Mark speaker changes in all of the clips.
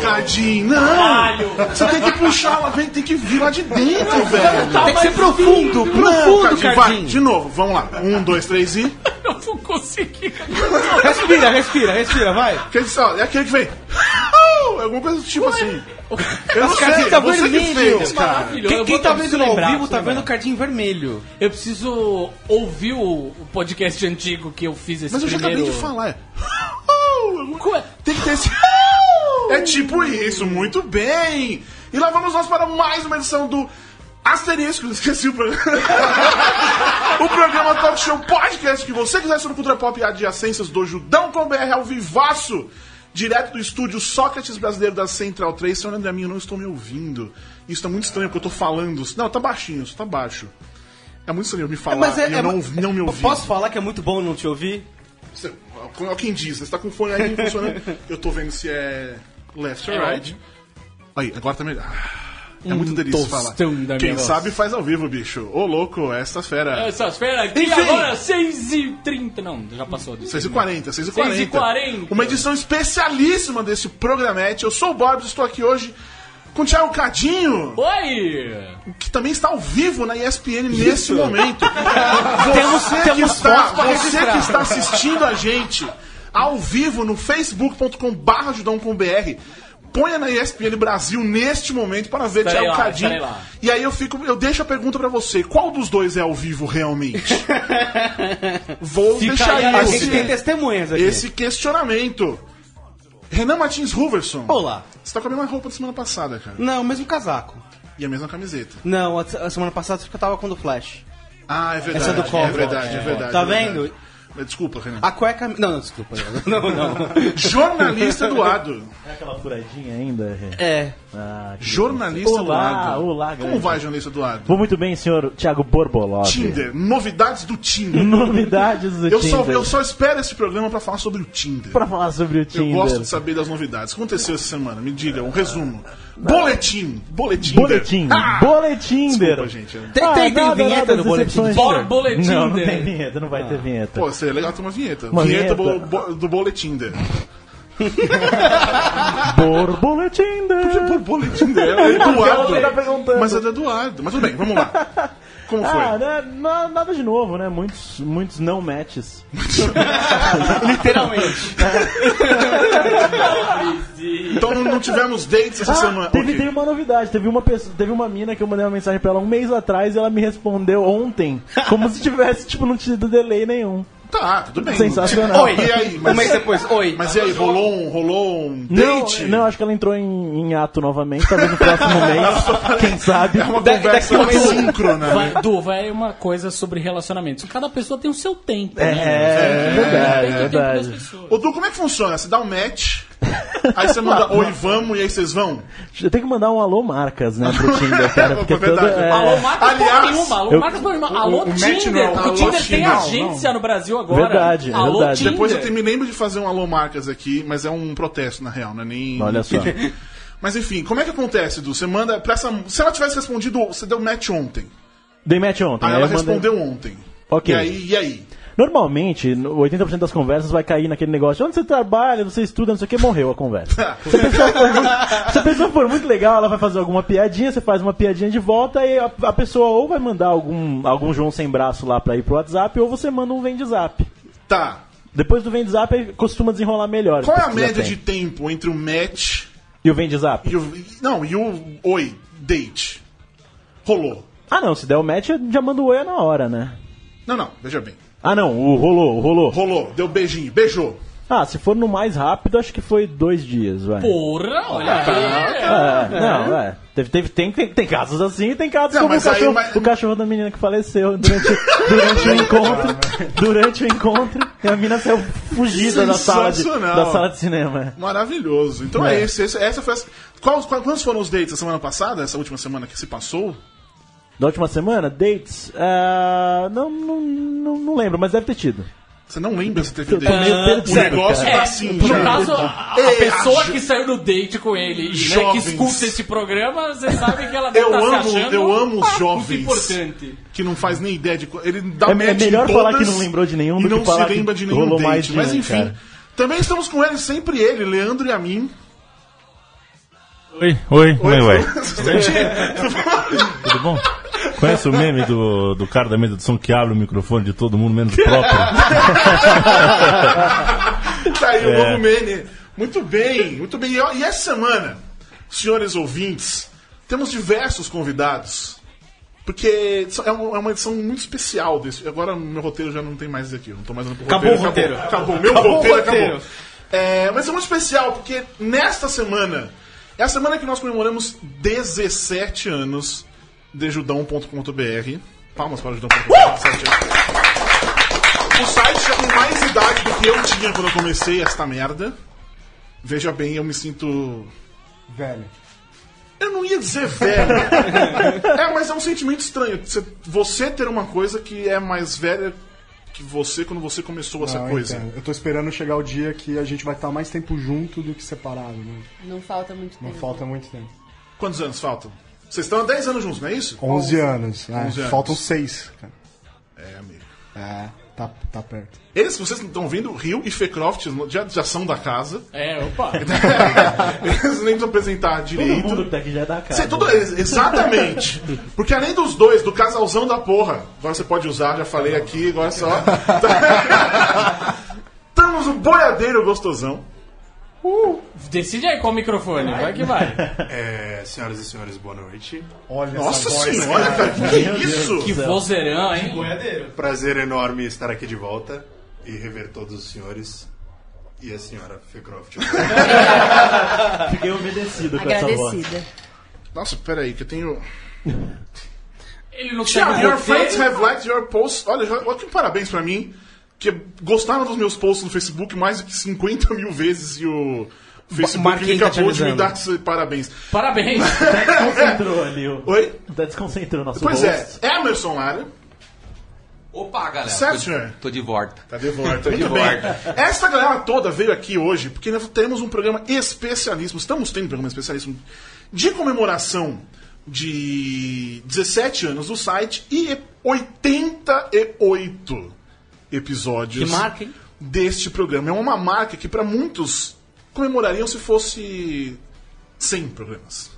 Speaker 1: Jardim, não! Você tem que puxar, ela vem, tem que vir lá de dentro, velho.
Speaker 2: Tem que ser profundo,
Speaker 1: Não,
Speaker 2: profundo,
Speaker 1: Cardinho, vai,
Speaker 2: Cardinho.
Speaker 1: de novo, vamos lá. Um, dois, três e.
Speaker 3: Eu não consegui.
Speaker 2: Respira, respira, respira, vai.
Speaker 1: Que edição? É aquele que vem. Au! Alguma coisa do tipo assim. Eu não
Speaker 2: As
Speaker 1: sei,
Speaker 2: carinhas tá
Speaker 1: você que
Speaker 2: vermelho.
Speaker 1: fez, cara.
Speaker 3: Maravilhoso.
Speaker 2: Quem,
Speaker 3: Eu
Speaker 2: quem
Speaker 3: vou-
Speaker 2: tá
Speaker 3: eu preciso
Speaker 2: vendo no ao
Speaker 3: lembrar,
Speaker 2: vivo
Speaker 3: preciso
Speaker 2: tá
Speaker 1: né,
Speaker 2: vendo
Speaker 3: lembrar.
Speaker 2: o Cardinho vermelho.
Speaker 3: Eu preciso ouvir o, o podcast antigo que eu fiz esse
Speaker 1: Mas eu já
Speaker 3: primeiro...
Speaker 1: acabei de falar. é. Au! Alguma-
Speaker 3: Qual é?
Speaker 1: Tem que ter esse. É tipo isso, muito bem! E lá vamos nós para mais uma edição do Asterisco, esqueci o programa. o programa Talk Show Podcast que você quiser sobre cultura pop e adjacências do Judão com BR ao vivaço. Direto do estúdio Sócrates Brasileiro da Central 3. Senhor André Minho, eu não estou me ouvindo. Isso tá muito estranho porque eu tô falando. Não, tá baixinho, isso tá baixo. É muito estranho eu me falar e eu não, ouvi- não me ouvir.
Speaker 2: Posso falar que é muito bom não te ouvir?
Speaker 1: Você, é quem diz, você tá com o fone aí funcionando. Eu tô vendo se é left ou
Speaker 3: É
Speaker 1: right.
Speaker 3: óbvio. Um
Speaker 1: Aí, agora tá melhor. Ah, É muito delícia
Speaker 3: tostão
Speaker 1: falar.
Speaker 3: da
Speaker 1: Quem
Speaker 3: minha voz. É,
Speaker 1: sabe faz ao vivo, bicho. Ô, louco, essa fera.
Speaker 3: Ah, Essas feras aqui
Speaker 1: Enfim.
Speaker 3: agora, é 6h30. Não, já passou disso.
Speaker 1: 6h40,
Speaker 3: 6 e
Speaker 1: 6h40.
Speaker 3: 40.
Speaker 1: Uma edição especialíssima desse programete. Eu sou o Bob, estou aqui hoje com o Thiago Cadinho,
Speaker 3: Oi!
Speaker 1: que também está ao vivo na ESPN nesse momento.
Speaker 2: Temos-
Speaker 1: você que
Speaker 2: temos
Speaker 1: está,
Speaker 2: fotos pra
Speaker 1: você
Speaker 2: registrar.
Speaker 1: que está assistindo a gente ao vivo no facebook.com/judombr, ponha na ESPN Brasil neste momento para ver
Speaker 3: Estarei
Speaker 1: Thiago
Speaker 3: lá,
Speaker 1: Cadinho.
Speaker 3: estarei lá.
Speaker 1: E aí eu fico, eu deixo a pergunta para você, qual dos dois é ao vivo realmente? Vou
Speaker 3: Fica
Speaker 1: deixar
Speaker 3: aí
Speaker 1: aí
Speaker 3: a
Speaker 2: A
Speaker 3: Esse-
Speaker 2: gente tem testemunhas aqui.
Speaker 1: esse questionamento. Renan Martins Ruverson.
Speaker 2: Olá.
Speaker 1: Você tá com a mesma roupa da semana passada, cara.
Speaker 2: Não, mesmo casaco.
Speaker 1: E a mesma camiseta.
Speaker 2: Não, a, a semana passada eu tava com o do Flash.
Speaker 1: Ah, é verdade.
Speaker 2: Essa é do Cobra.
Speaker 1: É verdade, é
Speaker 2: É.
Speaker 1: verdade.
Speaker 2: Tá
Speaker 1: é verdade.
Speaker 2: vendo?
Speaker 1: Mas Desculpa, Renan.
Speaker 2: A cueca... Não, não, desculpa. Não, não.
Speaker 1: Jornalista Eduardo.
Speaker 4: É aquela furadinha ainda? Rê?
Speaker 2: É.
Speaker 4: Ah, que
Speaker 1: Jornalista
Speaker 4: Olá,
Speaker 1: Eduardo.
Speaker 4: olá,
Speaker 1: Como
Speaker 4: grande.
Speaker 1: vai, jornalista Eduardo?
Speaker 4: Vou muito bem, senhor Thiago Borbolov.
Speaker 1: Tinder. Novidades do Tinder.
Speaker 4: Novidades do
Speaker 1: Eu
Speaker 4: Tinder.
Speaker 1: só, eu só espero esse programa pra falar sobre o Tinder.
Speaker 4: Pra falar sobre o
Speaker 1: Eu
Speaker 4: Tinder.
Speaker 1: gosto de saber das novidades. O que aconteceu essa semana? Me diga, um resumo. Boletim. Boletim.
Speaker 4: Boletim.
Speaker 1: Ah!
Speaker 4: Boletim.
Speaker 1: Desculpa, gente.
Speaker 2: Tem,
Speaker 4: Ah,
Speaker 2: tem, tem
Speaker 4: nada,
Speaker 2: vinheta
Speaker 4: nada,
Speaker 2: do boletim
Speaker 4: decepções.
Speaker 2: de Tinder?
Speaker 3: Boletim.
Speaker 4: Não, não
Speaker 3: Tinder.
Speaker 4: tem vinheta, não vai
Speaker 1: Ah.
Speaker 4: ter vinheta.
Speaker 1: Pô, seria legal ter uma vinheta.
Speaker 4: Uma
Speaker 1: vinheta
Speaker 4: vinheta.
Speaker 1: bo- bo- do Boletim.
Speaker 4: Borboletim.
Speaker 1: Boletim dela. É Eduardo.
Speaker 4: Ela tá perguntando.
Speaker 1: Mas é do Eduardo. Mas tudo bem, vamos lá. Como foi?
Speaker 4: Ah, né, na- nada de novo, né? Muitos, muitos não matches.
Speaker 2: Literalmente.
Speaker 1: Então não, não tivemos dates essa
Speaker 4: Ah,
Speaker 1: semana.
Speaker 4: teve,
Speaker 1: Ok.
Speaker 4: teve uma novidade, teve uma, pessoa, teve uma mina que eu mandei uma mensagem pra ela um mês atrás e ela me respondeu ontem, como se tivesse, tipo, não tido delay nenhum.
Speaker 1: Tá, tudo bem.
Speaker 4: Sensacional.
Speaker 1: Oi, e aí?
Speaker 2: Um mês
Speaker 1: Mas,
Speaker 2: depois, oi.
Speaker 1: mas e aí, rolou um, rolou um
Speaker 4: Não,
Speaker 1: date?
Speaker 4: não, acho que ela entrou em, em ato novamente, talvez no próximo mês, quem sabe.
Speaker 1: É uma
Speaker 2: Da- daqui
Speaker 1: conversa
Speaker 2: a um mês-
Speaker 1: assíncrona, né?
Speaker 3: Vai, Du, vai uma coisa sobre relacionamentos. Cada pessoa tem o seu tempo.
Speaker 4: É,
Speaker 3: né?
Speaker 4: é verdade, é
Speaker 3: Tem o tempo das
Speaker 4: verdade.
Speaker 3: pessoas.
Speaker 1: Ô, Du, como é que funciona? Você dá um match, aí você manda oi, vamos, e aí vocês vão?
Speaker 4: Eu tenho que mandar um alô marcas, né, pro Tinder, cara, porque
Speaker 1: É verdade.
Speaker 4: toda... é,
Speaker 3: Alô, Marcos,
Speaker 1: Aliás,
Speaker 3: porra nenhuma. Alô,
Speaker 4: eu-
Speaker 3: Marcos, porra nenhuma. Alô,
Speaker 1: o- o match
Speaker 3: Tinder.
Speaker 1: não,
Speaker 3: porque o
Speaker 1: alô,
Speaker 3: Tinder tem
Speaker 1: Tinder, não,
Speaker 3: agência no Brasil agora.
Speaker 4: Verdade, é
Speaker 3: alô,
Speaker 4: verdade.
Speaker 3: Tinder.
Speaker 1: Depois eu te- me lembro de fazer um alô marcas aqui, mas é um protesto, na real, não é nem...
Speaker 4: Olha só.
Speaker 1: Mas enfim, como é que acontece, Du? Você manda pra essa... Se ela tivesse respondido, você deu match ontem.
Speaker 4: Dei match ontem.
Speaker 1: Aí
Speaker 4: aí
Speaker 1: Ah, ela
Speaker 4: É, eu mandei-
Speaker 1: respondeu ontem.
Speaker 4: Ok.
Speaker 1: E aí, e aí?
Speaker 4: Normalmente, no- 80% das conversas vai cair naquele negócio, onde você trabalha, você estuda, não sei o que, morreu a conversa. se, a pessoa for muito, se a pessoa for muito legal, ela vai fazer alguma piadinha, você faz uma piadinha de volta, e a, a pessoa ou vai mandar algum, algum João sem braço lá pra ir pro WhatsApp, ou você manda um vende zap.
Speaker 1: Tá.
Speaker 4: Depois do vende zap, aí costuma desenrolar melhor.
Speaker 1: Qual é a
Speaker 4: Pesquisa
Speaker 1: média
Speaker 4: tem.
Speaker 1: de tempo entre o match
Speaker 4: E o vende zap?
Speaker 1: e o... Não, e o oi, date? Rolou.
Speaker 4: Ah não, se der o match, já manda o oi na hora, né?
Speaker 1: Não, não, veja bem.
Speaker 4: Ah não, o rolou, o rolou.
Speaker 1: Rolou, deu beijinho, beijou.
Speaker 4: Ah, se for no mais rápido, acho que foi dois dias, vai.
Speaker 3: Porra, olha
Speaker 1: Ah, tá.
Speaker 3: aí.
Speaker 4: É, não, é. Teve, teve, tem, tem, tem casos assim, tem casos
Speaker 1: Não,
Speaker 4: como o
Speaker 1: mas aí,
Speaker 4: cachorro,
Speaker 1: mas-
Speaker 4: o cachorro da menina que faleceu durante, durante o encontro. Durante o encontro, e a menina saiu fugida da sala, de,
Speaker 1: Sensacional.
Speaker 4: da sala de cinema.
Speaker 1: Maravilhoso. Então é,
Speaker 4: É.
Speaker 1: esse, esse- essa foi a... Qual, qual- quantos foram os dates a semana passada, essa última semana que se passou?
Speaker 4: Da última semana, dates? ah, não, não, não, não lembro, mas deve ter tido.
Speaker 1: Você não lembra se teve
Speaker 4: Tô meio
Speaker 1: date? O
Speaker 4: perdido,
Speaker 3: Tipo
Speaker 1: negócio
Speaker 4: cara.
Speaker 1: tá assim,
Speaker 3: No
Speaker 1: já.
Speaker 3: caso, a a
Speaker 1: É,
Speaker 3: pessoa
Speaker 1: acho-
Speaker 3: que saiu no date com ele e né, que
Speaker 1: Jovens.
Speaker 3: escuta esse programa, você sabe que ela deve
Speaker 1: Eu
Speaker 3: tá
Speaker 1: amo,
Speaker 3: se achando
Speaker 1: eu amo os jovens.
Speaker 3: Muito importante.
Speaker 1: Que não faz nem ideia de. co- Ele dá
Speaker 4: É- é
Speaker 1: match em
Speaker 4: melhor
Speaker 1: todas
Speaker 4: falar que não lembrou de nenhum
Speaker 1: e
Speaker 4: do que
Speaker 1: não
Speaker 4: falar
Speaker 1: se
Speaker 4: que
Speaker 1: lembra de nenhum
Speaker 4: rolou
Speaker 1: date.
Speaker 4: mais de
Speaker 1: mas
Speaker 4: um,
Speaker 1: enfim.
Speaker 4: cara.
Speaker 1: Também estamos com ele, sempre ele, Leandro e a mim.
Speaker 5: Oi, oi, oi, oi.
Speaker 1: Sustantivo.
Speaker 5: Tudo bom? Conhece o meme do, do cara da mesa de som que abre o microfone de todo mundo, menos o próprio?
Speaker 1: tá aí o
Speaker 5: É.
Speaker 1: novo meme. Muito bem, muito bem. E, ó, e essa semana, senhores ouvintes, temos diversos convidados. Porque só- é um- é uma edição muito especial desse. Agora meu roteiro já não tem mais aqui. eu Não tô mais olhando pro
Speaker 2: Acabou o roteiro.
Speaker 1: Acabou. Acabou. Meu
Speaker 2: Acabou o
Speaker 1: roteiro, acabou.
Speaker 2: roteiro.
Speaker 1: É, mas é muito especial, porque nesta semana é a semana que nós comemoramos 17 anos de judão.com.br. Palmas para o judão.com.br. 17 anos. O site já tem mais idade do que eu tinha quando eu comecei esta merda. Veja bem, eu me sinto.
Speaker 6: Velho.
Speaker 1: Eu não ia dizer velho. é, mas é um sentimento estranho. Você- Você ter uma coisa que é mais velha que você quando você começou essa
Speaker 6: Não, eu
Speaker 1: coisa.
Speaker 6: entendo. Eu tô esperando chegar o dia que a gente vai estar mais tempo junto do que separado, né?
Speaker 7: Não falta muito
Speaker 6: Não
Speaker 1: É.
Speaker 7: tempo.
Speaker 6: falta muito tempo.
Speaker 1: Quantos anos faltam? Vocês estão há 10 anos juntos, não é isso?
Speaker 6: 11 anos, né?
Speaker 1: 11 anos.
Speaker 6: Faltam 6, cara.
Speaker 1: É, amigo.
Speaker 6: É, tá, tá perto.
Speaker 1: Eles, vocês não estão ouvindo, Rio e Fecroft já, já são da casa.
Speaker 3: É, opa.
Speaker 1: Eles nem precisam apresentar direito.
Speaker 4: É. Todo mundo que tá aqui já é da casa.
Speaker 1: Cê- tudo- ex- exatamente. Porque além dos dois, do casalzão da porra, agora você pode usar, já falei aqui, agora é só. Temos o boiadeiro gostosão.
Speaker 3: Decide aí qual microfone, vai que vai.
Speaker 8: É, senhoras e senhores, boa noite.
Speaker 6: Olha
Speaker 1: Nossa senhora, cara, que, que isso?
Speaker 3: Que vozeirão, hein?
Speaker 1: Tipo, é.
Speaker 8: Prazer enorme estar aqui de volta e rever todos os senhores e a senhora Fecroft.
Speaker 4: Fiquei obedecido com essa voz.
Speaker 7: Agradecida.
Speaker 1: Nossa, peraí, que eu tenho.
Speaker 3: Ele não segue
Speaker 1: Tiago,
Speaker 3: o
Speaker 1: your friends
Speaker 3: roteiro.
Speaker 1: have liked your posts. Olha, já- olha que parabéns pra mim. Que gostaram dos meus posts no Facebook mais do que 50 mil vezes e o. Facebook
Speaker 2: Marquinhos
Speaker 1: me
Speaker 2: tá
Speaker 1: acabou
Speaker 2: te
Speaker 1: de me
Speaker 2: avisando.
Speaker 1: dar esse parabéns.
Speaker 3: Parabéns.
Speaker 4: Desconcentrou ali. o-
Speaker 1: Oi?
Speaker 4: Tá desconcentrou nosso
Speaker 1: Pois
Speaker 4: host.
Speaker 1: é, Emerson Lara.
Speaker 9: Opa, galera.
Speaker 1: Certo,
Speaker 9: Tô-
Speaker 1: senhor?
Speaker 9: Tô de volta.
Speaker 1: Tá de volta,
Speaker 9: de
Speaker 1: muito bem.
Speaker 9: volta.
Speaker 1: Essa galera toda veio aqui hoje porque nós temos um programa especialíssimo, estamos tendo um programa especialíssimo de comemoração de 17 anos do site e 88 episódios
Speaker 3: Que marca, hein?
Speaker 1: deste programa. É uma marca que para muitos comemorariam se fosse 100 programas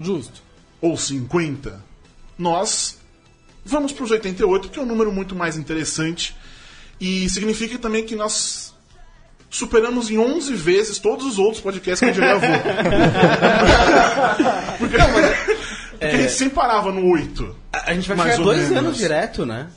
Speaker 3: Justo.
Speaker 1: ou 50, nós vamos para os 88, que é um número muito mais interessante. E significa também que nós superamos em 11 vezes todos os outros podcasts que a gente já gravou. porque, porque
Speaker 2: é-
Speaker 1: a gente sempre parava no 8.
Speaker 2: A gente vai
Speaker 1: Mais
Speaker 2: ficar
Speaker 1: ou
Speaker 2: dois
Speaker 1: menos.
Speaker 2: anos direto, né?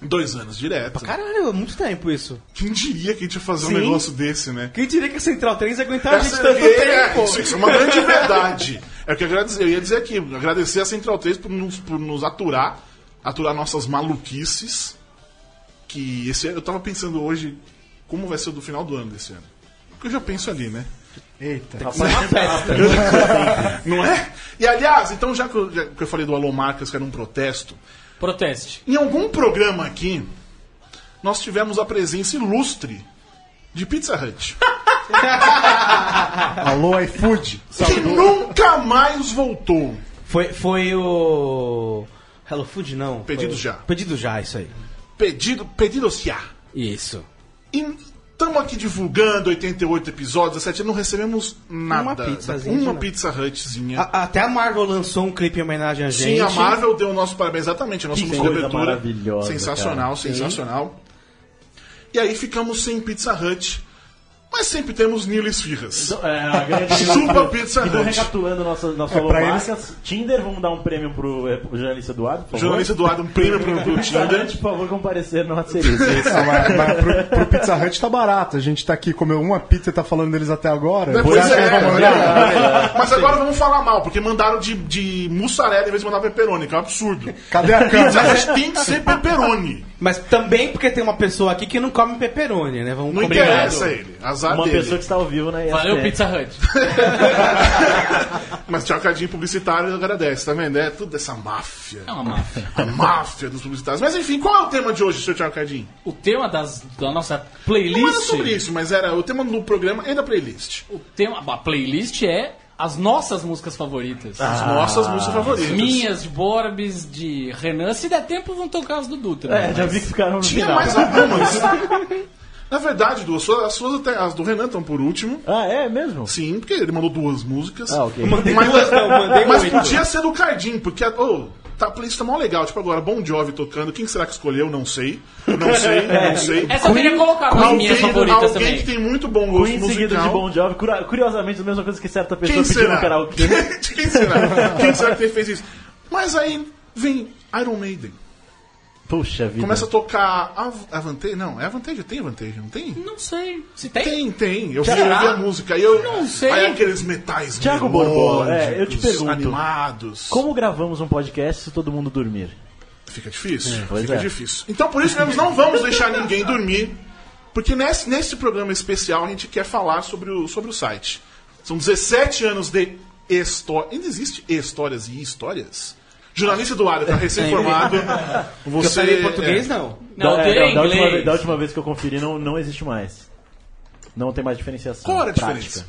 Speaker 1: Dois anos direto.
Speaker 2: Caralho, é muito tempo isso.
Speaker 1: Quem diria que a gente ia fazer um
Speaker 2: Sim.
Speaker 1: negócio desse, né?
Speaker 2: Quem diria que a Central 3 ia aguentar a gente
Speaker 1: Essa-
Speaker 2: tanto
Speaker 1: é,
Speaker 2: tempo?
Speaker 1: Isso, isso é uma grande verdade. É o que eu, agrade- eu ia dizer aqui. Agradecer a Central 3 por nos, por nos aturar, aturar nossas maluquices. Que esse ano, eu tava pensando hoje como vai ser o do final do ano desse ano. Porque eu já penso ali, né?
Speaker 6: Eita.
Speaker 1: Não é? E aliás, então já que eu, já que eu falei do Alô Marcas, que era um protesto,
Speaker 3: Proteste.
Speaker 1: em algum programa aqui, nós tivemos a presença ilustre de Pizza Hut.
Speaker 6: Alô, iFood.
Speaker 1: que nunca mais voltou.
Speaker 2: Foi, foi o. Hello Food, não. foi
Speaker 1: Pedido
Speaker 2: o-
Speaker 1: já.
Speaker 2: Pedido já, isso aí.
Speaker 1: Pedido, pedido já.
Speaker 2: Isso.
Speaker 1: Estamos aqui divulgando 88 episódios, 17, não recebemos nada.
Speaker 2: Uma pizzazinha
Speaker 1: Uma
Speaker 2: de nada.
Speaker 1: pizza hutzinha.
Speaker 2: A- até a Marvel lançou um clipe em homenagem a gente.
Speaker 1: Sim, a Marvel deu o nosso parabéns, exatamente. A nossa
Speaker 4: Que
Speaker 1: música de
Speaker 4: coisa
Speaker 1: abertura.
Speaker 4: maravilhosa,
Speaker 1: Sensacional, sensacional. E aí ficamos sem Pizza Hut, mas sempre temos Nilo Esfirras.
Speaker 4: Então, é, a grande
Speaker 1: Chupa Pizza
Speaker 4: Então,
Speaker 1: Hut.
Speaker 4: recapitulando nosso, nosso
Speaker 6: É, pra
Speaker 4: Alô Marcas, Tinder, vamos dar um prêmio pro, eh, pro jornalista Eduardo, por favor.
Speaker 1: Jornalista Eduardo, um prêmio pro, pro
Speaker 4: Pizza
Speaker 1: Tinder.
Speaker 4: Hut, por favor, comparecer no Hotseries.
Speaker 6: Ah, mas, mas pro, pro Pizza Hut tá barato. A gente tá aqui, comeu uma pizza e tá falando deles até agora. Você
Speaker 1: Depois
Speaker 6: acha que
Speaker 1: é,
Speaker 6: vamos
Speaker 4: né?
Speaker 1: é,
Speaker 6: olhar?
Speaker 1: é. Mas agora vamos falar mal, porque mandaram de, de mussarela em vez de mandar pepperoni, que é um absurdo.
Speaker 6: Cadê a
Speaker 1: Pizza
Speaker 6: câmera?
Speaker 1: Hut tem que ser pepperoni.
Speaker 2: Mas também porque tem uma pessoa aqui que não come pepperoni, né? Vamos
Speaker 1: Não
Speaker 2: combinar.
Speaker 1: interessa a ele. Azar
Speaker 4: Uma
Speaker 1: dele.
Speaker 4: pessoa que está ao vivo na ESPN.
Speaker 3: Valeu, Pizza Hut.
Speaker 1: Mas trocadinho publicitário agradece, tá vendo? É tudo dessa máfia.
Speaker 3: É uma máfia.
Speaker 1: A máfia dos publicitários. Mas enfim, qual é o tema de hoje, seu Thiago Cadinho?
Speaker 3: O tema das, da nossa
Speaker 1: Não era
Speaker 3: playlist.
Speaker 1: sobre isso, mas era o tema do programa e da playlist.
Speaker 3: O tema. A playlist é as nossas músicas favoritas.
Speaker 1: As nossas músicas favoritas.
Speaker 3: Minhas, de Borbes, de Renan. Se der tempo, vão tocar as do Dutra.
Speaker 4: É, já
Speaker 3: mas-
Speaker 4: vi que ficaram no
Speaker 1: Tinha
Speaker 4: final.
Speaker 1: mais algumas. Na verdade, Du, as suas, as suas até- as do Renan estão por último.
Speaker 4: Ah, é mesmo?
Speaker 1: Sim, porque ele mandou duas músicas.
Speaker 4: Ah, ok.
Speaker 1: Mas,
Speaker 3: duas, não, mandei
Speaker 1: mas
Speaker 3: oito.
Speaker 1: podia ser do Cardim, porque a, oh, tá, a playlist tá mó legal. Tipo agora, Bon Jovi tocando. Quem será que escolheu? Não sei. Não sei, não sei.
Speaker 3: É. Essa eu queria colocar como as minhas favoritas
Speaker 1: alguém
Speaker 3: também.
Speaker 1: que tem muito bom gosto
Speaker 4: Queen seguido de
Speaker 1: musical.
Speaker 4: Bon Jovi, cura- curiosamente a mesma coisa que certa pessoa
Speaker 1: Quem
Speaker 4: pediu
Speaker 1: será?
Speaker 4: no karaokê.
Speaker 1: Quem será? Quem será que fez isso? Mas aí vem Iron Maiden.
Speaker 4: Puxa vida.
Speaker 1: Começa a tocar a Avantage. Não, é Avantage? Tem Avantage, não
Speaker 4: Hum.
Speaker 1: tem?
Speaker 3: Não sei. Se tem?
Speaker 1: Tem, tem. Eu vi,
Speaker 3: Será?
Speaker 1: eu vi a música. Aí eu,
Speaker 3: Não sei.
Speaker 1: Aí aqueles metais
Speaker 4: Thiago Borbola,
Speaker 1: melódicos,
Speaker 4: é, eu te pergunto.
Speaker 1: animados.
Speaker 4: Como gravamos um podcast se todo mundo dormir?
Speaker 1: Fica difícil.
Speaker 4: pois
Speaker 1: fica
Speaker 4: é.
Speaker 1: difícil. Então por isso mesmo não vamos deixar ninguém dormir, porque nesse, nesse programa especial a gente quer falar sobre o, sobre o site. São 17 anos de história. Ainda existe histórias e histórias? Jornalista Eduardo, tá recém-formado.
Speaker 2: Eu
Speaker 1: Você
Speaker 2: falei em português,
Speaker 1: é,
Speaker 2: não.
Speaker 3: Não,
Speaker 4: da,
Speaker 3: tem
Speaker 4: da-
Speaker 3: em
Speaker 4: da última,
Speaker 3: inglês.
Speaker 4: vez- da última vez que eu conferi, não, não existe mais. Não tem mais diferenciação.
Speaker 1: Qual era a
Speaker 4: prática.
Speaker 1: diferença?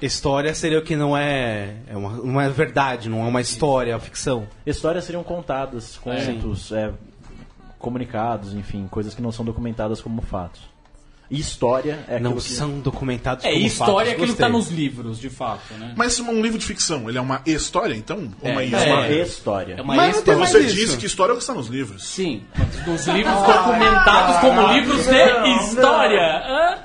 Speaker 2: História seria o que não é. É uma, não é verdade, não é uma história, é uma ficção.
Speaker 4: Histórias seriam contadas, contos, é, comunicados, enfim, coisas que não são documentadas como fatos. E história é aquilo
Speaker 2: não
Speaker 4: que...
Speaker 2: são documentados
Speaker 3: É,
Speaker 2: como
Speaker 3: história é
Speaker 2: fatos.
Speaker 3: aquilo que tá
Speaker 2: Gostei.
Speaker 3: nos livros, de fato, né?
Speaker 1: Mas um livro de ficção, ele é uma história, então? Ou uma
Speaker 3: É,
Speaker 4: É uma
Speaker 1: história?
Speaker 4: história.
Speaker 3: É uma
Speaker 1: Mas não tem
Speaker 3: história.
Speaker 1: você disse que história é o que está nos livros.
Speaker 3: Sim, dos livros documentados como livros de história. Hã?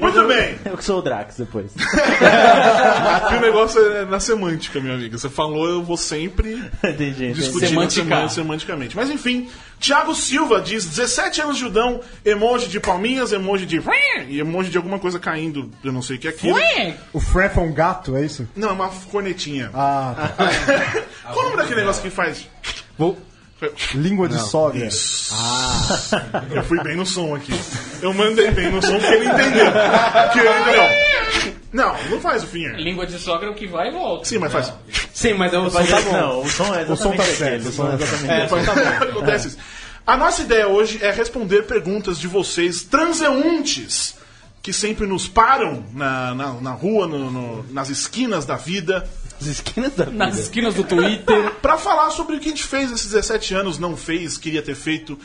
Speaker 1: Muito bem.
Speaker 4: Eu que sou o Drax depois.
Speaker 1: Aqui o negócio é na semântica, minha amiga. Você falou, eu vou sempre
Speaker 4: Entendi. entendi.
Speaker 1: discutindo
Speaker 3: Semanticar.
Speaker 1: semana- semanticamente. Mas enfim, Thiago Silva diz 17 anos de Judão, emoji de palminhas, emoji de e emoji de alguma coisa caindo, eu não sei o que é aquilo.
Speaker 3: Ué,
Speaker 6: O Fref é um gato, é isso?
Speaker 1: Não, é uma cornetinha.
Speaker 6: Ah, tá.
Speaker 1: Qual o nome daquele negócio que faz?
Speaker 6: língua de sogra.
Speaker 1: Eu fui bem no som aqui. Eu mandei bem no som porque ele entendeu. Que eu ainda não. Não, não faz o finger.
Speaker 3: Língua de sogra é o que vai e volta.
Speaker 1: Sim, mas faz.
Speaker 2: Sim, mas é eu
Speaker 4: Mas
Speaker 2: sou
Speaker 4: tá bom. Não, o som é exatamente
Speaker 6: O som tá
Speaker 4: aquele,
Speaker 6: certo,
Speaker 4: o som é exatamente aquele.
Speaker 1: Acontece isso. A nossa ideia hoje é responder perguntas de vocês, transeuntes, que sempre nos param na, na, na rua, no- no- nas esquinas da vida,
Speaker 2: As esquinas da
Speaker 3: Nas
Speaker 2: vida.
Speaker 3: esquinas do Twitter.
Speaker 1: pra falar sobre o que a gente fez esses 17 anos, não fez, queria ter feito,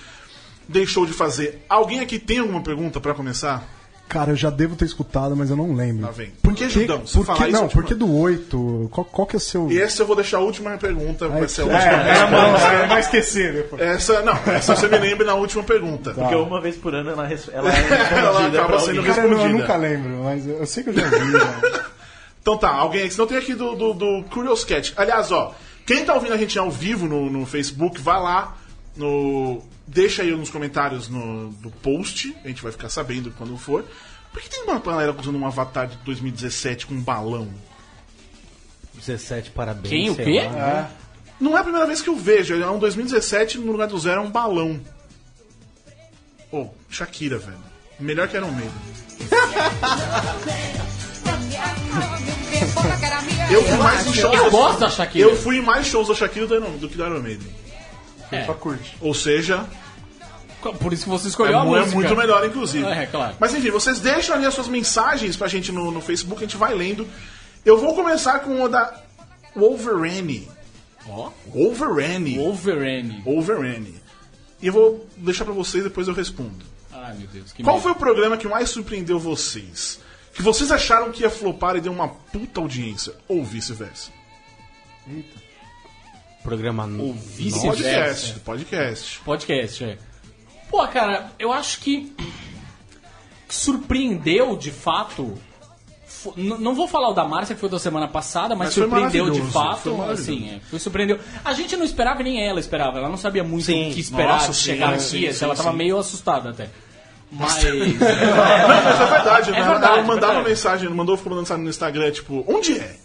Speaker 1: deixou de fazer. Alguém aqui tem alguma pergunta pra começar?
Speaker 6: Cara, eu já devo ter escutado, mas eu não lembro.
Speaker 1: Tá vendo?
Speaker 6: Por
Speaker 1: Por que,
Speaker 6: que,
Speaker 1: Judão? Você
Speaker 6: por
Speaker 1: falar
Speaker 6: que-
Speaker 1: isso,
Speaker 6: não,
Speaker 1: tipo-
Speaker 6: por que do 8? Qual, qual que é o seu...
Speaker 1: E essa eu vou deixar a última pergunta, vai ser a
Speaker 6: é,
Speaker 1: última.
Speaker 6: é, é, vai esquecer depois.
Speaker 1: Essa, não, essa você me lembra na última pergunta.
Speaker 6: Tá.
Speaker 4: Porque uma vez por ano ela, res- ela é
Speaker 1: Ela
Speaker 4: respondida
Speaker 1: acaba
Speaker 4: pra
Speaker 1: sendo
Speaker 4: alguém.
Speaker 1: res-
Speaker 6: Cara, eu, não- eu
Speaker 4: né?
Speaker 1: Respondida.
Speaker 6: nunca lembro, mas eu sei que eu já vi. né?
Speaker 1: Então tá, alguém aí. Senão tem aqui do, do, do Curious Cat. Aliás, ó, quem tá ouvindo a gente ao vivo no, no Facebook, vai lá no. Deixa aí nos comentários no, do post, a gente vai ficar sabendo quando for. Por que tem uma galera usando um avatar de 2017 com um balão?
Speaker 2: 17, parabéns.
Speaker 3: Quem, o
Speaker 2: sei
Speaker 3: quê?
Speaker 2: lá.
Speaker 1: Não é a primeira vez que eu vejo, é um 2017 no lugar do zero é um balão. Ô, Shakira, velho. Melhor que era um meio. Eu fui mais em shows.
Speaker 3: Eu gosto da Shakira.
Speaker 1: Eu fui em mais shows da Shakira do, Iron- do que da Iron Maiden.
Speaker 3: É.
Speaker 6: Só curte.
Speaker 1: Ou seja,
Speaker 3: Por isso que você
Speaker 1: é,
Speaker 3: escolheu a
Speaker 1: mu- é
Speaker 3: música.
Speaker 1: muito melhor, inclusive.
Speaker 3: É, claro.
Speaker 1: Mas enfim, vocês deixam ali as suas mensagens pra gente no, no Facebook, a gente vai lendo. Eu vou começar com uma da Wolverine.
Speaker 3: Ó,
Speaker 1: Wolverine.
Speaker 3: Wolverine.
Speaker 1: Wolverine. E eu vou deixar pra vocês, depois eu respondo.
Speaker 3: Ai, meu Deus. Que
Speaker 1: Qual
Speaker 3: medo.
Speaker 1: foi o programa que mais surpreendeu vocês? Que vocês acharam que ia flopar e deu uma puta audiência? Ou vice-versa?
Speaker 2: Programa novo.
Speaker 3: Vice-versa.
Speaker 1: Podcast, do podcast.
Speaker 3: Podcast, é. Pô, cara, eu acho que que surpreendeu de fato. fo- n- Não vou falar o da Márcia, que foi da semana passada, mas,
Speaker 1: Mas foi
Speaker 3: surpreendeu de
Speaker 1: maravilhoso, foi
Speaker 3: fato.
Speaker 1: maravilhoso.
Speaker 3: assim, é, foi surpreendeu. A gente não esperava e nem ela esperava. Ela não sabia muito
Speaker 2: Sim.
Speaker 3: o que esperar
Speaker 1: Nossa,
Speaker 3: de
Speaker 1: sim,
Speaker 3: chegar
Speaker 1: sim,
Speaker 3: aqui. assim,
Speaker 1: sim,
Speaker 3: ela tava
Speaker 1: sim.
Speaker 3: meio assustada até. Mas.
Speaker 1: Não, mas é verdade, né? Ela- ela
Speaker 3: verdade,
Speaker 1: mandava
Speaker 3: verdade.
Speaker 1: mensagem, mandou, ficou mandando mensagem no Instagram, tipo, onde é?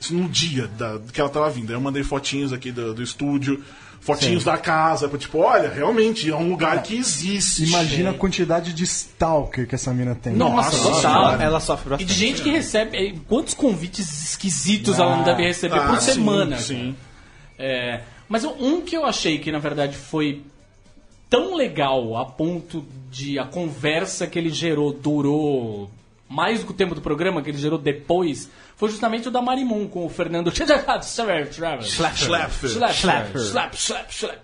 Speaker 1: Isso No dia da, que ela tava vindo. Aí Eu mandei fotinhos aqui do, do estúdio, fotinhos da casa, tipo, olha, realmente é um lugar que existe.
Speaker 6: Imagina a quantidade de stalker que essa mina tem.
Speaker 3: Nossa, total.
Speaker 2: Ela, ela sofre
Speaker 3: E
Speaker 2: bastante.
Speaker 3: de gente que recebe. eh, Quantos convites esquisitos ela não deve receber
Speaker 1: Ah,
Speaker 3: por
Speaker 1: sim,
Speaker 3: semana. cara.
Speaker 1: Sim.
Speaker 3: É, mas um que eu achei que na verdade foi tão legal a ponto de a conversa que ele gerou durou mais do que o tempo do programa que ele gerou depois foi justamente o da Marimon com o Fernando Schlaffer. Schlaffer.
Speaker 1: Schlaffer.
Speaker 3: Schlaffer. Schlaffer. Schlaffer.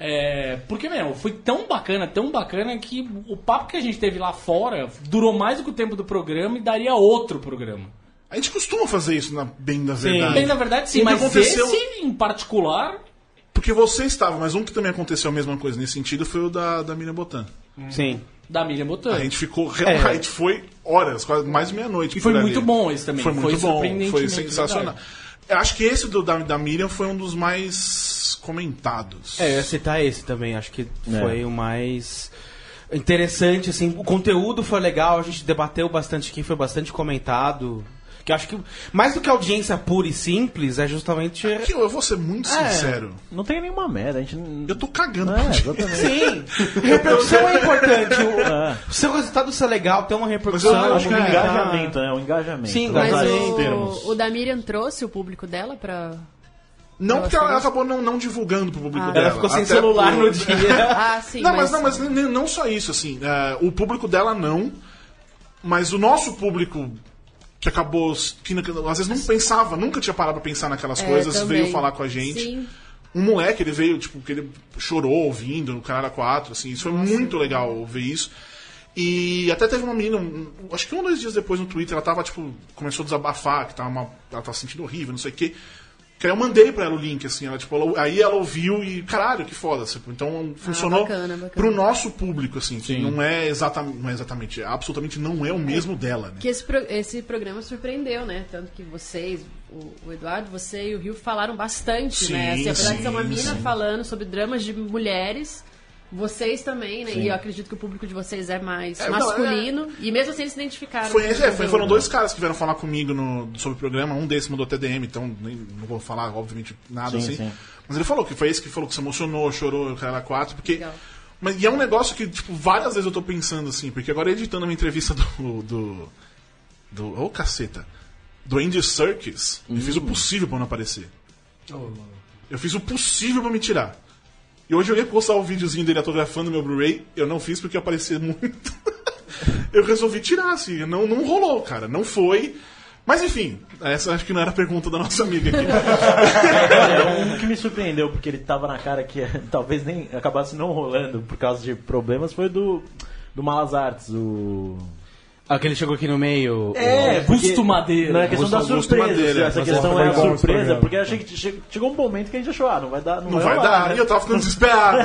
Speaker 3: É, porque, meu, foi tão bacana, tão bacana que o papo que a gente teve lá fora durou mais do que o tempo do programa e daria outro programa.
Speaker 1: A gente costuma fazer isso na bem da verdade.
Speaker 3: Bem, na verdade, sim,
Speaker 1: O que
Speaker 3: mas
Speaker 1: aconteceu-
Speaker 3: esse em particular.
Speaker 1: Porque você estava, mas um que também aconteceu a mesma coisa nesse sentido foi o da, da Miriam Botan.
Speaker 2: Sim.
Speaker 3: Da Miriam
Speaker 1: A
Speaker 3: Botânica.
Speaker 1: gente ficou, realmente, foi horas, quase mais de meia-noite.
Speaker 3: E foi
Speaker 1: por ali.
Speaker 3: muito bom esse também.
Speaker 1: Foi
Speaker 3: Foi
Speaker 1: muito bom, foi
Speaker 3: surpreendentemente né,
Speaker 1: sensacional.
Speaker 3: legal.
Speaker 1: Eu acho que esse do, da, da Miriam foi um dos mais comentados.
Speaker 2: É, eu ia citar esse também, acho que foi o mais interessante, assim, o conteúdo foi legal, a gente debateu bastante aqui, foi bastante comentado. Que eu acho que mais do que audiência pura e simples, é justamente.
Speaker 1: Que eu, eu vou ser muito sincero.
Speaker 4: Não tem nenhuma merda, a gente. não-
Speaker 1: Eu tô cagando
Speaker 4: É,
Speaker 1: pra ti.
Speaker 4: exatamente.
Speaker 2: Sim! repercussão é importante. O, o seu resultado ser legal, ter uma repercussão.
Speaker 1: Mas eu acho que é
Speaker 4: Um
Speaker 2: comentar.
Speaker 4: engajamento, é um engajamento.
Speaker 2: Sim,
Speaker 1: Tá
Speaker 4: Vamos usar
Speaker 2: mas
Speaker 4: esses
Speaker 5: termos.
Speaker 7: Mas o, o da Miriam trouxe o público dela pra.
Speaker 1: Não,
Speaker 7: Ela
Speaker 1: porque ela,
Speaker 7: ficou-
Speaker 1: acabou não, não divulgando pro público dela.
Speaker 2: Ela ficou sem
Speaker 1: Até
Speaker 2: celular
Speaker 1: por-
Speaker 2: no dia.
Speaker 7: Ah, sim.
Speaker 1: Não, mas, não, mas nem- nem- não só isso, assim. é, o público dela não, mas o nosso público que acabou. que na- às vezes não pensava, nunca tinha parado pra pensar naquelas
Speaker 7: É,
Speaker 1: coisas,
Speaker 7: também.
Speaker 1: veio falar com a gente.
Speaker 7: Sim.
Speaker 1: Um moleque, ele veio, tipo, que ele chorou ouvindo no Canal 4, assim, isso foi muito legal ver isso. E até teve uma menina, um- um- acho que um ou dois dias depois no Twitter, ela tava, tipo, começou a desabafar, que tava uma, ela tava se sentindo horrível, não sei o quê. Que aí eu mandei pra ela o link, assim, ela, tipo, ela- aí ela ouviu e, caralho, que foda, tipo, então funcionou
Speaker 7: Ah, bacana, bacana.
Speaker 1: pro nosso público, assim, que não é exatamente, não é exatamente, absolutamente não é o mesmo dela, né?
Speaker 7: Que esse, pro- esse programa surpreendeu, né? Tanto que vocês, o, o Eduardo, você e o Rio falaram bastante,
Speaker 1: Sim,
Speaker 7: né? Assim, apesar de ser uma
Speaker 1: sim,
Speaker 7: mina
Speaker 1: sim.
Speaker 7: falando sobre dramas de mulheres, vocês também, né? E eu acredito que o público de vocês é mais
Speaker 1: É, não,
Speaker 7: masculino. E mesmo assim eles se identificaram.
Speaker 1: Foi,
Speaker 7: com
Speaker 1: é,
Speaker 7: o
Speaker 1: foi-
Speaker 7: conteúdo.
Speaker 1: foram dois caras que vieram falar comigo no- sobre o programa. Um desses mandou até DM, então nem, não vou falar, obviamente, nada
Speaker 4: Sim,
Speaker 1: assim.
Speaker 4: sim.
Speaker 1: Mas ele falou que foi esse que falou que se emocionou, chorou, o cara era quatro, porque.
Speaker 7: Legal.
Speaker 1: Mas, e é um negócio que, tipo, várias vezes eu tô pensando assim, porque agora editando uma entrevista do. do. do. Ô, caceta! Do Andy Serkis, eu fiz o possível pra não aparecer. Eu fiz o possível pra me tirar. E hoje eu ia postar o videozinho dele autografando meu Blu-ray, eu não fiz porque aparecia muito. eu resolvi tirar, assim, não, não rolou, cara, não foi. Mas enfim, essa acho que não era a pergunta da nossa amiga aqui.
Speaker 4: É, um que me surpreendeu, porque ele tava na cara que talvez nem acabasse não rolando por causa de problemas, foi do. Do Malas Artes, o.
Speaker 2: Ah, que ele chegou aqui no meio. o-
Speaker 4: porque-
Speaker 3: Busto Madeira.
Speaker 4: Não é questão
Speaker 1: Augusto-
Speaker 4: da
Speaker 1: Augusto
Speaker 4: surpresa.
Speaker 1: Madeira,
Speaker 4: essa
Speaker 1: mas
Speaker 4: questão
Speaker 6: foi
Speaker 4: é a
Speaker 6: bom esse
Speaker 4: surpresa,
Speaker 6: programa.
Speaker 4: porque eu achei que che- chegou um momento que a gente achou, ah, não vai dar. Não,
Speaker 1: Não
Speaker 4: vai,
Speaker 1: vai
Speaker 4: rolar,
Speaker 1: dar,
Speaker 4: né?
Speaker 1: e eu tava ficando desesperado.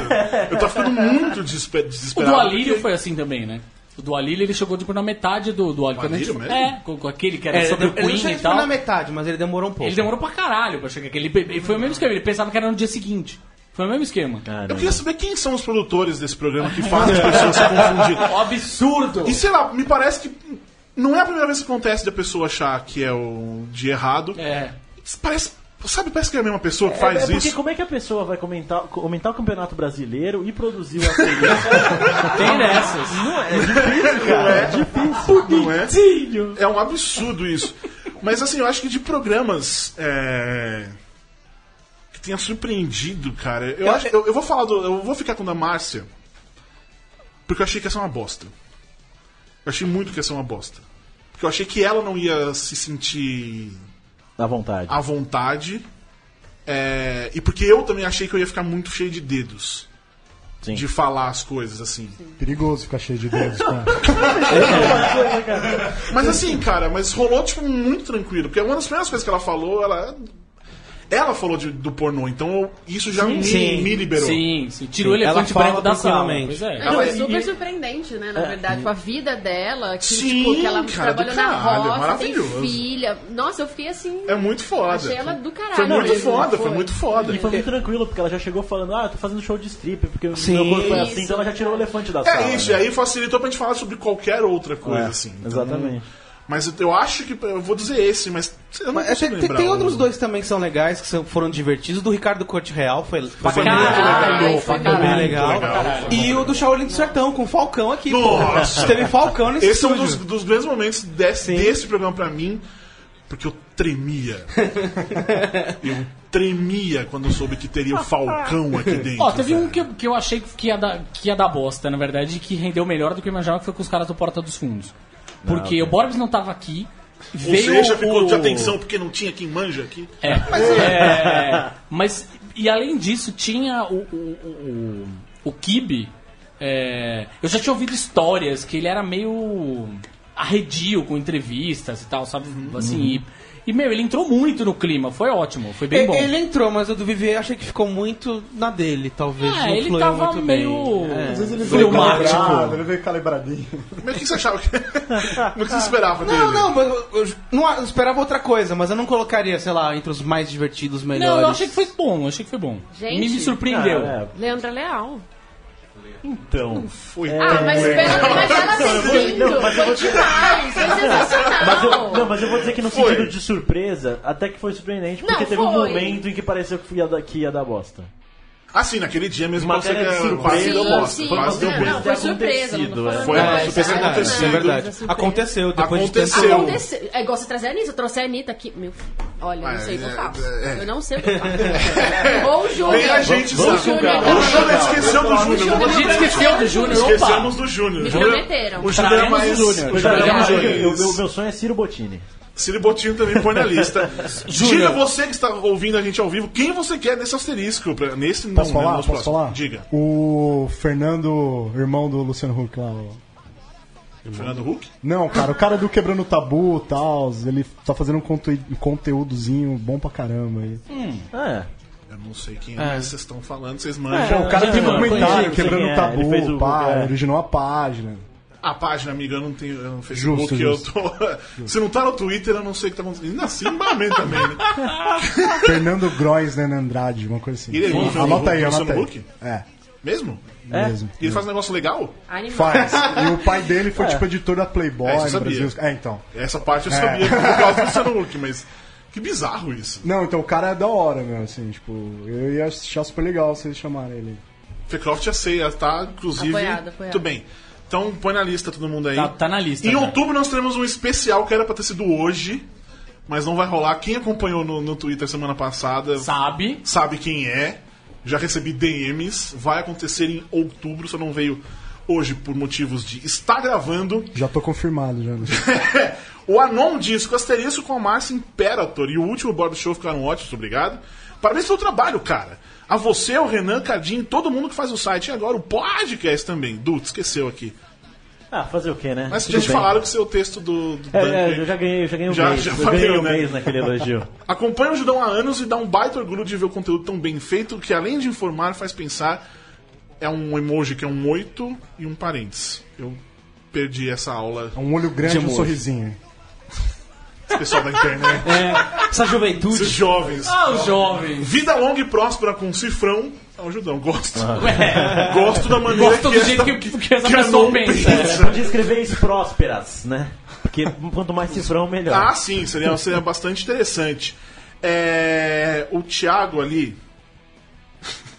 Speaker 1: Eu tava ficando muito desespe-
Speaker 3: O
Speaker 1: desesperado.
Speaker 3: do Alírio
Speaker 1: porque-
Speaker 3: foi assim também, né? O do Alírio ele chegou tipo, na metade do, do Alírio. Quando a gente-
Speaker 1: Alírio mesmo?
Speaker 3: É, com, com aquele que era
Speaker 2: É,
Speaker 3: sobre o
Speaker 2: ele não
Speaker 3: Queen
Speaker 2: chegou
Speaker 3: e tal.
Speaker 2: na metade, mas ele demorou um pouco.
Speaker 3: Ele demorou pra caralho pra chegar aqui. Ele, ele foi o mesmo esquema, ele pensava que era no dia seguinte. Foi o mesmo esquema.
Speaker 1: Eu queria saber quem são os produtores desse programa que fazem as pessoas se confundirem.
Speaker 3: O absurdo!
Speaker 1: E sei lá, me parece que não é a primeira vez que acontece de a pessoa achar que é o de errado.
Speaker 3: É.
Speaker 1: Parece, sabe, parece que é a mesma pessoa que
Speaker 4: É,
Speaker 1: faz
Speaker 4: é porque
Speaker 1: isso.
Speaker 4: como é que a pessoa vai comentar, comentar o campeonato brasileiro e produzir o asterisco?
Speaker 3: Tem dessas.
Speaker 1: Não é? É um absurdo isso. Mas assim, eu acho que de programas é, que tenha surpreendido, cara. Eu, acho, eu, eu vou falar do. Eu vou ficar com o da Márcia. Porque eu achei que ia ser uma bosta. Eu achei muito que ia ser uma bosta. Porque eu achei que ela não ia se sentir
Speaker 4: Na vontade.
Speaker 1: à vontade. é, e porque eu também achei que eu ia ficar muito cheio de dedos.
Speaker 4: Sim.
Speaker 1: De falar as coisas, assim.
Speaker 6: Perigoso ficar cheio de dedos, cara.
Speaker 1: Mas assim, cara, mas rolou, tipo, muito tranquilo. Porque uma das primeiras coisas que ela falou, ela. Ela falou de- do pornô, então eu- isso já me,
Speaker 2: sim,
Speaker 1: me liberou.
Speaker 3: Sim, sim. Tirou
Speaker 2: Sim,
Speaker 3: o
Speaker 2: ela
Speaker 3: elefante
Speaker 2: fala
Speaker 3: branco da sala.
Speaker 2: tranquilamente.
Speaker 3: Pois é.
Speaker 7: Não,
Speaker 1: Ela-
Speaker 7: é super
Speaker 1: e-
Speaker 7: surpreendente, né? Na verdade, com a vida dela, que,
Speaker 1: Sim,
Speaker 7: tipo, que ela
Speaker 1: cara,
Speaker 7: trabalhou
Speaker 1: do caralho,
Speaker 7: na roça, tem
Speaker 1: maravilhoso.
Speaker 7: filha. Nossa, eu fiquei assim.
Speaker 1: É muito foda.
Speaker 7: Achei ela do caralho
Speaker 1: Foi muito
Speaker 7: mesmo,
Speaker 1: foda,
Speaker 7: foi.
Speaker 1: foi muito foda.
Speaker 4: E foi muito tranquilo, porque ela já chegou falando, ah, eu tô fazendo show de strip, porque o
Speaker 2: Sim.
Speaker 4: meu corpo é assim,
Speaker 7: Isso.
Speaker 4: então ela já tirou o elefante da sala.
Speaker 1: É isso, e
Speaker 4: né?
Speaker 1: aí facilitou pra gente falar sobre qualquer outra coisa,
Speaker 4: É,
Speaker 1: assim. Então,
Speaker 4: Exatamente.
Speaker 1: Mas eu- eu acho que. Eu vou dizer esse, mas. Eu não
Speaker 2: Mas é,
Speaker 1: consigo
Speaker 2: tem,
Speaker 1: lembrar um.
Speaker 2: tem
Speaker 1: o-
Speaker 2: outros dois também que são legais, que são- foram divertidos. O do Ricardo Corte Real foi, foi bem
Speaker 3: caralho,
Speaker 2: legal.
Speaker 7: foi
Speaker 2: Foi bem
Speaker 7: caralho,
Speaker 2: legal.
Speaker 1: foi legal.
Speaker 2: E o do Shaolin do Sertão, com o Falcão aqui. pô.
Speaker 1: Nossa!
Speaker 2: Teve Falcão nesse
Speaker 1: Esse é um
Speaker 2: estúdio.
Speaker 1: dos, dos grandes momentos desse, desse programa pra mim, porque eu tremia. eu tremia quando eu soube que teria o Falcão aqui dentro.
Speaker 3: Ó, teve um
Speaker 1: velho.
Speaker 3: que, eu- que eu achei que ia, dar, que ia dar bosta, na verdade, e que rendeu melhor do que eu imaginava, que foi com os caras do Porta dos Fundos.
Speaker 2: Ah,
Speaker 3: Porque o Borbs não tava aqui.
Speaker 1: Ou
Speaker 3: Veio
Speaker 1: seja, ficou
Speaker 3: o...
Speaker 1: de atenção porque não tinha quem manja aqui.
Speaker 3: É. É, Mas E além disso, tinha o, o, o, o, o Kibe. é, eu já tinha ouvido histórias que ele era meio arredio com entrevistas e tal, sabe?
Speaker 2: Uhum.
Speaker 3: Assim, e, e, meu, ele entrou muito no clima, foi ótimo, foi bem
Speaker 2: E-
Speaker 3: bom.
Speaker 2: Ele entrou, mas o do Vivier achei que ficou muito na dele, talvez.
Speaker 3: É,
Speaker 2: não
Speaker 3: ele
Speaker 2: fluiu
Speaker 3: tava
Speaker 2: muito
Speaker 3: meio-
Speaker 2: Bem. É.
Speaker 6: Às vezes ele
Speaker 3: Foi tipo,
Speaker 6: veio
Speaker 3: o Márcio.
Speaker 6: calibrado, ele veio calibradinho.
Speaker 1: Mas o que você achava? que- no que você esperava dele?
Speaker 2: Não, não, mas eu, eu não eu esperava outra coisa, mas eu não colocaria, sei lá, entre os mais divertidos, melhores.
Speaker 3: Não, eu achei que foi bom, eu achei que foi bom.
Speaker 7: Gente.
Speaker 3: me, me surpreendeu.
Speaker 4: Ah, é.
Speaker 7: Leandra Leal.
Speaker 4: Então.
Speaker 1: Fui.
Speaker 7: Ah,
Speaker 1: É.
Speaker 7: mas espera, mas ela tem
Speaker 4: não, mas eu
Speaker 7: foi
Speaker 4: vou
Speaker 7: demais, foi sensacional.
Speaker 4: Mas eu, não, mas eu vou dizer que no
Speaker 1: Foi.
Speaker 4: sentido de surpresa, até que foi surpreendente, porque
Speaker 7: Não,
Speaker 4: teve um
Speaker 7: foi.
Speaker 4: momento em que pareceu que ia dar, que ia dar bosta.
Speaker 1: Assim, naquele dia mesmo
Speaker 4: Matéria
Speaker 1: que
Speaker 4: de
Speaker 1: você ganhou,
Speaker 4: surpresa.
Speaker 1: quase deu
Speaker 7: Sim,
Speaker 1: bosta.
Speaker 7: sim, é.
Speaker 1: Quase deu
Speaker 7: não,
Speaker 1: bosta.
Speaker 7: não, foi surpresa. Não tô
Speaker 4: Acontecido,
Speaker 7: falando
Speaker 4: é.
Speaker 1: Foi,
Speaker 7: nada,
Speaker 1: a
Speaker 7: é
Speaker 1: surpresa
Speaker 2: É verdade,
Speaker 1: aconteceu.
Speaker 2: é verdade.
Speaker 7: Surpresa.
Speaker 2: Aconteceu, depois de
Speaker 1: Aconteceu.
Speaker 2: tanto...
Speaker 7: Aconteceu. É igual você trazer a Anitta. Eu trouxe a Anitta aqui. Meu, olha, eu não
Speaker 1: Mas,
Speaker 7: sei o que eu
Speaker 1: é,
Speaker 7: faço.
Speaker 1: é.
Speaker 7: Eu não sei o que eu faço. Ou o Júnior.
Speaker 1: Nem a gente
Speaker 7: Ou o
Speaker 1: sabe.
Speaker 7: Júnior.
Speaker 1: O Júnior esqueceu do Júnior.
Speaker 3: A gente esqueceu do Júnior, opa!
Speaker 1: Esquecemos do Júnior.
Speaker 7: Me
Speaker 1: O Júnior-
Speaker 7: prometeram.
Speaker 1: O Júnior é
Speaker 3: Traremos
Speaker 1: mais.
Speaker 3: o Júnior.
Speaker 1: O Júnior é mais.
Speaker 4: Eu- eu- ah, eu-
Speaker 1: Júnior.
Speaker 4: meu sonho é Ciro Bottini.
Speaker 1: Ciro Botinho também põe na lista. Diga
Speaker 3: Júnior.
Speaker 1: você que está ouvindo a gente ao vivo, quem você quer nesse asterisco. pra- Nesse não,
Speaker 6: Posso
Speaker 1: né,
Speaker 6: falar?
Speaker 1: nos
Speaker 6: Posso
Speaker 1: próximos.
Speaker 6: falar?
Speaker 1: Diga.
Speaker 6: O Fernando, irmão do Luciano Huck lá. o-
Speaker 1: Fernando Huck?
Speaker 6: Não, cara, o cara do Quebrando Tabu e tal, ele tá fazendo um conte- conteúdozinho bom pra caramba aí.
Speaker 4: É.
Speaker 1: Eu não sei quem é, mas vocês estão falando, vocês manjam.
Speaker 6: Pô, o cara tem um
Speaker 4: mano, conheci,
Speaker 6: documentário,
Speaker 4: não sei
Speaker 6: Quebrando
Speaker 4: quem é,
Speaker 6: Tabu,
Speaker 4: ele fez o-
Speaker 6: pá,
Speaker 4: é.
Speaker 6: originou a página.
Speaker 1: A página, amiga, eu não tenho eu não
Speaker 6: Justo,
Speaker 1: Facebook, eu
Speaker 6: justo.
Speaker 1: tô. Se não tá no Twitter, eu não sei o que tá acontecendo. E Nasci em Barman também, né?
Speaker 6: Fernando Groisner Andrade, uma coisa assim.
Speaker 1: E ele- é ele-
Speaker 6: anota aí,
Speaker 1: o
Speaker 6: anota
Speaker 1: Luciano
Speaker 6: aí.
Speaker 1: Huck?
Speaker 6: É,
Speaker 1: Mesmo?
Speaker 4: É?
Speaker 6: mesmo.
Speaker 1: E ele faz um negócio legal?
Speaker 7: Animal.
Speaker 6: Faz. E o pai dele foi tipo editor da Playboy
Speaker 1: É, isso eu
Speaker 6: no
Speaker 1: sabia.
Speaker 6: Brasil. É, então.
Speaker 1: Essa parte eu sabia por causa do Luciano Huck, mas que bizarro isso.
Speaker 6: Não, então o cara é da hora, meu, assim, tipo, eu ia achar super legal vocês chamarem ele.
Speaker 1: Fecroft já sei, ela tá, inclusive.
Speaker 7: Apoiado, apoiado.
Speaker 1: Tudo bem. Então põe na lista todo mundo aí.
Speaker 3: Tá, tá na lista.
Speaker 1: Em
Speaker 3: já.
Speaker 1: outubro nós teremos um especial que era pra ter sido hoje, mas não vai rolar. Quem acompanhou no, no Twitter semana passada
Speaker 3: Sabe?
Speaker 1: sabe quem é. Já recebi DMs. Vai acontecer em outubro, só não veio hoje por motivos de estar gravando.
Speaker 6: Já tô confirmado, já. né?
Speaker 1: o Anon Disco, Asterisco com a Márcia Imperator e o último Bob Show ficaram ótimos, obrigado. Parabéns pelo trabalho, cara. A você, o Renan, Cadinho, todo mundo que faz o site e agora o podcast também. Duto, esqueceu aqui.
Speaker 4: Ah, fazer o quê, né?
Speaker 1: Mas
Speaker 4: Tudo
Speaker 1: já te
Speaker 4: bem.
Speaker 1: falaram que seu texto do, do
Speaker 4: É,
Speaker 1: Duncan-
Speaker 4: é, eu já ganhei, eu já ganhei um
Speaker 1: Já-
Speaker 4: mês.
Speaker 1: já
Speaker 4: eu ganhei
Speaker 1: valeu,
Speaker 4: um
Speaker 1: né?
Speaker 4: mês naquele elogio.
Speaker 1: Acompanha o Judão há anos e dá um baita orgulho de ver o conteúdo tão bem feito que, além de informar, faz pensar. É um emoji que é um oito e um parênteses. Eu perdi essa aula,
Speaker 6: É um olho grande e um sorrisinho.
Speaker 1: pessoal da internet.
Speaker 2: Essa
Speaker 1: Os
Speaker 2: juventude...
Speaker 1: jovens.
Speaker 3: Ah, os jovens!
Speaker 1: Vida longa e próspera com cifrão. É o Judão, gosto. Gosto da maneira
Speaker 3: Ah. Gosto do
Speaker 1: que
Speaker 3: jeito
Speaker 1: esta-
Speaker 3: que- que essa
Speaker 1: a
Speaker 3: pessoa
Speaker 1: Anon
Speaker 3: pensa.
Speaker 4: Podia escrever isso prósperas, né? Porque quanto mais cifrão, melhor.
Speaker 1: Ah, sim, seria, seria bastante interessante. É, o Thiago ali.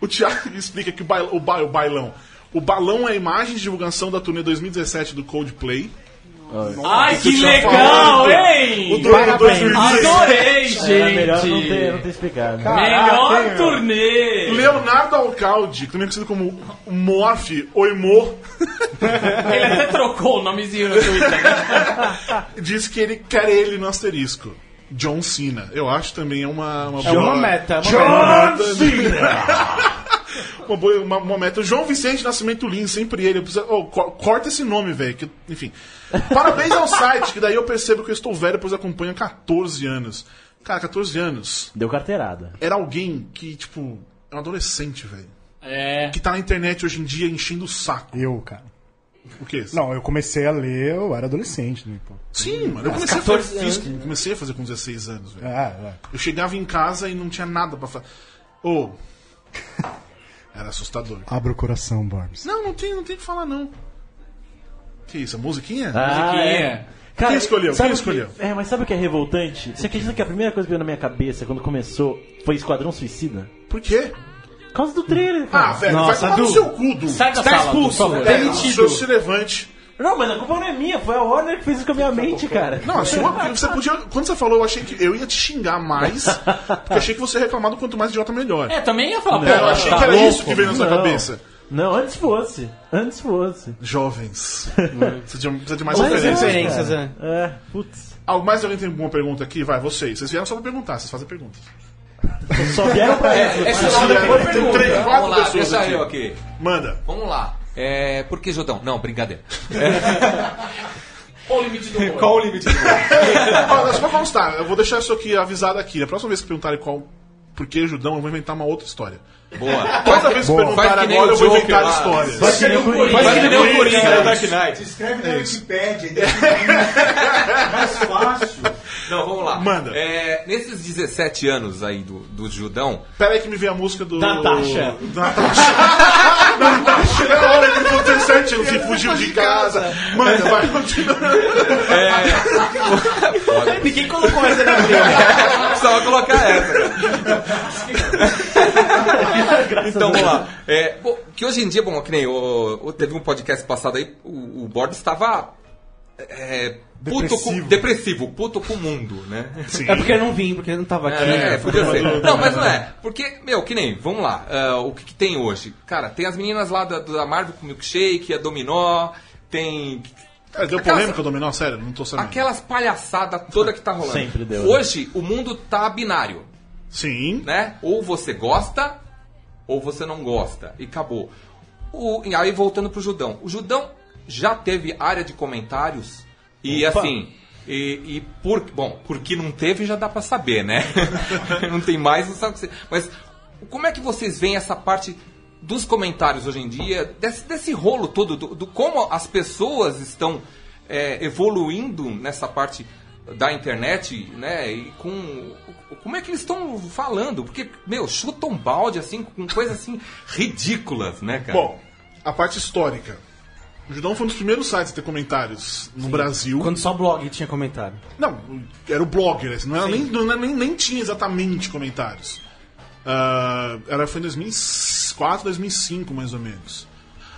Speaker 1: o Thiago explica que o, bail, o, ba- o bailão. O balão é a imagem de divulgação da turnê 2017 do Coldplay.
Speaker 3: Ai, que
Speaker 1: Isso já
Speaker 3: legal,
Speaker 1: falou. O
Speaker 3: hein?
Speaker 1: do ano
Speaker 6: Parabéns.
Speaker 1: 2016.
Speaker 3: Adorei,
Speaker 4: Era É, melhor não
Speaker 3: gente!
Speaker 4: ter, não ter explicado. né?
Speaker 3: Melhor
Speaker 6: hein, meu?
Speaker 3: turnê!
Speaker 1: Leonardo Alcalde, também é conhecido como Morph ou Emo,
Speaker 3: Ele até trocou o nomezinho no Twitter.
Speaker 1: diz que ele quer ele no asterisco. John Cena. Eu acho também é uma, uma
Speaker 2: É uma meta, é uma
Speaker 1: John
Speaker 2: meta.
Speaker 1: Cena! uma, boa, uma, uma meta. João Vicente Nascimento Lins, sempre ele. Eu preciso- oh, co- corta esse nome, velho. que- Enfim. Parabéns ao site, que daí eu percebo que eu estou velho, pois acompanho há 14 anos. Cara, 14 anos.
Speaker 4: Deu carteirada.
Speaker 1: Era alguém que, tipo, é um adolescente, velho.
Speaker 3: É.
Speaker 1: Que tá na internet hoje em dia enchendo o saco.
Speaker 6: Eu, cara.
Speaker 1: O quê?
Speaker 6: Não, eu comecei a ler, eu era adolescente, né, pô.
Speaker 1: Sim, mano. Eu
Speaker 2: 14
Speaker 1: comecei, a, fazer,
Speaker 2: anos.
Speaker 1: fiz- comecei a fazer com 16 anos, velho.
Speaker 6: É, é.
Speaker 1: Eu chegava em casa e não tinha nada pra fazer. Ô. Era assustador.
Speaker 6: Abra o coração, Borbs.
Speaker 1: Não, não tem, não tem o que falar, não. Que isso, a musiquinha?
Speaker 4: Ah,
Speaker 3: é.
Speaker 4: Cara,
Speaker 1: Quem escolheu?
Speaker 4: sabe
Speaker 1: Quem
Speaker 4: o que-
Speaker 1: escolheu?
Speaker 4: É, mas sabe o que é revoltante? Você acredita que a primeira coisa que veio na minha cabeça quando começou foi Esquadrão Suicida?
Speaker 1: Por quê?
Speaker 4: Por causa do trailer,
Speaker 1: Ah,
Speaker 4: cara.
Speaker 1: velho, vai tomar no seu cu, Du.
Speaker 3: Sai da
Speaker 2: Tá
Speaker 3: sala,
Speaker 2: expulso,
Speaker 3: por favor.
Speaker 1: É,
Speaker 2: demitido.
Speaker 1: seu se levante.
Speaker 4: Não, mas a culpa não é minha, foi a Warner que fez isso com a minha mente, cara.
Speaker 1: Não, a sua, porque você podia. Quando você falou, eu achei que eu ia te xingar mais. Porque eu achei que você ia reclamar do quanto mais idiota, melhor.
Speaker 3: É, também ia falar, pô,
Speaker 1: eu achei
Speaker 3: tá
Speaker 1: que era
Speaker 3: louco.
Speaker 1: é isso que veio na sua
Speaker 4: Não.
Speaker 1: cabeça.
Speaker 4: Não, antes fosse. Antes fosse.
Speaker 1: Jovens. precisa, de, um- precisa de mais
Speaker 4: Mas é,
Speaker 1: referências.
Speaker 4: cara.
Speaker 2: Referências, é.
Speaker 1: né?
Speaker 4: É, putz.
Speaker 1: Algo mais alguém tem alguma pergunta aqui? Vai, vocês. Vocês vieram só pra perguntar, vocês fazem perguntas.
Speaker 4: Só vieram pra isso.
Speaker 9: É, essa é
Speaker 1: Sim,
Speaker 9: uma
Speaker 1: tem
Speaker 9: boa
Speaker 1: três,
Speaker 9: pergunta.
Speaker 1: quatro
Speaker 9: Vamos lá,
Speaker 1: pessoas
Speaker 9: deixa
Speaker 1: aqui.
Speaker 9: eu aqui.
Speaker 1: Manda.
Speaker 9: Vamos lá. É, por que Jodão? Não, brincadeira.
Speaker 3: Qual o limite do humor?
Speaker 9: Qual o limite?
Speaker 1: Olha, só pra constar, eu vou deixar isso aqui avisado aqui. A próxima vez que perguntarem qual por que Judão, eu vou inventar uma outra história.
Speaker 9: Boa.
Speaker 1: Toda vez que
Speaker 9: Boa.
Speaker 1: perguntarem
Speaker 9: Faz que nem
Speaker 1: agora,
Speaker 9: o
Speaker 1: eu vou
Speaker 9: Joker
Speaker 1: inventar
Speaker 9: lá.
Speaker 1: histórias.
Speaker 4: Vai que nem o Corinthians.
Speaker 9: Mas que nem o Coringa da Dark
Speaker 10: Se
Speaker 9: Knight.
Speaker 10: inscreve na Wikipedia, é mais fácil.
Speaker 9: Não, vamos lá.
Speaker 1: Manda.
Speaker 9: É, nesses 17 anos aí do, do Judão,
Speaker 1: Pera aí que me vem a música do.
Speaker 4: Natasha.
Speaker 1: Natasha. Natasha. É a hora que ele com 17 anos e fugiu de casa. Manda, vai, continua.
Speaker 9: é,
Speaker 2: Ninguém colocou essa na minha.
Speaker 9: Precisava colocar essa. cara. então, vamos lá. É, bom, que hoje em dia, bom, que nem o, o- teve um podcast passado aí, o, o Borges estava. é, puto com,
Speaker 6: Depressivo.
Speaker 9: depressivo, puto com o mundo, né?
Speaker 1: Sim.
Speaker 2: É porque eu não vim, porque eu não tava aqui.
Speaker 9: É,
Speaker 2: né?
Speaker 9: podia ser. Não, mas não é. Porque, meu, que nem, vamos lá. ah, o que, que tem hoje? Cara, tem as meninas lá da, da Marvel com milkshake, a Dominó, tem.
Speaker 1: É, deu
Speaker 9: Aquelas-
Speaker 1: polêmica, Dominó? Sério, não tô sabendo.
Speaker 9: Aquelas palhaçadas toda que tá rolando.
Speaker 4: Sempre deu, né?
Speaker 9: Hoje, o mundo tá binário.
Speaker 1: Sim.
Speaker 9: né? Ou você gosta, ou você não gosta. E acabou. O, e aí voltando pro Judão. O Judão já teve área de comentários. E
Speaker 4: Opa.
Speaker 9: assim. E, e por. Bom, porque não teve já dá pra saber, né? não tem mais, não sabe o que você. Mas como é que vocês veem essa parte dos comentários hoje em dia? Desse, desse rolo todo, do, do como as pessoas estão é, evoluindo nessa parte da internet, né? E com. Como é que eles estão falando? Porque, meu, chutam balde assim, com coisas assim ridículas, né, cara?
Speaker 1: Bom, a parte histórica. O Judão foi um dos primeiros sites a ter comentários no Brasil.
Speaker 2: Quando só blog tinha comentário.
Speaker 1: Não, era o blog, né? Não era nem, não era nem, nem tinha exatamente comentários. Ah, era, foi em 2004, 2005, mais ou menos.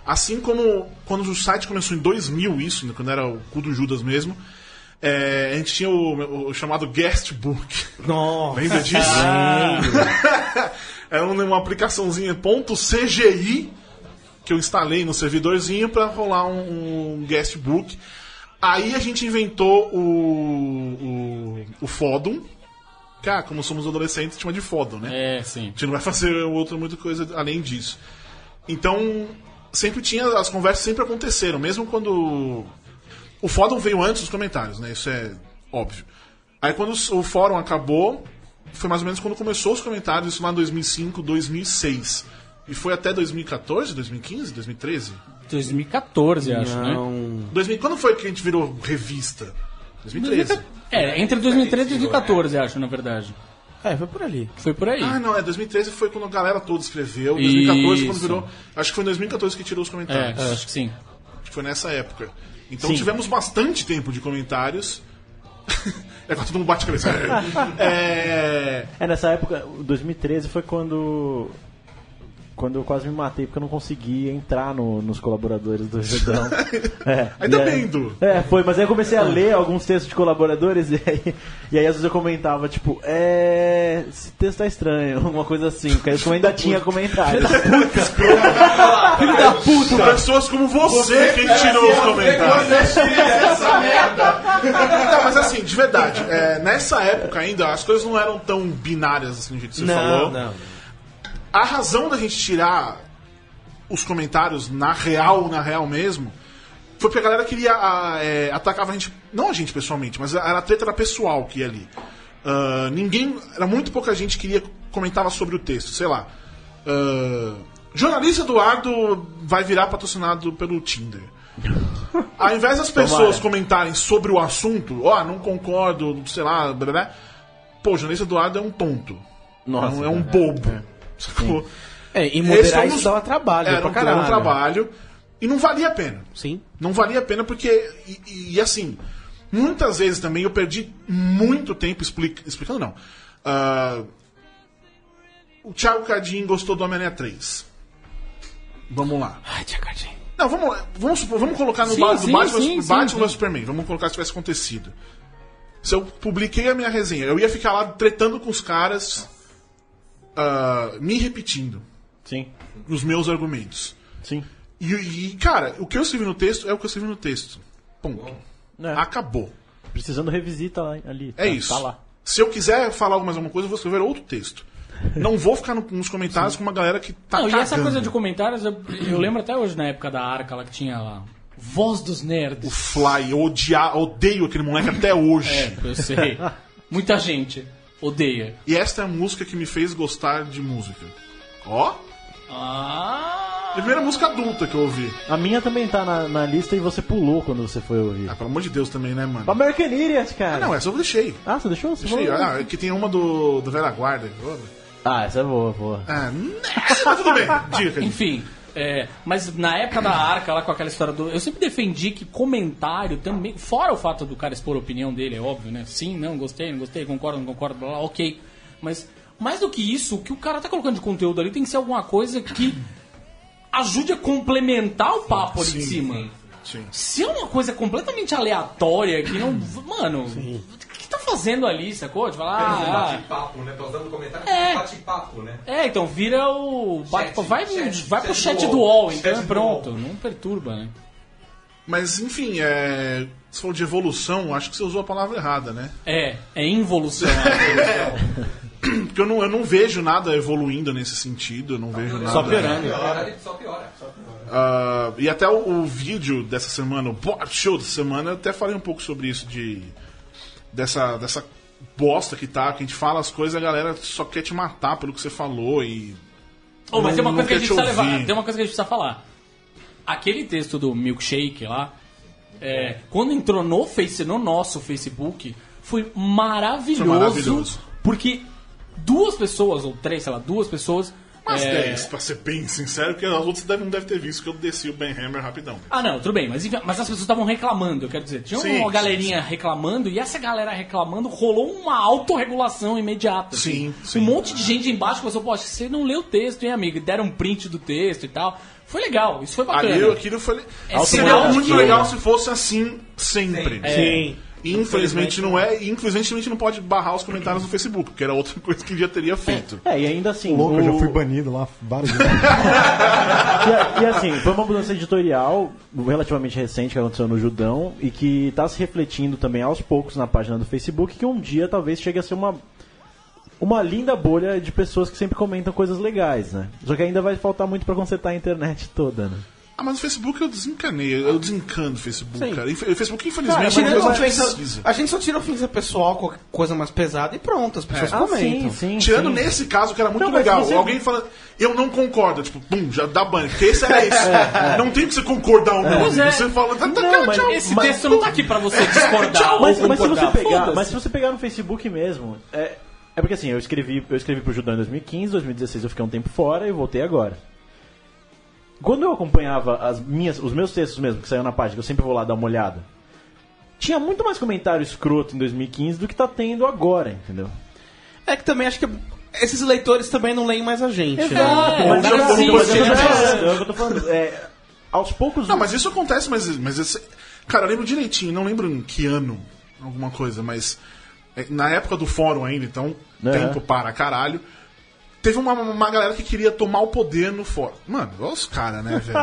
Speaker 1: Assim como quando o site começou em 2000, isso, né, quando era o cu do Judas mesmo, eh, a gente tinha o, o chamado Guestbook.
Speaker 2: Nossa.
Speaker 1: Lembra disso? Era uma uma aplicaçãozinha ponto .cgi que eu instalei no servidorzinho pra rolar um, um guestbook. Aí a gente inventou o, o, o Fódum. Cara, como somos adolescentes, chama de Fódum, né?
Speaker 3: É, sim.
Speaker 1: A gente não vai fazer outra muita coisa além disso. Então, sempre tinha. As conversas sempre aconteceram, mesmo quando. O fórum veio antes dos comentários, né? Isso é óbvio. Aí quando os- o fórum acabou, foi mais ou menos quando começou os comentários, isso lá em 2005, 2006. E foi até 2014, 2015, 2013?
Speaker 3: 2014, acho, né?
Speaker 2: Não.
Speaker 1: 2000, quando foi que a gente virou revista? 2013.
Speaker 3: É, entre 2013 e 2014, acho, na verdade.
Speaker 2: É, foi por ali.
Speaker 3: Foi por aí.
Speaker 1: Ah, não, é 2013 foi quando a galera toda escreveu. 2014 quando
Speaker 3: Isso.
Speaker 1: virou. Acho que foi em 2014 que tirou os
Speaker 3: é,
Speaker 1: comentários.
Speaker 3: acho que sim.
Speaker 1: que foi nessa época. Então
Speaker 4: Sim.
Speaker 1: tivemos bastante tempo de comentários. é quando todo mundo bate a cabeça. é...
Speaker 4: É, nessa época, o 2013 foi quando. Quando eu quase me matei porque eu não consegui entrar no- nos colaboradores do Judão. É,
Speaker 1: Ainda
Speaker 4: e
Speaker 1: bem, Du.
Speaker 4: É, foi, mas aí eu comecei a ler alguns textos de colaboradores e aí, e aí às vezes eu comentava, tipo, é. Esse texto tá estranho, alguma coisa assim, porque aí eu ainda tinha comentários.
Speaker 1: Filho da puta! Pessoas como você que tirou os comentários. Tá, mas assim, de verdade, é, nessa época ainda as coisas não eram tão binárias assim, do jeito que você falou.
Speaker 2: Não, não.
Speaker 1: a razão da gente tirar os comentários na real, na real mesmo, foi porque a galera queria a, é, atacava a gente, não a gente pessoalmente, mas era a treta era pessoal que ia ali. Ah, ninguém, era muito pouca gente que queria comentava sobre o texto, sei lá. Ah, jornalista Eduardo vai virar patrocinado pelo Tinder. Ao invés das pessoas comentarem sobre o assunto, ó, não concordo, sei lá, blá, blá, blá. pô, jornalista Eduardo é um ponto.
Speaker 4: Nossa,
Speaker 1: é um, é um
Speaker 4: é,
Speaker 1: bobo. Sacou?
Speaker 2: É, e
Speaker 1: Esse
Speaker 2: moderar
Speaker 1: foi um
Speaker 2: isso
Speaker 1: dos-
Speaker 2: dava trabalho.
Speaker 1: Era
Speaker 2: pra
Speaker 1: um, era um
Speaker 2: caralho.
Speaker 1: trabalho. E não valia a pena.
Speaker 2: Sim.
Speaker 1: Não valia a pena porque. E, e- e assim, muitas vezes também eu perdi muito tempo expli- explicando, não. Ah, o Thiago Cadinho gostou do Homem-Aranha 3. Vamos lá.
Speaker 2: Ai, tia Cardinha.
Speaker 1: Não, vamos, vamos, supor, vamos colocar no
Speaker 3: Sim,
Speaker 1: ba- do
Speaker 3: sim,
Speaker 1: Batman,
Speaker 3: sim, sim,
Speaker 1: Batman
Speaker 3: sim.
Speaker 1: vs Superman. Vamos colocar se tivesse acontecido. Se eu publiquei a minha resenha, eu ia ficar lá tretando com os caras, ah, me repetindo
Speaker 4: Sim,
Speaker 1: os meus argumentos.
Speaker 4: sim.
Speaker 1: E, e, cara, o que eu escrevi no texto é o que eu escrevi no texto. Ponto.
Speaker 4: É,
Speaker 1: Acabou.
Speaker 4: Precisando revisita lá- ali.
Speaker 1: É isso.
Speaker 4: Tá lá.
Speaker 1: Se eu quiser falar mais alguma coisa, eu vou escrever outro texto. Não vou ficar no- nos comentários com uma galera que tá
Speaker 3: Não, e é essa
Speaker 1: cagando.
Speaker 3: coisa de comentários, eu, eu lembro até hoje na época da Arca lá que tinha lá. Voz dos nerds. É,
Speaker 1: O Fly, eu odia- odeio aquele moleque até hoje.
Speaker 3: eu sei. Muita gente odeia.
Speaker 1: E esta é a música que me fez gostar de música. Ó.
Speaker 3: Ah!
Speaker 1: Primeira música adulta que eu ouvi.
Speaker 4: A minha também tá na, na lista e você pulou quando você foi ouvir.
Speaker 1: Ah, pelo amor de Deus também, né, mano?
Speaker 4: American Idiot, cara.
Speaker 1: Ah, não, essa eu deixei.
Speaker 4: Ah, você deixou? Você
Speaker 1: Deixei.
Speaker 4: falou?
Speaker 1: Ah, é que tem uma do, do Velha Guarda.
Speaker 4: Ah, essa é boa, boa.
Speaker 1: Ah, né, mas tudo bem. Dica.
Speaker 3: Enfim, é, mas na época da arca, lá com aquela história do. Eu sempre defendi que comentário também. Fora o fato do cara expor a opinião dele, é óbvio, né? Sim, não, gostei, não gostei, concordo, não concordo, blá blá, ok. Mas mais do que isso, o que o cara tá colocando de conteúdo ali tem que ser alguma coisa que ajude a complementar o papo ali de cima.
Speaker 1: Sim.
Speaker 3: Se é uma coisa completamente aleatória que não. Mano, o que tá fazendo ali, sacou? Tipo,
Speaker 1: É
Speaker 9: um
Speaker 3: ah, ah,
Speaker 9: bate-papo, né? Tá usando comentário
Speaker 3: É.
Speaker 9: como bate-papo, né?
Speaker 3: é, então vira o. bate-
Speaker 9: Chat,
Speaker 3: vai
Speaker 9: chat,
Speaker 3: vai pro
Speaker 9: chat
Speaker 3: chat
Speaker 9: do
Speaker 3: do
Speaker 9: UOL,
Speaker 3: UOL,
Speaker 9: chat
Speaker 3: então
Speaker 9: do
Speaker 3: é pronto. Não perturba, né?
Speaker 1: Mas, enfim, é... você falou de evolução, acho que você usou a palavra errada, né?
Speaker 3: É, é involução.
Speaker 1: Porque eu não, eu não vejo nada evoluindo nesse sentido, eu não vejo nada.
Speaker 2: Só piorando.
Speaker 9: Na verdade, só piora. Só piora.
Speaker 1: Ah, e até o, o vídeo dessa semana, o board show dessa semana, eu até falei um pouco sobre isso, de dessa, dessa bosta que tá, que a gente fala as coisas e a galera só quer te matar pelo que você falou e.
Speaker 3: Oh, mas tem uma
Speaker 1: não-
Speaker 3: coisa que a
Speaker 1: não
Speaker 3: gente
Speaker 1: quer te
Speaker 3: precisa levar.
Speaker 1: ouvir.
Speaker 3: Tem uma coisa que a gente precisa falar. Aquele texto do milkshake lá, é, quando entrou no Face, no nosso Facebook, foi maravilhoso,
Speaker 1: Foi maravilhoso.
Speaker 3: Porque duas pessoas, ou três, sei lá, duas pessoas.
Speaker 1: Mas
Speaker 3: é,
Speaker 1: 10, pra ser bem sincero, porque as outras deve- não devem ter visto que eu desci o Ben Hammer rapidão.
Speaker 3: Ah, não, tudo bem, mas, enfim, mas as pessoas estavam reclamando, eu quero dizer. Tinha
Speaker 1: Sim,
Speaker 3: uma galerinha reclamando, e essa galera reclamando rolou uma autorregulação imediata. assim.
Speaker 1: Sim, sim.
Speaker 3: Um monte de gente embaixo começou, poxa, você não leu o texto, hein, amigo? E deram um print do texto e tal. Foi legal, isso foi bacana.
Speaker 1: Ali eu aquilo foi.
Speaker 3: É
Speaker 1: Seria
Speaker 3: automático,
Speaker 1: muito
Speaker 3: né?
Speaker 1: legal se fosse assim sempre.
Speaker 4: É.
Speaker 2: Sim.
Speaker 1: Infelizmente não é, e infelizmente a gente não pode barrar os comentários no Facebook, que era outra coisa que já teria feito.
Speaker 4: É, e ainda assim.
Speaker 6: Louco,
Speaker 4: o-
Speaker 6: eu já fui banido lá várias vezes.
Speaker 4: E, a- e assim, foi uma mudança editorial relativamente recente que aconteceu no Judão e que está se refletindo também aos poucos na página do Facebook, que um dia talvez chegue a ser uma, uma linda bolha de pessoas que sempre comentam coisas legais, né? Só que ainda vai faltar muito para consertar a internet toda, né?
Speaker 1: Ah, mas o Facebook eu desencanei, eu desencano o Facebook, cara. Infe- O Facebook,
Speaker 2: Cara,
Speaker 1: infelizmente, é uma
Speaker 2: tirando
Speaker 1: coisa que
Speaker 2: ofensa,
Speaker 1: precisa.
Speaker 2: a gente só tira ofensa pessoal, qualquer coisa mais pesada e pronto, as pessoas comentam.
Speaker 4: Ah, sim.
Speaker 1: Tirando nesse caso, que era muito
Speaker 4: Não, mas
Speaker 1: legal.
Speaker 4: você-
Speaker 1: Alguém fala, eu não concordo. Tipo, pum, já dá banho. Porque esse era
Speaker 4: É,
Speaker 1: esse. não tem que você concordar ou não.
Speaker 3: Pois é.
Speaker 1: Você fala, tá, tá,
Speaker 4: Não,
Speaker 1: cara,
Speaker 4: mas
Speaker 1: tchau.
Speaker 3: Esse
Speaker 4: Mas-
Speaker 3: texto não tá aqui pra você discordar
Speaker 4: Mas,
Speaker 3: ou
Speaker 4: mas se você
Speaker 3: concordar.
Speaker 4: pegar,
Speaker 3: Foda-se.
Speaker 4: mas se você pegar no Facebook mesmo, é, é porque assim, eu escrevi, eu escrevi pro Judão em 2015, 2016 eu fiquei um tempo fora e voltei agora. Quando eu acompanhava as minhas, os meus textos mesmo, que saiu na página, que eu sempre vou lá dar uma olhada, tinha muito mais comentário escroto em 2015 do que tá tendo agora, entendeu?
Speaker 2: É que também acho que esses leitores também não leem mais a gente.
Speaker 3: Exato.
Speaker 2: Né?
Speaker 3: É,
Speaker 4: Mas
Speaker 3: mas
Speaker 4: eu tô-
Speaker 3: assim,
Speaker 4: eu tô- eu tô-
Speaker 3: né?
Speaker 4: é, é o que eu tô falando. É, aos poucos.
Speaker 1: Não, mas isso acontece, mas. mas esse- Cara, eu lembro direitinho, não lembro em que ano, alguma coisa, mas. é, Na época do fórum ainda, então,
Speaker 4: É.
Speaker 1: tempo para caralho. Teve uma, uma galera que queria tomar o poder no fórum. Mano, olha os caras, né, velho?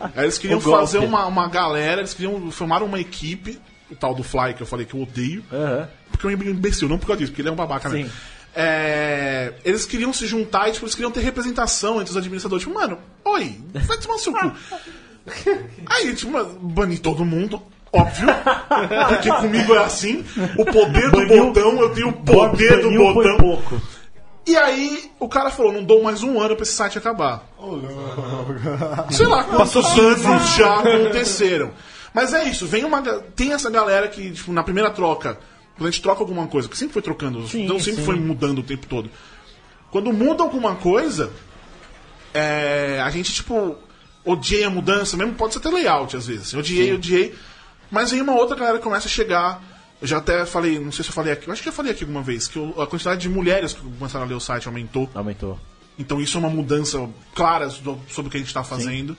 Speaker 1: Aí eles queriam
Speaker 4: O golpe.
Speaker 1: fazer uma, uma galera, eles queriam formar uma equipe, o tal do Fly, que eu falei que eu odeio.
Speaker 4: Aham.
Speaker 1: Porque eu lembro imbecil, não por causa disso, porque ele é um babaca mesmo.
Speaker 4: Sim.
Speaker 1: É, eles queriam se juntar e tipo, eles queriam ter representação entre os administradores. Tipo, mano, oi, vai tomar no seu cu. Aí, tipo, mano, bani todo mundo, óbvio. Porque comigo é assim. O poder do
Speaker 4: Baniu-
Speaker 1: botão, eu tenho o poder do
Speaker 4: Banil foi
Speaker 1: botão.
Speaker 4: pouco.
Speaker 1: E aí, o cara falou: não dou mais um ano pra esse site acabar. Sei lá quantos anos já aconteceram. Mas é isso, vem uma. ga- Tem essa galera que, tipo, na primeira troca, quando a gente troca alguma coisa, porque sempre foi trocando, então sempre foi mudando o tempo todo. Quando muda alguma coisa, é, a gente, tipo, odeia a mudança, mesmo pode ser até layout às vezes. Eu odiei, odiei. Mas aí uma outra galera começa a chegar. Eu já até falei, não sei se eu falei aqui, eu acho que eu falei aqui alguma vez, que o- a quantidade de mulheres que começaram a ler o site aumentou.
Speaker 4: Aumentou.
Speaker 1: Então isso é uma mudança clara so- sobre o que a gente está fazendo.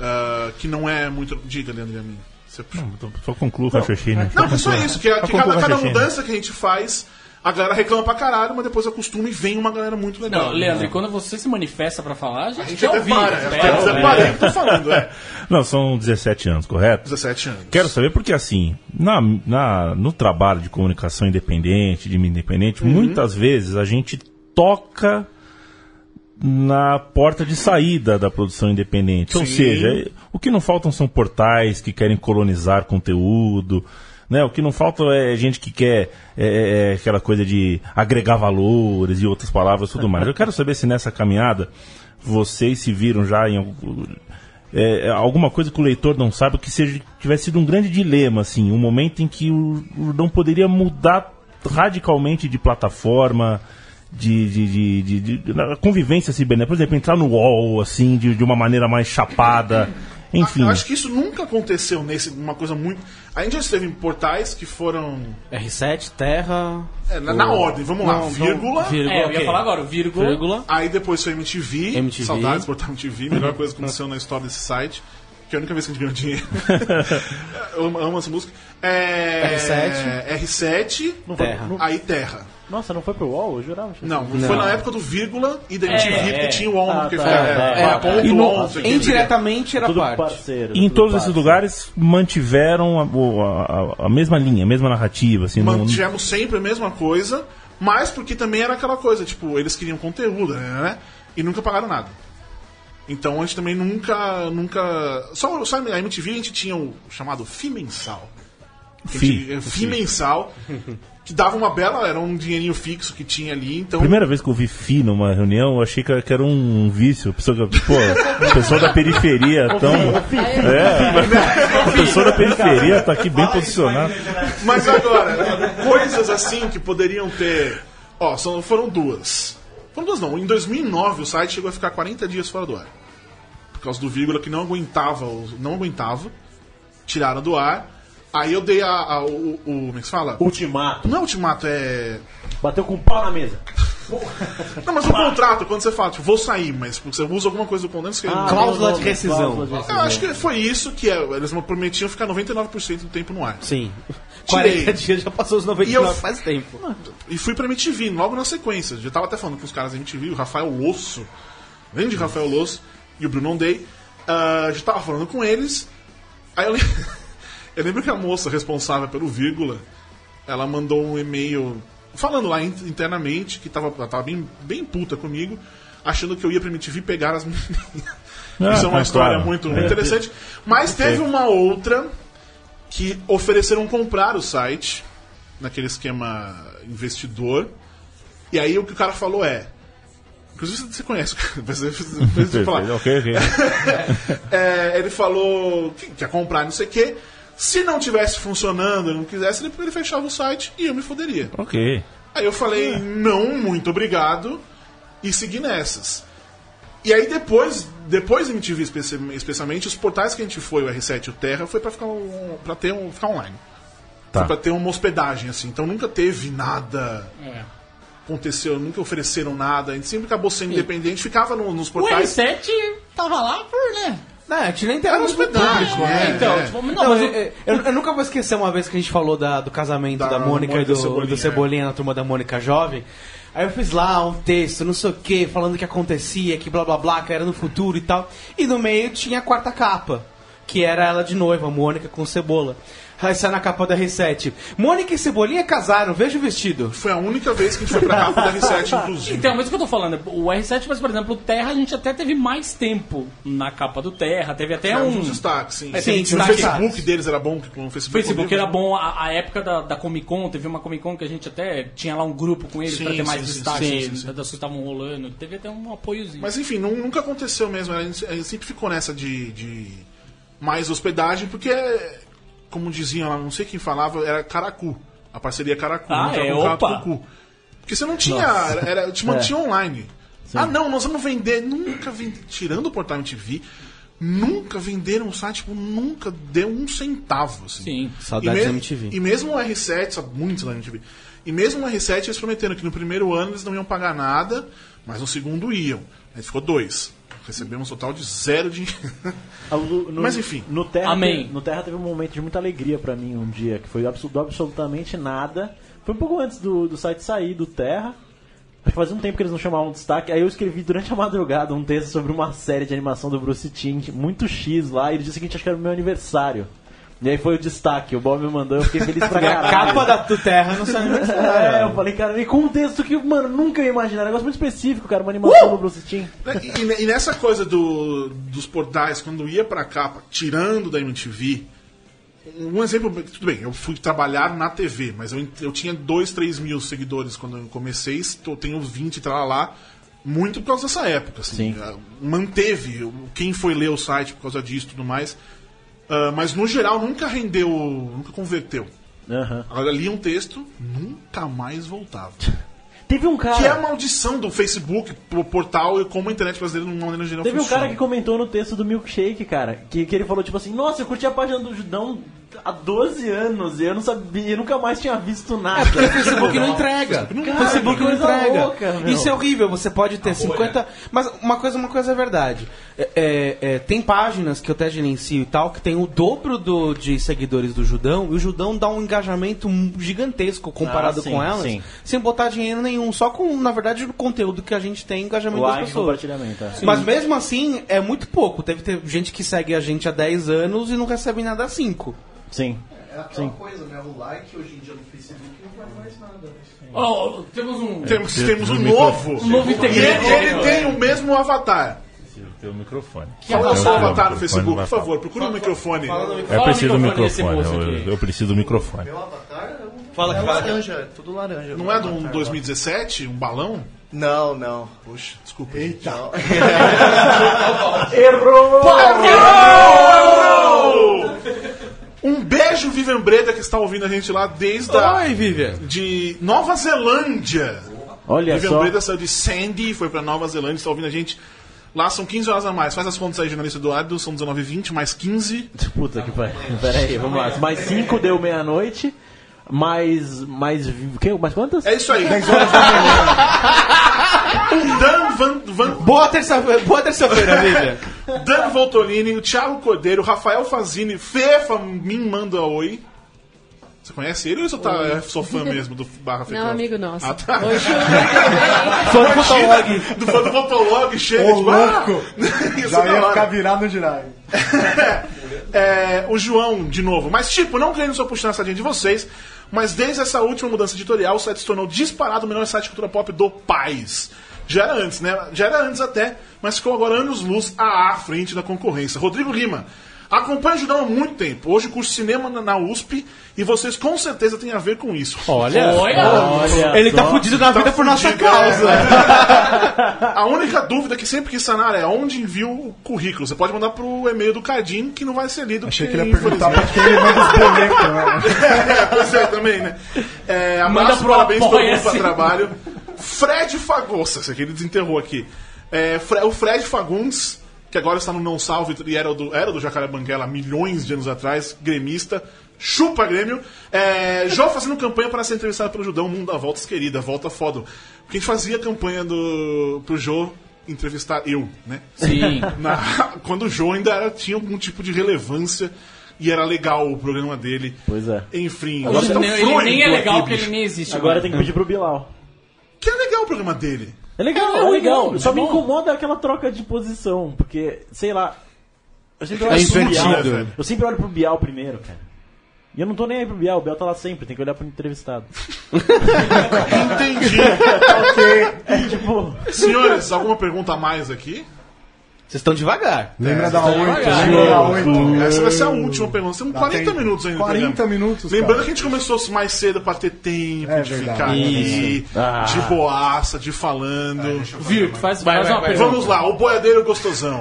Speaker 1: ah, que não é muito. Diga, Leandro e a mim. Você...
Speaker 5: Então, Só conclua o raciocínio.
Speaker 1: Não, mas só isso, que, é,
Speaker 5: Só
Speaker 1: que
Speaker 5: conclua o
Speaker 1: cada, cada
Speaker 5: raciocínio.
Speaker 1: mudança que a gente faz, a galera reclama pra caralho, mas depois acostuma e vem uma galera muito legal.
Speaker 3: Não, Leandro, e quando você se manifesta pra falar, a gente,
Speaker 1: a gente
Speaker 3: quer
Speaker 1: até
Speaker 3: ouvir.
Speaker 1: para,
Speaker 3: espera,
Speaker 1: até
Speaker 3: né?
Speaker 1: desaparei, tô falando, é.
Speaker 5: Não, são 17 anos, correto?
Speaker 1: 17 anos.
Speaker 5: Quero saber porque, assim, na, na- no trabalho de comunicação independente, de mídia independente, muitas vezes a gente toca na porta de saída da produção independente. Ou
Speaker 1: Sim.
Speaker 5: seja, o que não faltam são portais que querem colonizar conteúdo. Né? O que não falta é gente que quer é, é, é aquela coisa de agregar valores e outras palavras e tudo mais. Eu quero saber se nessa caminhada vocês se viram já em algum- é, alguma coisa que o leitor não sabe que seja, tivesse sido um grande dilema, assim, um momento em que o, o não poderia mudar radicalmente de plataforma, de, de, de, de- de- na convivência cibernética. Por exemplo, entrar no UOL, assim, de, de uma maneira mais chapada. Enfim.
Speaker 1: Eu acho que isso nunca aconteceu nesse, uma coisa muito. A gente já esteve em portais que foram.
Speaker 2: R7, Terra.
Speaker 1: É, na, na
Speaker 2: o-
Speaker 1: ordem, vamos lá.
Speaker 2: Não, não.
Speaker 1: vírgula.
Speaker 2: Vírgula, É, eu ia ok. falar agora, vírgula. Vírgula.
Speaker 1: Aí depois foi MTV.
Speaker 2: MTV.
Speaker 1: Saudades, portal MTV. Melhor coisa que aconteceu na história desse site. Que é a única vez que a gente ganhou dinheiro. eu amo, amo essa música. É,
Speaker 4: R7.
Speaker 1: R7.
Speaker 4: Não foi- Terra. não-
Speaker 1: Aí Terra.
Speaker 4: Nossa, não foi pro UOL? Eu jurava.
Speaker 1: Não,
Speaker 4: Não.
Speaker 1: foi na época do vírgula e da
Speaker 4: É,
Speaker 1: MTV, porque
Speaker 4: é.
Speaker 1: tinha o on,
Speaker 4: Ah,
Speaker 1: porque
Speaker 4: tá,
Speaker 1: foi,
Speaker 4: tá,
Speaker 1: é,
Speaker 4: tá,
Speaker 1: é,
Speaker 4: tá.
Speaker 1: ponto
Speaker 5: E no-
Speaker 1: on, não sei o que.
Speaker 2: Indiretamente era
Speaker 4: Tudo
Speaker 2: parte.
Speaker 4: parceiro.
Speaker 5: em todos esses lugares mantiveram a, o- a- a- a mesma linha, a mesma narrativa, assim, não-
Speaker 1: Mantivemos sempre a mesma coisa, mas porque também era aquela coisa, tipo, eles queriam conteúdo, né? né? E nunca pagaram nada. Então a gente também nunca. nunca só, só a MTV a gente tinha o chamado FII mensal. Que a gente-
Speaker 5: Fi.
Speaker 1: é, FII mensal, que dava uma bela. Era um dinheirinho fixo que tinha ali, então.
Speaker 5: Primeira vez que eu vi FI numa reunião, eu achei que que era um vício. Pessoa, que- pô, pessoa da periferia tão. É, a pessoa da periferia tá aqui bem posicionada.
Speaker 1: Mas agora, coisas assim que poderiam ter. Ó, são, foram duas. Foram duas não. Em 2009 o site chegou a ficar 40 dias fora do ar. Por causa do vírgula que não aguentava, os- não aguentava. Tiraram do ar. Aí eu dei a, a- o, o- Como é que se fala?
Speaker 4: Ultimato.
Speaker 1: Não é ultimato, é.
Speaker 4: Bateu
Speaker 5: um
Speaker 4: com o pau na mesa.
Speaker 1: Não, mas o contrato, quando você fala, tipo, vou sair, mas você usa alguma coisa do contrato. você-
Speaker 2: Ah, Cláusula de rescisão. cláusula de rescisão.
Speaker 1: Eu acho que foi isso que é, eles prometiam ficar 99% do tempo no ar.
Speaker 2: Sim.
Speaker 1: Tirei.
Speaker 2: 40 dias já passou os 99
Speaker 1: E eu-
Speaker 2: faz tempo.
Speaker 1: E fui pra MTV logo na sequência. Já tava até falando com os caras da MTV, o Rafael Losso, grande Rafael Losso e o Bruno Day. ah, já tava falando com eles. Aí eu, lem- eu lembro que a moça responsável pelo vírgula, ela mandou um e-mail falando lá in- internamente que tava, ela tava bem, bem puta comigo, achando que eu ia pra MTV pegar as meninas.
Speaker 5: Ah,
Speaker 1: Isso é uma
Speaker 5: tá,
Speaker 1: história
Speaker 5: claro.
Speaker 1: muito
Speaker 5: É.
Speaker 1: interessante. Mas teve uma outra que ofereceram comprar o site naquele esquema investidor. E aí o que o cara falou é. Inclusive você conhece, mas eu preciso de falar.
Speaker 5: ok, ok.
Speaker 1: É, ele falou que quer comprar não sei o quê. Se não tivesse funcionando, não quisesse, ele, ele fechava o site e eu me foderia.
Speaker 5: Ok.
Speaker 1: Aí eu falei, não, muito obrigado, e segui nessas. E aí depois, depois da MTV especi- especialmente, os portais que a gente foi, o R7 e o Terra, foi pra, ficar um, pra ter um, ficar online.
Speaker 5: Tá.
Speaker 1: Foi pra ter uma hospedagem, assim. Então nunca teve nada...
Speaker 3: É.
Speaker 1: Aconteceu, nunca ofereceram nada, a gente sempre acabou sendo independente, ficava no- nos
Speaker 3: O
Speaker 1: portais.
Speaker 3: R7 tava lá por, né?
Speaker 2: Não, a gente nem era
Speaker 3: muito público, né?
Speaker 1: É.
Speaker 3: Então, tipo, não,
Speaker 2: Não,
Speaker 3: mas
Speaker 2: eu, eu- eu nunca vou esquecer uma vez que a gente falou da- do casamento da, Mônica, e do, do Cebolinha, na turma da Mônica Jovem. Aí eu fiz lá um texto, não sei o que, falando o que acontecia, que blá blá blá, que era no futuro e tal. E no meio tinha a quarta capa, que era ela de noiva, a Mônica com cebola. Aí saiu na capa da R7. Mônica e Cebolinha casaram, veja o vestido.
Speaker 1: Foi a única vez que a gente foi pra capa da R7, inclusive.
Speaker 3: Então, mas o que eu tô falando, o R7, mas por exemplo, o Terra a gente até teve mais tempo na capa do Terra, teve até
Speaker 1: Tivemos
Speaker 3: um.
Speaker 1: uns destaques, sim.
Speaker 3: É, teve
Speaker 1: Sim, o
Speaker 3: destaque.
Speaker 1: Facebook deles era bom, que com o
Speaker 3: O
Speaker 1: Facebook...
Speaker 3: Facebook era bom, a, a época da, da Comic Con, teve uma Comic Con que a gente até tinha lá um grupo com eles
Speaker 1: Sim,
Speaker 3: pra ter mais
Speaker 1: sim, sim,
Speaker 3: destaque,
Speaker 1: sim, sim, sim.
Speaker 3: das coisas que estavam rolando, teve até um apoiozinho.
Speaker 1: Mas enfim, nu- nunca aconteceu mesmo. A gente, a gente sempre ficou nessa de, de mais hospedagem, porque, como diziam lá, não sei quem falava, era Caracu. A parceria Caracu.
Speaker 3: Ah,
Speaker 1: não tinha
Speaker 3: é,
Speaker 1: contrato
Speaker 3: opa.
Speaker 1: com o cu. Porque você não tinha.
Speaker 3: Nossa.
Speaker 1: Era, te mantinha
Speaker 3: É.
Speaker 1: online. Ah, não, nós vamos vender. Nunca vendi, Tirando o portal MTV, nunca venderam o site, tipo, nunca deu um centavo. Assim.
Speaker 3: Sim,
Speaker 2: Saudades
Speaker 1: e
Speaker 2: da MTV.
Speaker 1: E mesmo o R7, sabe, muitos da MTV. E mesmo o R7, eles prometeram que no primeiro ano eles não iam pagar nada, mas no segundo iam. Aí ficou dois. Recebemos um total de zero de.
Speaker 4: Ah, o- no-
Speaker 1: Mas enfim.
Speaker 4: No Terra,
Speaker 1: Amém.
Speaker 4: Teve, no Terra teve um momento de muita alegria pra mim um dia, que foi absu- do absolutamente nada. Foi um pouco antes do, do site sair do Terra. Acho que fazia um tempo que eles não chamavam destaque. Aí eu escrevi durante a madrugada um texto sobre uma série de animação do Bruce Timm, muito X lá, e no dia seguinte acho que era o meu aniversário. E aí foi o destaque, o Bob me mandou, eu fiquei feliz pra
Speaker 2: E a
Speaker 4: caralho.
Speaker 2: capa da tu terra no seu aniversário.
Speaker 4: É, eu falei, cara, e com um texto que, mano, nunca ia imaginar. Um negócio muito específico, cara, uma
Speaker 1: Uh!
Speaker 4: animação do Bruce Timm.
Speaker 1: E, e- e nessa coisa do- dos portais, quando ia pra capa, tirando da MTV, um exemplo, tudo bem, eu fui trabalhar na TV, mas eu, eu tinha 2, 3 mil seguidores quando eu comecei, estou- tenho 20 e tal lá, muito por causa dessa época, assim,
Speaker 4: Sim.
Speaker 1: Ah, manteve o- quem foi ler o site por causa disso e tudo mais, Ah, mas no geral nunca rendeu, nunca converteu.
Speaker 4: Aham.
Speaker 1: Agora lia um texto, nunca mais voltava.
Speaker 4: Teve um cara.
Speaker 1: Que é a maldição do Facebook, o portal e como a internet brasileira, de uma maneira geral,
Speaker 4: Teve um
Speaker 1: funciona.
Speaker 4: cara que comentou no texto do Milkshake, cara, que, que ele falou tipo assim, nossa, eu curti a página do Judão há 12 anos e eu não sabia, eu nunca mais tinha visto nada.
Speaker 2: O Facebook não entrega. O
Speaker 4: Cara,
Speaker 2: Facebook
Speaker 4: que
Speaker 2: não
Speaker 4: coisa
Speaker 2: entrega.
Speaker 4: louca, meu.
Speaker 2: Isso é horrível. Você pode ter 50. Mas uma coisa, uma coisa é verdade. É, é, é, tem páginas que eu até gerencio e tal que tem o dobro do, de seguidores do Judão e o Judão dá um engajamento gigantesco comparado
Speaker 4: Ah, sim,
Speaker 2: com elas,
Speaker 4: sim.
Speaker 2: sem botar dinheiro nenhum. Só com, na verdade, o conteúdo que a gente tem engajamento das
Speaker 4: like,
Speaker 2: pessoas.
Speaker 4: compartilhamento. é.
Speaker 2: Mas mesmo assim, é muito pouco. Deve ter gente que segue a gente há 10 anos e não recebe nada há 5.
Speaker 4: Sim.
Speaker 10: É aquela
Speaker 4: Sim.
Speaker 10: coisa, né? O like hoje em dia no Facebook não vale mais nada. né?
Speaker 3: Ó, temos um.
Speaker 1: Temos,
Speaker 5: Você
Speaker 1: temos um
Speaker 5: desmitou-
Speaker 1: novo.
Speaker 3: Um novo
Speaker 1: E ele,
Speaker 3: integrante.
Speaker 1: ele tem o mesmo avatar.
Speaker 5: Teu microfone.
Speaker 4: um
Speaker 1: Qual é o seu
Speaker 5: Não,
Speaker 1: avatar no
Speaker 5: microfone
Speaker 1: Facebook?
Speaker 5: não vai
Speaker 1: Por favor, procure o microfone.
Speaker 5: falar. Eu preciso do
Speaker 3: Fala no microfone
Speaker 5: microfone,
Speaker 3: desse moço
Speaker 5: eu,
Speaker 3: aqui.
Speaker 5: eu preciso do microfone.
Speaker 10: Meu avatar é um.
Speaker 2: Fala
Speaker 10: é
Speaker 2: que fala.
Speaker 10: laranja, é tudo laranja.
Speaker 1: Não
Speaker 10: meu
Speaker 1: é de um
Speaker 10: avatar.
Speaker 1: 2017? Um balão?
Speaker 10: Não, não. Puxa, desculpa. Eita. Não.
Speaker 1: Um beijo, Vivian Breda, que está ouvindo a gente lá desde a,
Speaker 2: Oi, Vivian.
Speaker 1: de Nova Zelândia.
Speaker 4: Olha
Speaker 1: Vivian
Speaker 4: só.
Speaker 1: Breda saiu de Sandy, foi para Nova Zelândia, está ouvindo a gente. Lá são 15 horas a mais. Faz as contas aí, jornalista Eduardo, são 19h20, mais 15.
Speaker 4: Puta que pariu. Pera aí, vamos lá. Mais 5 deu meia-noite, mais. Mais. Que, mais quantas?
Speaker 1: É isso aí. O Dan Van, Van
Speaker 2: Boa terça-feira, boa terça-feira, Vivian.
Speaker 1: Dan Voltolini, o Thiago Cordeiro, Rafael Fazini, Fefa me manda oi. Você conhece ele ou só tá, é, sou fã mesmo do Barra Fecão?
Speaker 7: Não, amigo nosso.
Speaker 1: Ah, tá.
Speaker 7: Oi, Ju.
Speaker 2: Fã do Fotolog.
Speaker 1: Do fã do Fotolog chega
Speaker 6: Ô,
Speaker 1: tipo, ah,
Speaker 6: louco!
Speaker 1: isso
Speaker 6: Já
Speaker 1: da
Speaker 6: ia
Speaker 1: hora.
Speaker 6: ficar virado no girai.
Speaker 1: É, o João, de novo. Mas, tipo, não querendo só puxar a sardinha de vocês, mas desde essa última mudança editorial, o site se tornou disparado o melhor site de cultura pop do país. Já era antes, né? Já era antes até, mas ficou agora anos-luz à à frente da concorrência. Rodrigo Lima, acompanha o Judão há muito tempo. Hoje curso cinema na- na USP e vocês com certeza têm a ver com isso.
Speaker 2: Olha,
Speaker 4: Olha
Speaker 2: ele tá
Speaker 4: só.
Speaker 2: fudido na vida por nossa
Speaker 1: fudido,
Speaker 2: causa.
Speaker 1: A única dúvida que sempre quis sanar é onde envio o currículo. Você pode mandar pro e-mail do Cardim, que não vai ser lido.
Speaker 6: Achei que
Speaker 1: porque,
Speaker 6: ele ia perguntar pra
Speaker 1: infelizmente-
Speaker 6: quem ele manda os bonecos, né?
Speaker 1: é, pois é, também, né? É, abraço,
Speaker 3: Manda pro
Speaker 1: parabéns pelo
Speaker 3: apoia-se.
Speaker 1: grupo de trabalho. Fred Fagundes, esse aqui ele desenterrou aqui. É, Fre- o Fred Fagundes, que agora está no Não Salve e era o do, era do Jacaré Banguela há milhões de anos atrás, gremista, chupa Grêmio. É, Jô fazendo campanha para ser entrevistado pelo Judão, mundo da voltas, querida, volta foda. Porque a gente fazia campanha do, pro Jô entrevistar eu, né?
Speaker 3: Sim.
Speaker 1: Na- quando o Joe ainda era- tinha algum tipo de relevância e era legal o programa dele.
Speaker 4: Pois é.
Speaker 1: Enfim,
Speaker 3: Hoje
Speaker 1: ele tá
Speaker 3: não- ele
Speaker 1: fluido
Speaker 3: nem é
Speaker 1: aqui,
Speaker 3: legal porque
Speaker 1: bicho.
Speaker 3: ele nem existe.
Speaker 4: Agora
Speaker 3: mano.
Speaker 4: tem que pedir pro Bilal.
Speaker 1: Que é legal o programa dele.
Speaker 4: É legal,
Speaker 3: É,
Speaker 4: é,
Speaker 3: é
Speaker 4: legal.
Speaker 3: legal,
Speaker 4: Só
Speaker 3: é
Speaker 4: me
Speaker 3: bom.
Speaker 4: incomoda aquela troca de posição, porque, sei lá. Eu sempre
Speaker 2: É
Speaker 4: olho pro
Speaker 2: invertido.
Speaker 4: Bial, velho. Eu sempre olho pro Bial primeiro, cara. E eu não tô nem aí pro Bial, o Bial tá lá sempre, tem que olhar pro entrevistado.
Speaker 1: Entendi.
Speaker 4: É tipo.
Speaker 1: Senhores, alguma pergunta a mais aqui?
Speaker 2: Vocês estão devagar.
Speaker 1: É,
Speaker 6: Lembra da
Speaker 1: tá
Speaker 6: 8,
Speaker 3: devagar.
Speaker 6: lembra da 8.
Speaker 1: Essa vai ser a última pergunta. Temos 40
Speaker 6: tempo.
Speaker 1: minutos ainda.
Speaker 6: 40
Speaker 1: programa.
Speaker 6: Tá, minutos,
Speaker 1: Lembrando
Speaker 6: cara.
Speaker 1: que a gente começou mais cedo pra ter tempo
Speaker 6: É
Speaker 1: de
Speaker 6: verdade,
Speaker 1: ficar
Speaker 6: é
Speaker 1: aqui,
Speaker 4: Ah.
Speaker 1: de boaça, de falando.
Speaker 3: Vir, faz, faz uma pergunta.
Speaker 1: Vamos lá, o boiadeiro gostosão.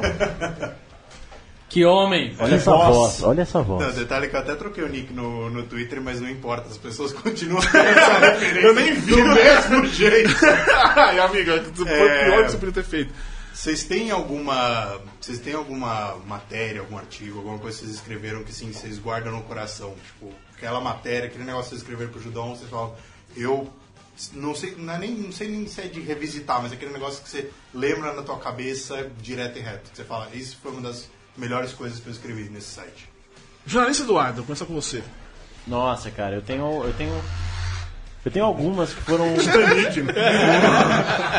Speaker 3: Que homem.
Speaker 4: Olha essa
Speaker 8: voz.
Speaker 4: voz, olha essa
Speaker 8: Não,
Speaker 4: voz.
Speaker 8: detalhe que eu até troquei o nick no, no Twitter, mas não importa, as pessoas continuam tendo essa referência.
Speaker 1: Eu nem vi.
Speaker 8: Do mesmo jeito.
Speaker 1: Ai, amiga, foi
Speaker 8: É.
Speaker 1: pior que você podia ter feito.
Speaker 8: Vocês têm alguma. Vocês têm alguma matéria, algum artigo, alguma coisa que vocês escreveram que sim, vocês guardam no coração? Tipo, aquela matéria, aquele negócio que vocês escreveram pro Judão, vocês falam, eu não sei, não, é nem, não sei nem se é de revisitar, mas aquele negócio que você lembra na tua cabeça direto e reto. Que você fala, isso foi uma das melhores coisas que eu escrevi nesse site.
Speaker 1: Jornalista Eduardo, começa com você.
Speaker 4: Nossa, cara, eu tenho. Eu tenho. Eu tenho algumas que foram.
Speaker 1: Titanic, né?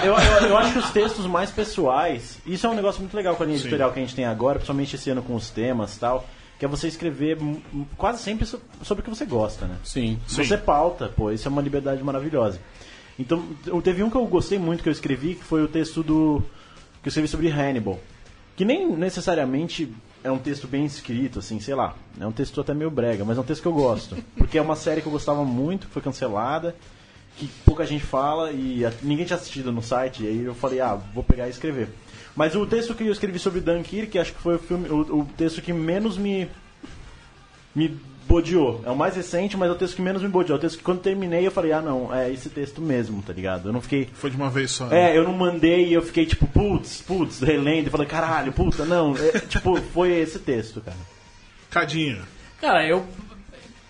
Speaker 4: eu, eu- eu acho que os textos mais pessoais, isso é um negócio muito legal com a linha editorial que a gente tem agora, principalmente esse ano com os temas e tal. que é você escrever hum, hum, quase sempre so- sobre o que você gosta, né?
Speaker 3: Sim.
Speaker 4: Você pauta, pô, isso é uma liberdade maravilhosa. Então, eu- teve um que eu gostei muito que eu escrevi, que foi o texto do. que eu escrevi sobre Hannibal. Que nem necessariamente é um texto bem escrito, assim, sei lá. É um texto até meio brega, mas é um texto que eu gosto. Porque é uma série que eu gostava muito, que foi cancelada, que pouca gente fala e a- ninguém tinha assistido no site, e aí eu falei, ah, vou pegar e escrever. Mas o texto que eu escrevi sobre Dunkirk, acho que foi o, filme, o, o texto que menos me me bodeou. É o mais recente, mas é o texto que menos me bodeou. É o texto que quando terminei eu falei, ah não, é esse texto mesmo, tá ligado? Eu não fiquei.
Speaker 1: Foi de uma vez só. né?
Speaker 4: É, eu não mandei e eu fiquei tipo, putz, putz, relendo e falei, caralho, puta, não. É, tipo, foi esse texto, cara.
Speaker 1: Cadinho.
Speaker 3: Cara, eu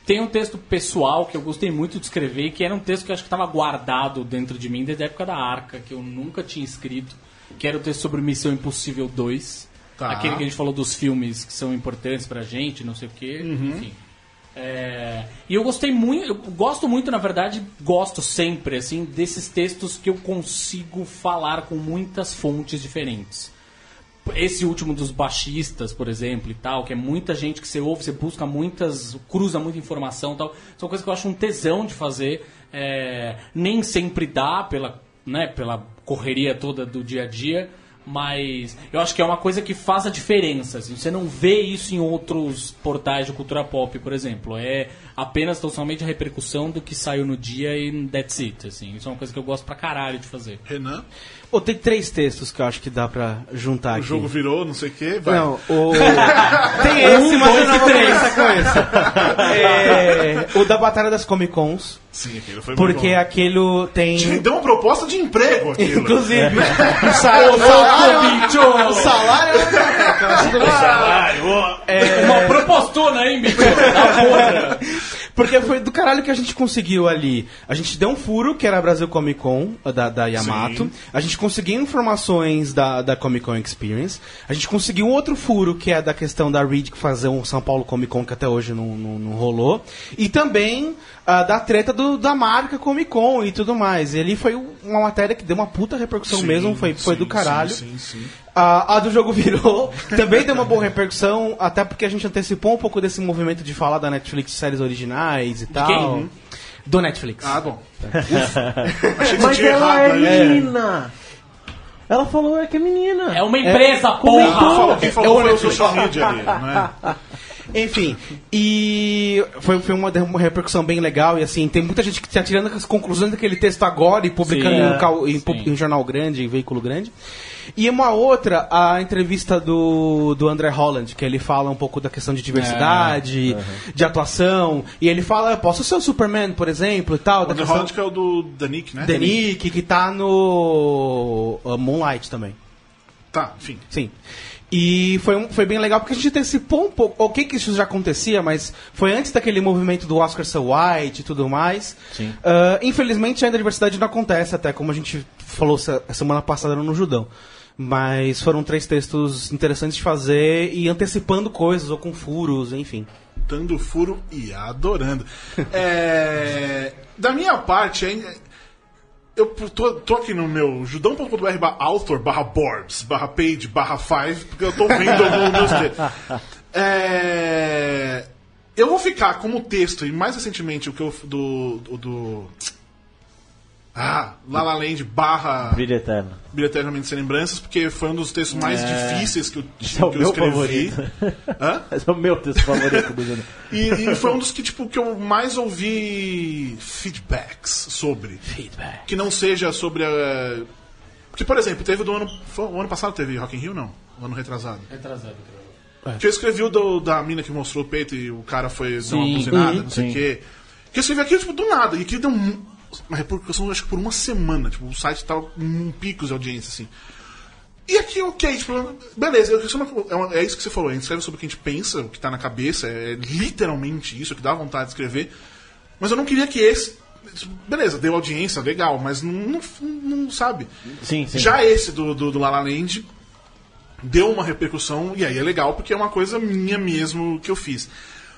Speaker 3: tenho um texto pessoal que eu gostei muito de escrever, que era um texto que eu acho que estava guardado dentro de mim desde a época da Arca, que eu nunca tinha escrito, que era o texto sobre Missão Impossível 2.
Speaker 1: Tá.
Speaker 3: Aquele que a gente falou dos filmes que são importantes pra gente, não sei o quê, enfim. É, e eu gostei muito, eu gosto muito, na verdade, gosto sempre, assim, desses textos que eu consigo falar com muitas fontes diferentes esse último dos baixistas, por exemplo, e tal, que é muita gente que você ouve, você busca muitas, cruza muita informação e tal. São coisas que eu acho um tesão de fazer. é, nem sempre dá pela, né, pela correria toda do dia a dia, mas eu acho que é uma coisa que faz a diferença. assim. Você não vê isso em outros portais de cultura pop, por exemplo. É apenas tão somente a repercussão do que saiu no dia e that's it. Assim. Isso é uma coisa que eu gosto pra caralho de fazer.
Speaker 1: Renan.
Speaker 2: Ou tem três textos que eu acho que dá pra juntar
Speaker 1: O
Speaker 2: aqui.
Speaker 1: jogo virou, não sei o quê. Vai.
Speaker 2: Não, o... tem esse,
Speaker 3: Um,
Speaker 2: mas eu
Speaker 3: dois e
Speaker 2: não vou
Speaker 3: três.
Speaker 2: começar com esse. É, o da Batalha das Comic Cons,
Speaker 1: Sim, aquilo foi muito
Speaker 2: porque
Speaker 1: bom.
Speaker 2: aquilo
Speaker 1: Te
Speaker 2: tem...
Speaker 1: deu uma proposta de emprego aquilo.
Speaker 2: Inclusive,
Speaker 1: O salário, o salário,
Speaker 3: Bicho!
Speaker 1: o salário,
Speaker 2: é,
Speaker 3: Uma propostona, hein, bicho?
Speaker 2: Porque foi do caralho que a gente conseguiu ali. A gente deu um furo, que era a Brasil Comic Con, a da, da Yamato.
Speaker 1: Sim.
Speaker 2: A gente conseguiu informações da, da Comic Con Experience. A gente conseguiu um outro furo, que é da questão da Reed que fazer um São Paulo Comic Con, que até hoje não, não, não rolou. E também ah, da treta do- da marca Comic Con e tudo mais. E ali foi uma matéria que deu uma puta repercussão mesmo, foi, foi
Speaker 1: sim,
Speaker 2: do caralho.
Speaker 1: Sim, sim, sim.
Speaker 2: A, a do jogo virou. Também deu uma boa repercussão, até porque a gente antecipou um pouco desse movimento de falar da Netflix séries originais e tal.
Speaker 3: quem?
Speaker 2: Do Netflix.
Speaker 1: Ah, bom. Ufa. Achei que você
Speaker 4: Mas
Speaker 1: tinha
Speaker 4: ela
Speaker 1: errado né?
Speaker 4: é
Speaker 1: aí.
Speaker 4: menina! Ela falou é que é menina!
Speaker 3: É uma empresa, porra!
Speaker 1: Ah, Quem falou foi o social
Speaker 2: assim.
Speaker 1: media ali, né?
Speaker 2: Enfim, e foi, foi uma, uma repercussão bem legal. E assim, tem muita gente que está tirando as conclusões daquele texto agora e publicando
Speaker 3: Sim,
Speaker 2: em, um
Speaker 3: é,
Speaker 2: cal- em
Speaker 3: sim.
Speaker 2: pub- em um jornal grande, em veículo grande. E uma outra, a entrevista do, do André Holland, que ele fala um pouco da questão de
Speaker 3: É,
Speaker 2: diversidade, de atuação. E ele fala, eu posso ser o Superman, por exemplo, e tal.
Speaker 1: O
Speaker 2: da
Speaker 1: The
Speaker 2: questão-
Speaker 1: Holland que é o do Danik, né?
Speaker 2: The Nick, que tá no uh, Moonlight também.
Speaker 1: Tá, enfim.
Speaker 2: Sim. E foi, um- foi bem legal porque a gente antecipou um pouco. Ok, que isso já acontecia, mas foi antes daquele movimento do Oscar So White e tudo mais.
Speaker 4: Sim.
Speaker 2: Ah, infelizmente ainda a diversidade não acontece, até como a gente falou se- a semana passada no Judão. Mas foram três textos interessantes de fazer e antecipando coisas, ou com furos, enfim.
Speaker 1: Dando furo e adorando. É, da minha parte, hein, eu tô, tô aqui no meu judão.com.br barra author, barra boards, barra page, barra five, porque eu tô vendo alguns meus textos. É, eu vou ficar como texto, e mais recentemente o que eu... do... do, do ah, La La Land barra...
Speaker 4: Vida eterna.
Speaker 1: Brilho Eternamente Sem Lembranças, porque foi um dos textos mais difíceis que eu,
Speaker 4: Esse é o
Speaker 1: que eu
Speaker 4: meu
Speaker 1: escrevi.
Speaker 4: favorito.
Speaker 1: Hã?
Speaker 4: Esse é o meu texto favorito do Júnior.
Speaker 1: E, e foi um dos que, tipo, que eu mais ouvi feedbacks sobre. Feedback. Que não seja sobre a. Porque, por exemplo, teve do ano. foi o ano passado teve Rock in Rio, não? O ano retrasado.
Speaker 3: Retrasado, cara.
Speaker 1: Que eu escrevi o do- da mina que mostrou o peito e o cara foi dar
Speaker 3: Sim.
Speaker 1: uma buzinada,
Speaker 4: Uhum.
Speaker 1: não sei o
Speaker 4: Sim.
Speaker 1: quê. Que eu escrevi aquilo, tipo, do nada. E aquilo deu um- uma repercussão, acho que por uma semana. Tipo, o site tava em picos de audiência, assim. E aqui, ok, tipo, beleza, eu- isso é uma- é, uma- é isso que você falou, a gente escreve sobre o que a gente pensa, o que tá na cabeça, é literalmente isso, o que dá vontade de escrever. Mas eu não queria que esse. Beleza, deu audiência, legal, mas não, não, não sabe.
Speaker 4: Sim, sim.
Speaker 1: Já esse do, do, do La La Land deu uma repercussão, e aí é legal, porque é uma coisa minha mesmo que eu fiz.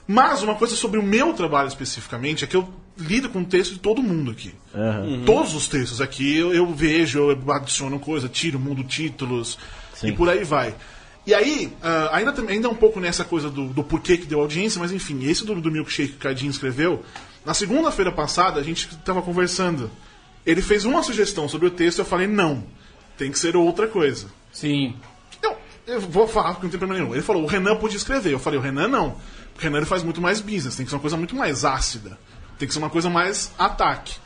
Speaker 1: Mas uma coisa sobre o meu trabalho especificamente é que eu lido com o texto de todo mundo aqui.
Speaker 4: Aham.
Speaker 1: Todos os textos aqui eu, eu vejo, eu adiciono coisa, tiro, mudo títulos
Speaker 4: Sim.
Speaker 1: e por aí vai. E E aí, ah, ainda, tam- ainda um pouco nessa coisa do, do porquê que deu audiência, mas enfim, esse do, do milkshake que o Cadinho escreveu, na segunda-feira passada a gente estava conversando. Ele fez uma sugestão sobre o texto e eu falei, não, tem que ser outra coisa.
Speaker 3: Sim.
Speaker 1: Não, eu vou falar porque não tem problema nenhum. Ele falou, o Renan podia escrever. Eu falei, o Renan não. O Renan ele faz muito mais business, tem que ser uma coisa muito mais ácida. Tem que ser uma coisa mais ataque.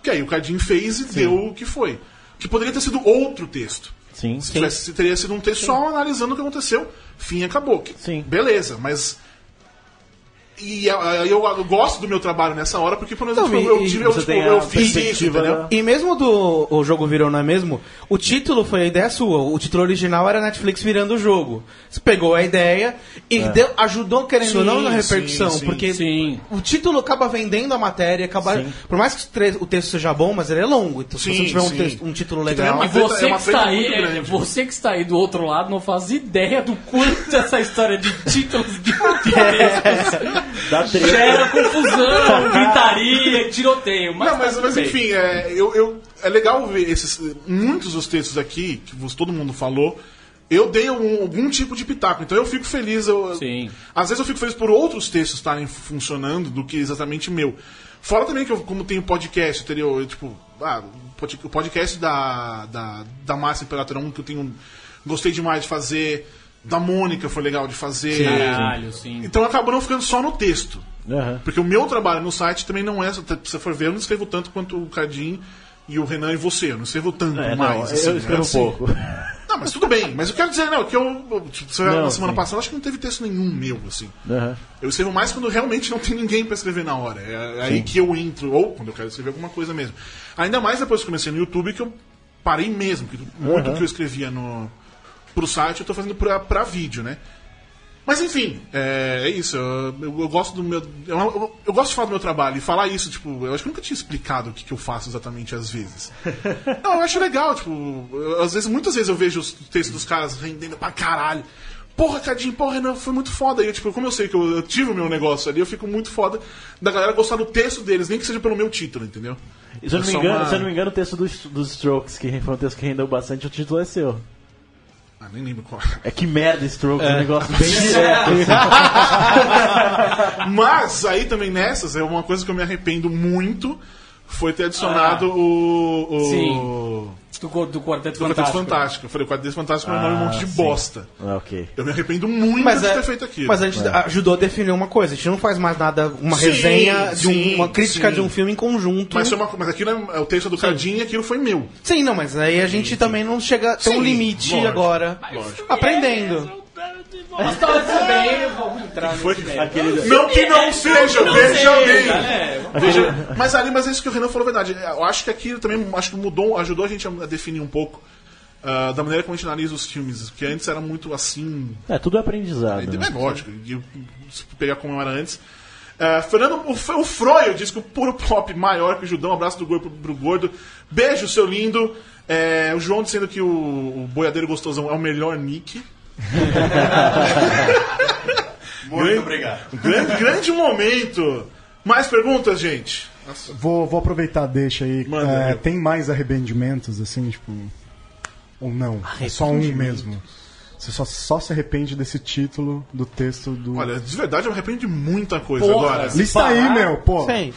Speaker 1: Que aí o Cadinho fez e deu o que foi. Que poderia ter sido outro texto.
Speaker 4: Sim,
Speaker 1: Se tivesse, teria sido um texto só analisando o que aconteceu, fim acabou. Que- Beleza, mas. E ah, eu, eu gosto do meu trabalho nessa hora, porque por exemplo,
Speaker 2: Não, e-
Speaker 1: eu,
Speaker 2: e
Speaker 1: tive- eu,
Speaker 2: você
Speaker 1: tipo,
Speaker 2: tem a
Speaker 1: eu fiz isso,
Speaker 2: perspectiva né?
Speaker 1: entendeu?
Speaker 2: da- E mesmo do O Jogo Virou, não é mesmo? O título foi a ideia sua. O título original era Netflix virando o jogo. Você pegou a ideia e
Speaker 3: É.
Speaker 2: deu- ajudou, querendo ou
Speaker 3: Sim,
Speaker 2: não, na repercussão.
Speaker 3: sim, sim.
Speaker 2: porque
Speaker 3: Sim.
Speaker 2: o título acaba vendendo a matéria. Acaba, por mais que o tre- o texto seja bom, mas ele é longo. Então se
Speaker 3: Sim,
Speaker 2: você não tiver um,
Speaker 3: sim.
Speaker 2: texto- um título
Speaker 1: É
Speaker 3: E
Speaker 2: legal...
Speaker 3: você, que está aí, é, você que está aí do outro lado não faz ideia do quanto essa história de títulos de
Speaker 4: Dá
Speaker 3: textos gera confusão, gritaria, tiroteio. Mas
Speaker 1: não, mas,
Speaker 3: tá tudo
Speaker 1: mas
Speaker 3: bem.
Speaker 1: enfim, é, eu, eu- é legal ver esses, muitos dos textos aqui, que vos- todo mundo falou, eu dei um- algum tipo de pitaco. Então eu fico feliz. Eu,
Speaker 3: Sim.
Speaker 1: Às vezes eu fico feliz por outros textos estarem funcionando do que exatamente meu. Fora também que eu, como tenho podcast, teria, eu, tipo, ah, o pod- o podcast da, da, da Márcia Imperator 1 que eu tenho. Gostei demais de fazer. Da Mônica foi legal de fazer.
Speaker 3: Caralho, sim.
Speaker 1: Então acabou não ficando só no texto. Porque o meu trabalho no site também não é. Se você for ver, eu não escrevo tanto quanto o Cadim e o Renan e você. Eu não escrevo tanto
Speaker 4: É, não,
Speaker 1: mais.
Speaker 4: eu
Speaker 1: assim, não é
Speaker 4: escrevo
Speaker 1: assim.
Speaker 4: pouco.
Speaker 1: Não, mas tudo bem. Mas eu quero dizer, não, que eu. eu, Tipo, você vai
Speaker 4: Não,
Speaker 1: na semana
Speaker 4: sim.
Speaker 1: passada, acho que não teve texto nenhum meu, assim.
Speaker 4: Aham.
Speaker 1: Eu escrevo mais quando realmente não tem ninguém pra escrever na hora. É aí
Speaker 4: Sim.
Speaker 1: que eu entro, ou quando eu quero escrever alguma coisa mesmo. Ainda mais depois que comecei no YouTube, que eu parei mesmo, porque muito
Speaker 4: Uhum.
Speaker 1: que eu escrevia no, pro site eu tô fazendo pra, pra vídeo, né? Mas enfim, é, é isso. Eu, eu- eu gosto do meu. Eu, eu- eu gosto de falar do meu trabalho e falar isso, tipo, eu acho que eu nunca tinha explicado o que, que eu faço exatamente às vezes. Não, eu acho legal, tipo, eu- às vezes, muitas vezes eu vejo os textos dos caras rendendo pra caralho. Porra, Cadinho, porra, Renan, foi muito foda. E eu, tipo, como eu sei que eu, eu tive o meu negócio ali, eu fico muito foda da galera gostar do texto deles, nem que seja pelo meu título, entendeu?
Speaker 4: E Se eu, não me
Speaker 1: É só
Speaker 4: engano,
Speaker 1: uma-
Speaker 4: se eu não me engano, o texto dos, dos Strokes, que foi um texto que rendeu bastante, o título é seu.
Speaker 1: Ah, nem lembro qual.
Speaker 4: É que merda Strokes, é um
Speaker 1: É.
Speaker 4: negócio bem direto.
Speaker 1: Mas aí também nessas, é uma coisa que eu me arrependo muito foi ter adicionado o, o.
Speaker 3: Sim. Do, co- do Quarteto
Speaker 1: Do Quarteto
Speaker 3: Fantástico.
Speaker 1: Fantástico. Eu falei, o Quarteto Fantástico é um
Speaker 4: Ah,
Speaker 1: nome um monte de
Speaker 4: sim.
Speaker 1: bosta.
Speaker 4: Ah, ok.
Speaker 1: Eu me arrependo muito
Speaker 2: Mas
Speaker 1: de
Speaker 2: é-
Speaker 1: ter feito aquilo.
Speaker 2: Mas a gente ajudou a definir uma coisa. A gente não faz mais nada, uma
Speaker 1: Sim,
Speaker 2: resenha, de um-
Speaker 1: sim,
Speaker 2: uma crítica
Speaker 1: sim.
Speaker 2: de um filme em conjunto.
Speaker 1: Mas, foi uma, co- mas aquilo é, é o texto do Cadinho e aquilo foi meu.
Speaker 2: Sim, não, mas aí a gente também não chega a ter
Speaker 1: Sim,
Speaker 2: um limite
Speaker 1: lógico,
Speaker 2: agora. Aprendendo.
Speaker 3: Mas tá tudo bem, vamos entrar
Speaker 1: Foi-
Speaker 3: nesse mérito.
Speaker 1: Aquele- Não que não seja, veja bem.
Speaker 3: né?
Speaker 1: Veja- mas ali, mas isso que o Renan falou é verdade. Eu acho que aqui também acho que mudou, ajudou a gente a definir um pouco ah, da maneira como a gente analisa os filmes, porque antes era muito assim,
Speaker 4: É, tudo é aprendizado.
Speaker 1: É
Speaker 4: né?
Speaker 1: lógico, e eu- se pegar como era antes. Ah, Fernando, o, F- o Froio diz que o puro pop maior que o Judão, abraço do gordo pro, pro gordo. Beijo, seu lindo. É, o João dizendo que o, o boiadeiro gostosão é o melhor nick.
Speaker 8: Muito obrigado.
Speaker 1: Grande, grande momento. Mais perguntas, gente?
Speaker 6: Vou, vou aproveitar, deixa aí.
Speaker 1: Manda,
Speaker 6: É,
Speaker 1: meu.
Speaker 6: tem mais arrependimentos, assim, tipo. Ou não? É só um mesmo. Você só, só se arrepende desse título do texto do.
Speaker 1: Olha, de verdade eu me arrependo de muita coisa
Speaker 6: Porra,
Speaker 1: agora.
Speaker 6: se Lista aí, parar- meu, pô.
Speaker 2: Sim.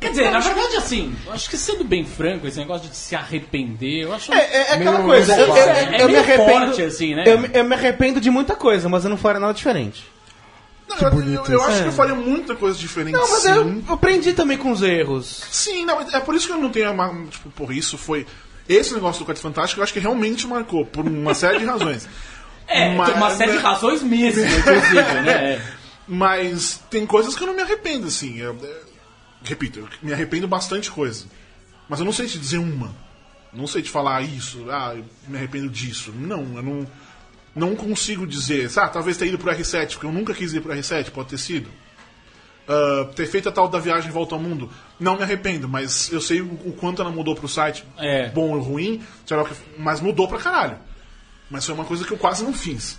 Speaker 3: Quer dizer, na verdade, assim, eu acho que sendo bem franco, esse negócio de se arrepender, eu acho.
Speaker 2: É, é- é aquela coisa, eu, eu- eu-
Speaker 3: É
Speaker 2: eu me
Speaker 3: meio
Speaker 2: arrependo.
Speaker 3: forte, assim, né?
Speaker 2: eu, me- eu me arrependo de muita coisa, mas eu não faria nada diferente.
Speaker 1: Não, eu- eu, eu acho
Speaker 2: isso.
Speaker 1: que eu faria muita coisa diferente.
Speaker 2: Não, mas
Speaker 1: sim.
Speaker 2: eu eu aprendi também com os erros.
Speaker 1: Sim, não, é por isso que eu não tenho uma, tipo, por isso foi esse negócio do Quarto Fantástico, eu acho que realmente marcou por uma série de razões.
Speaker 3: É, tem uma série de razões mesmo, inclusive, né? É.
Speaker 1: Mas tem coisas que eu não me arrependo assim, eu- eu- repito, eu me arrependo bastante coisa. Mas eu não sei te dizer uma. Não sei te falar isso, ah, eu me arrependo disso. Não, eu não não consigo dizer, ah, talvez ter ido pro R7, porque eu nunca quis ir pro R7, pode ter sido. Ah, ter feito a tal da viagem volta ao mundo, não me arrependo, mas eu sei o, o quanto ela mudou pro site,
Speaker 3: É.
Speaker 1: bom ou ruim, sei lá o que- mas mudou pra caralho. Mas foi uma coisa que eu quase não fiz.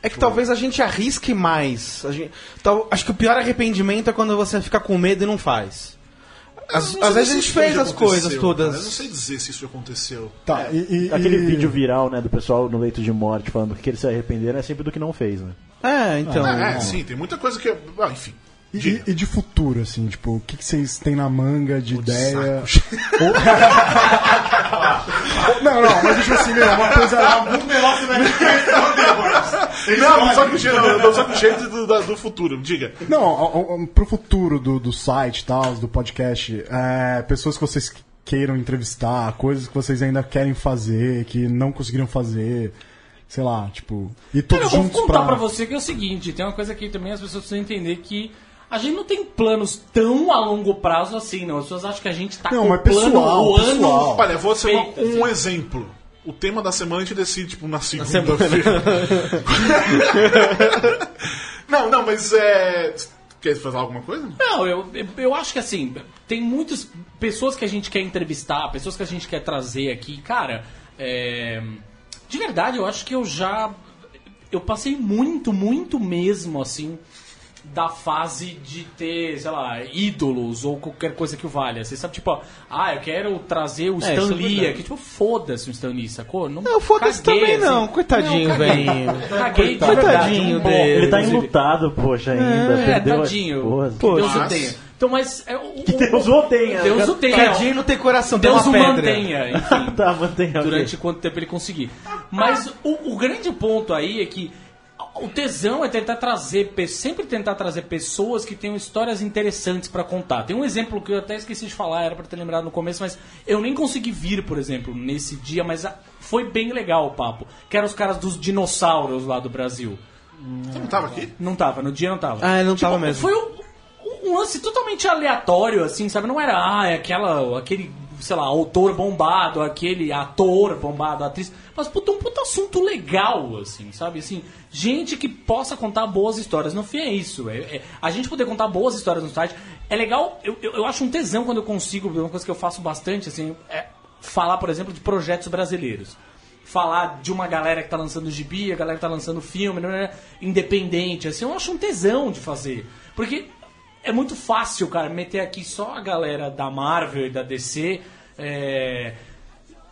Speaker 2: É que talvez a gente arrisque mais. A gente- tal- acho que o pior arrependimento é quando você fica com medo e não faz. Às,
Speaker 1: Não sei
Speaker 2: às vezes a
Speaker 1: se
Speaker 2: gente
Speaker 1: isso
Speaker 2: fez
Speaker 1: já
Speaker 2: as coisas
Speaker 1: aconteceu,
Speaker 2: todas.
Speaker 1: cara. Eu não sei dizer se isso aconteceu.
Speaker 4: Tá,
Speaker 1: É.
Speaker 4: e, Aquele vídeo viral, né, do pessoal no leito de morte falando que eles se arrependeram é sempre do que não fez, né?
Speaker 2: É,
Speaker 4: então.
Speaker 1: Ah, é, sim, tem muita coisa que. é- Ah, enfim.
Speaker 6: E, e- e de futuro, assim, tipo, o que, que vocês têm na manga de ideia? Ou- não, não, mas tipo assim, meu, uma coisa.
Speaker 8: Muito melhor você vai ver.
Speaker 1: Não, só com o jeito, não, só com o jeito do, da- do futuro, diga.
Speaker 6: Não, é o- o- um, pro futuro do, do site e tal, do podcast, é, pessoas que vocês queiram entrevistar, coisas que vocês ainda querem fazer, que não conseguiram fazer, sei lá, tipo. E
Speaker 3: Cara, eu
Speaker 6: todos
Speaker 3: vou
Speaker 6: juntos
Speaker 3: contar pra...
Speaker 6: pra.
Speaker 3: você que é o seguinte, tem uma coisa que também as pessoas precisam entender que a gente não tem planos tão a longo prazo assim, não. As pessoas acham que a gente tá
Speaker 6: Não,
Speaker 3: com
Speaker 6: mas
Speaker 3: plano
Speaker 6: pessoal,
Speaker 3: o ano.
Speaker 6: pessoal.
Speaker 1: Olha, vou ser uma-
Speaker 3: Feito,
Speaker 1: um
Speaker 3: assim.
Speaker 1: exemplo. O tema da semana a gente decide, tipo, na segunda-feira. não, não, mas é. Quer fazer alguma coisa?
Speaker 3: Não, eu, eu- eu acho que assim, tem muitas pessoas que a gente quer entrevistar, pessoas que a gente quer trazer aqui. Cara, é, de verdade, eu acho que eu já. Eu passei muito, muito mesmo, assim, da fase de ter, sei lá, ídolos ou qualquer coisa que o valha. Você sabe, tipo, ó, ah, eu quero trazer o
Speaker 2: É,
Speaker 3: Stan
Speaker 2: isso é
Speaker 3: Lee
Speaker 2: verdade.
Speaker 3: aqui. Tipo, foda-se o Stan Lee, sacou? Não,
Speaker 2: Não, foda-se
Speaker 3: caguei,
Speaker 2: também
Speaker 3: assim.
Speaker 2: não. Coitadinho,
Speaker 3: Não, caguei.
Speaker 2: velho.
Speaker 3: Caguei, de
Speaker 2: Coitadinho
Speaker 3: verdade, um pouco.
Speaker 2: dele.
Speaker 4: Ele tá enlutado, poxa, ainda.
Speaker 3: É,
Speaker 4: perdeu a
Speaker 3: tadinho.
Speaker 4: esposa.
Speaker 2: Pô,
Speaker 3: Deus o
Speaker 2: mas-
Speaker 3: tenha. Então, mas... é, o-
Speaker 4: Que
Speaker 3: o-
Speaker 4: Deus o tenha.
Speaker 3: Deus o tenha.
Speaker 2: Tadinho não tem coração, tem
Speaker 3: Deus
Speaker 2: uma
Speaker 3: o
Speaker 2: pedra.
Speaker 3: mantenha, enfim,
Speaker 4: Tá, mantenha.
Speaker 3: durante quanto tempo ele conseguir. Mas o, o grande ponto aí é que o tesão é tentar trazer, pe- sempre tentar trazer pessoas que tenham histórias interessantes pra contar. Tem um exemplo que eu até esqueci de falar, era pra ter lembrado no começo, mas eu nem consegui vir, por exemplo, nesse dia, mas a- foi bem legal o papo. Que eram os caras dos dinossauros lá do Brasil.
Speaker 1: Você não tava aqui?
Speaker 3: Não tava, no dia não tava.
Speaker 2: Ah, ele não tava mesmo.
Speaker 3: Foi um, um lance totalmente aleatório, assim, sabe? Não era, ah, é aquela, aquele, sei lá, autor bombado, aquele ator bombado, atriz. Mas, puta, um puta assunto legal, assim, sabe? Assim, gente que possa contar boas histórias. No fim é isso. É, é- a gente poder contar boas histórias no site. É legal, eu, eu, eu acho um tesão quando eu consigo, uma coisa que eu faço bastante, assim, é falar, por exemplo, de projetos brasileiros falar de uma galera que tá lançando gibi, a galera que tá lançando filme, né, né, independente, assim, eu acho um tesão de fazer. Porque é muito fácil, cara, meter aqui só a galera da Marvel e da DC. É...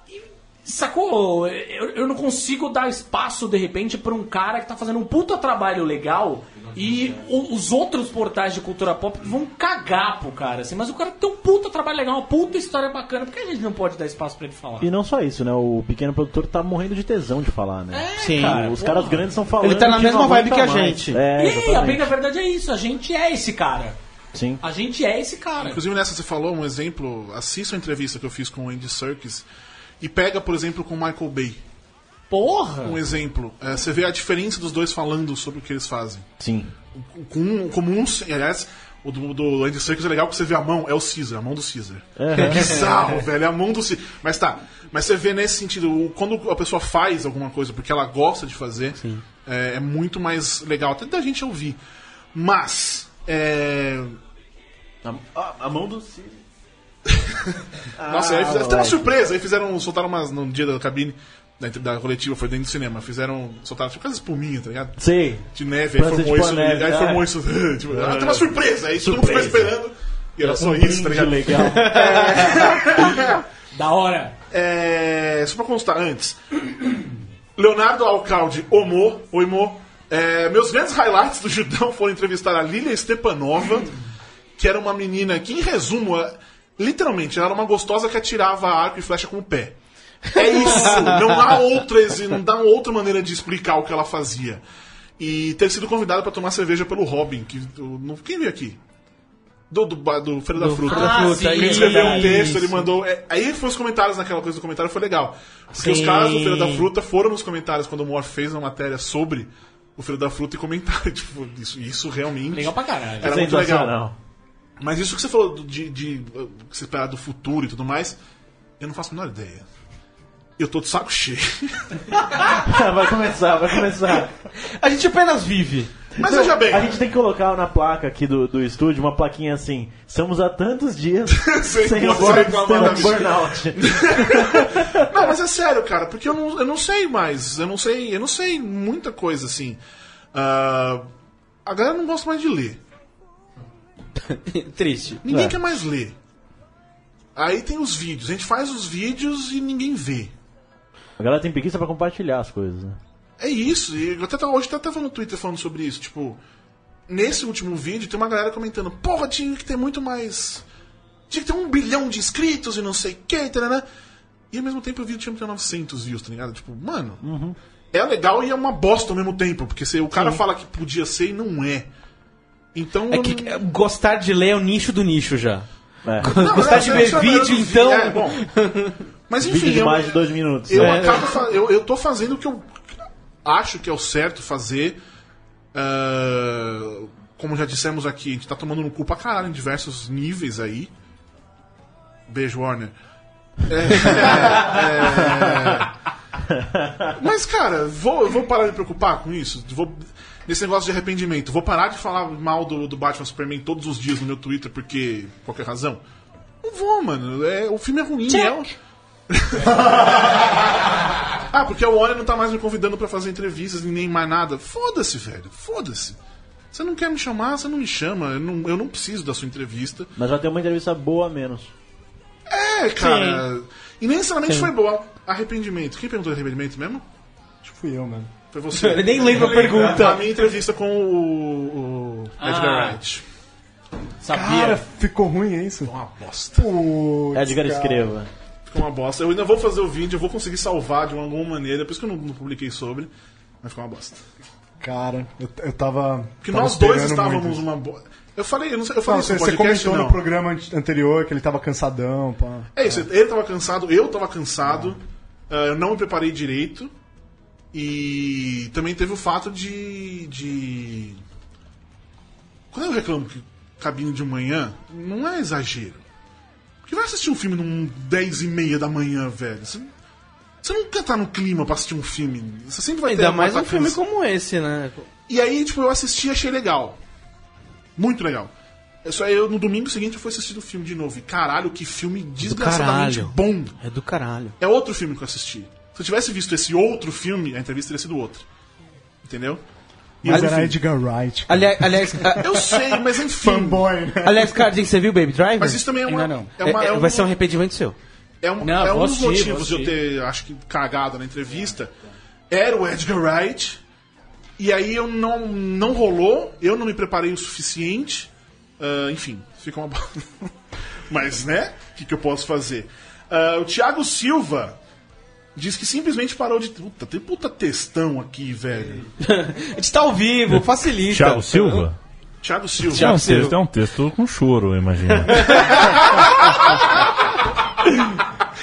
Speaker 3: e, Sacou? Eu, eu não consigo dar espaço, de repente, pra um cara que tá fazendo um puta trabalho legal e o- os outros portais de cultura pop vão cagar pro cara, assim. Mas o cara tem um puta trabalho legal, uma puta história bacana. Por que a gente não pode dar espaço pra ele falar?
Speaker 4: E não só isso, né? O pequeno produtor tá morrendo de tesão de falar, né?
Speaker 2: Sim.
Speaker 4: Cara, os caras
Speaker 3: porra.
Speaker 4: grandes estão falando.
Speaker 2: É, Ele tá na
Speaker 4: que
Speaker 2: mesma
Speaker 4: não
Speaker 2: vibe que a
Speaker 4: aguenta mais.
Speaker 2: gente.
Speaker 4: É,
Speaker 3: e aí, a bem
Speaker 4: exatamente.
Speaker 3: da verdade é isso, a gente é esse cara.
Speaker 4: Sim.
Speaker 3: A gente é esse cara.
Speaker 1: Inclusive nessa você falou um exemplo, assista a entrevista que eu fiz com o Andy Serkis e pega, por exemplo, com o Michael Bay. Um
Speaker 3: Porra!
Speaker 1: exemplo. É, você vê a diferença dos dois falando sobre o que eles fazem.
Speaker 4: Sim.
Speaker 1: Com, um- como um. Aliás, o do, do Andy Serkis é legal porque você vê a mão, é o Caesar, a mão do Caesar. É bizarro, velho, é a mão do Caesar. Mas tá, mas você vê nesse sentido, o- quando a pessoa faz alguma coisa porque ela gosta de fazer, é, é muito mais legal, até da gente ouvir. Mas. É...
Speaker 5: A, mão do Cid.
Speaker 1: Nossa, aí fizeram, até uma
Speaker 4: moleque.
Speaker 1: surpresa, aí fizeram, soltaram umas, no dia da cabine, da, da coletiva, foi dentro do cinema, fizeram, soltaram tipo aquelas espuminhas, tá ligado?
Speaker 4: Sim.
Speaker 1: de neve, aí
Speaker 4: Pança
Speaker 1: formou
Speaker 4: de
Speaker 1: isso,
Speaker 4: panela,
Speaker 1: aí
Speaker 4: tá?
Speaker 1: formou isso, tipo, ah, tem uma surpresa, aí todo mundo ficou
Speaker 4: É. Surpresa. Um
Speaker 1: esperando, e era só isso, tá
Speaker 4: Brinde
Speaker 1: ligado?
Speaker 4: legal.
Speaker 3: Da hora!
Speaker 1: É, só pra constar antes, Leonardo Alcalde, Omo, Oimo, é, meus grandes highlights do Judão foram entrevistar a Lilia Stepanova, que era uma menina que, em resumo, é- literalmente, ela era uma gostosa que atirava arco e flecha com o pé. É isso, não há outra, exi- não dá outra maneira de explicar o que ela fazia. E ter sido convidada pra tomar cerveja pelo Robin, que eu não- quem veio aqui? Do, do, ba- do Feira da
Speaker 2: Do
Speaker 1: Fruta.
Speaker 2: Feira da
Speaker 3: Ah,
Speaker 2: Fruta,
Speaker 3: sim.
Speaker 1: Ele
Speaker 2: isso,
Speaker 1: escreveu um texto, ele
Speaker 2: isso.
Speaker 1: mandou. é, aí foi os comentários naquela coisa do comentário, foi legal. Porque os
Speaker 2: Sim.
Speaker 1: caras do Feira da Fruta foram nos comentários quando o Moore fez uma matéria sobre o Feira da Fruta e comentaram. Tipo, isso, isso realmente
Speaker 3: Legal pra caralho.
Speaker 1: era muito legal.
Speaker 4: Sensacional.
Speaker 1: Mas isso que você falou do- de, de, uh, que você esperar do futuro e tudo mais, eu não faço a menor ideia. Eu tô de saco cheio.
Speaker 4: vai começar, vai começar.
Speaker 2: A gente apenas vive.
Speaker 1: Mas veja bem,
Speaker 4: A gente tem que colocar na placa aqui do, do estúdio uma plaquinha assim: estamos há tantos dias
Speaker 1: Sem
Speaker 4: sem o
Speaker 1: você
Speaker 4: Bob
Speaker 1: reclamar
Speaker 4: ter um
Speaker 1: da
Speaker 4: burnout.
Speaker 1: Não, mas é sério, cara, porque eu não, eu não sei mais. Eu não sei, eu não sei muita coisa assim. Ah, a galera não gosta mais de ler.
Speaker 2: Triste. É.
Speaker 1: Ninguém quer mais ler. Aí tem os vídeos. A gente faz os vídeos e ninguém vê.
Speaker 4: A galera tem preguiça pra compartilhar as coisas, né?
Speaker 1: É isso, e eu até tava- hoje eu até tava no Twitter falando sobre isso, tipo, nesse último vídeo tem uma galera comentando, porra, tinha que ter muito mais. Tinha que ter um bilhão de inscritos e não sei o que, tarará. E ao mesmo tempo o vídeo tinha que ter 900 views, tá ligado? Tipo, mano,
Speaker 2: Uhum.
Speaker 1: é legal e é uma bosta ao mesmo tempo, porque se o cara fala que podia ser e não é. Então.
Speaker 2: É
Speaker 1: eu
Speaker 2: que
Speaker 1: não-
Speaker 2: é, gostar de ler é o nicho do nicho já.
Speaker 1: Não,
Speaker 2: Gostar
Speaker 1: não,
Speaker 2: de
Speaker 1: não,
Speaker 2: ver
Speaker 1: isso é
Speaker 2: vídeo,
Speaker 1: maravilhoso.
Speaker 2: então.
Speaker 1: É, bom. Mas enfim, é um
Speaker 4: Vídeo de
Speaker 1: eu-
Speaker 4: mais de dois minutos.
Speaker 1: eu
Speaker 4: né?
Speaker 1: acabo fa- eu, eu tô fazendo o que eu acho que é o certo fazer. Ah, como já dissemos aqui, a gente tá tomando no cu pra caralho em diversos níveis aí. Beijo, Warner. É, é, é. Mas, cara, vou, eu vou parar de me preocupar com isso. Vou, nesse negócio de arrependimento. Vou parar de falar mal do, do Batman Superman todos os dias no meu Twitter, porque. qualquer razão. Não vou, mano. É, o filme é ruim. É o- ah, porque o Warner não tá mais me convidando pra fazer entrevistas e nem mais nada. Foda-se, velho. Foda-se. Você não quer me chamar, você não me chama. Eu não, eu não preciso da sua entrevista.
Speaker 4: Mas já tem uma entrevista boa a menos.
Speaker 1: É, cara. E nem necessariamente foi boa. Arrependimento. Quem perguntou de arrependimento mesmo?
Speaker 6: Acho que fui eu, mano.
Speaker 1: Foi você.
Speaker 2: Ele nem lembra a pergunta.
Speaker 1: A minha entrevista com o, o Edgar
Speaker 3: Ah.
Speaker 1: Wright.
Speaker 3: Sabia?
Speaker 6: Cara, ficou ruim, é isso?
Speaker 1: Foi uma bosta.
Speaker 6: Putz,
Speaker 4: Edgar
Speaker 6: cara.
Speaker 4: Escreva.
Speaker 1: Ficou uma bosta. Eu ainda vou fazer o vídeo, eu vou conseguir salvar de alguma maneira. Por isso que eu não, não publiquei sobre. Mas ficou uma bosta.
Speaker 6: Cara, eu, eu tava.
Speaker 1: Porque
Speaker 6: tava
Speaker 1: nós dois
Speaker 6: esperando
Speaker 1: estávamos
Speaker 6: muito isso.
Speaker 1: uma boa. Eu falei, eu não sei, eu falei
Speaker 6: Não,
Speaker 1: isso
Speaker 6: você,
Speaker 1: no
Speaker 6: você
Speaker 1: podcast,
Speaker 6: comentou
Speaker 1: não.
Speaker 6: no programa ante- anterior que ele tava cansadão, pá.
Speaker 1: É isso, ele tava cansado, eu tava cansado, ah, eu não me preparei direito. E também teve o fato de. de... Quando eu reclamo que cabine de manhã, não é exagero. Porque vai assistir um filme num 10 e meia da manhã, velho. Você, você nunca tá no clima pra assistir um filme. Você sempre vai ter
Speaker 2: Ainda
Speaker 1: alguma
Speaker 2: mais um filme
Speaker 1: tacança.
Speaker 2: como esse, né?
Speaker 1: E aí, tipo, eu assisti e achei legal. Muito legal. É só eu, no domingo seguinte, eu fui assistir o filme de novo. E caralho, que filme desgraçadamente
Speaker 2: caralho.
Speaker 1: bom.
Speaker 2: É do caralho.
Speaker 1: É outro filme que eu assisti. Se eu tivesse visto esse outro filme, a entrevista teria sido outra. Entendeu? E
Speaker 6: Mas
Speaker 1: eu,
Speaker 6: era
Speaker 1: enfim,
Speaker 6: Edgar Wright. cara.
Speaker 2: Aliás, aliás, a-
Speaker 1: eu sei, mas enfim.
Speaker 6: Fanboy, né?
Speaker 2: aliás Cardin, você viu Baby Driver?
Speaker 1: Mas isso também é uma.
Speaker 3: Ainda não.
Speaker 1: É, uma,
Speaker 2: É-
Speaker 1: é
Speaker 2: é-
Speaker 1: um,
Speaker 2: Vai ser um arrependimento seu.
Speaker 1: é um-
Speaker 3: Não,
Speaker 1: é um
Speaker 3: vou
Speaker 1: dos
Speaker 3: assistir,
Speaker 1: motivos de
Speaker 3: vou
Speaker 1: eu ter, acho que, cagado na entrevista. Era o Edgar Wright. E aí eu não, não rolou, eu não me preparei o suficiente. Ah, enfim, fica uma. bo- Mas, né? O que, que eu posso fazer? Ah, o Thiago Silva diz que simplesmente parou de. Puta, tem puta textão aqui, velho.
Speaker 2: A gente tá ao vivo, facilita.
Speaker 5: Thiago Silva?
Speaker 1: Thiago Silva.
Speaker 5: É um,
Speaker 2: Silva.
Speaker 5: texto, é um texto com choro, eu imagino.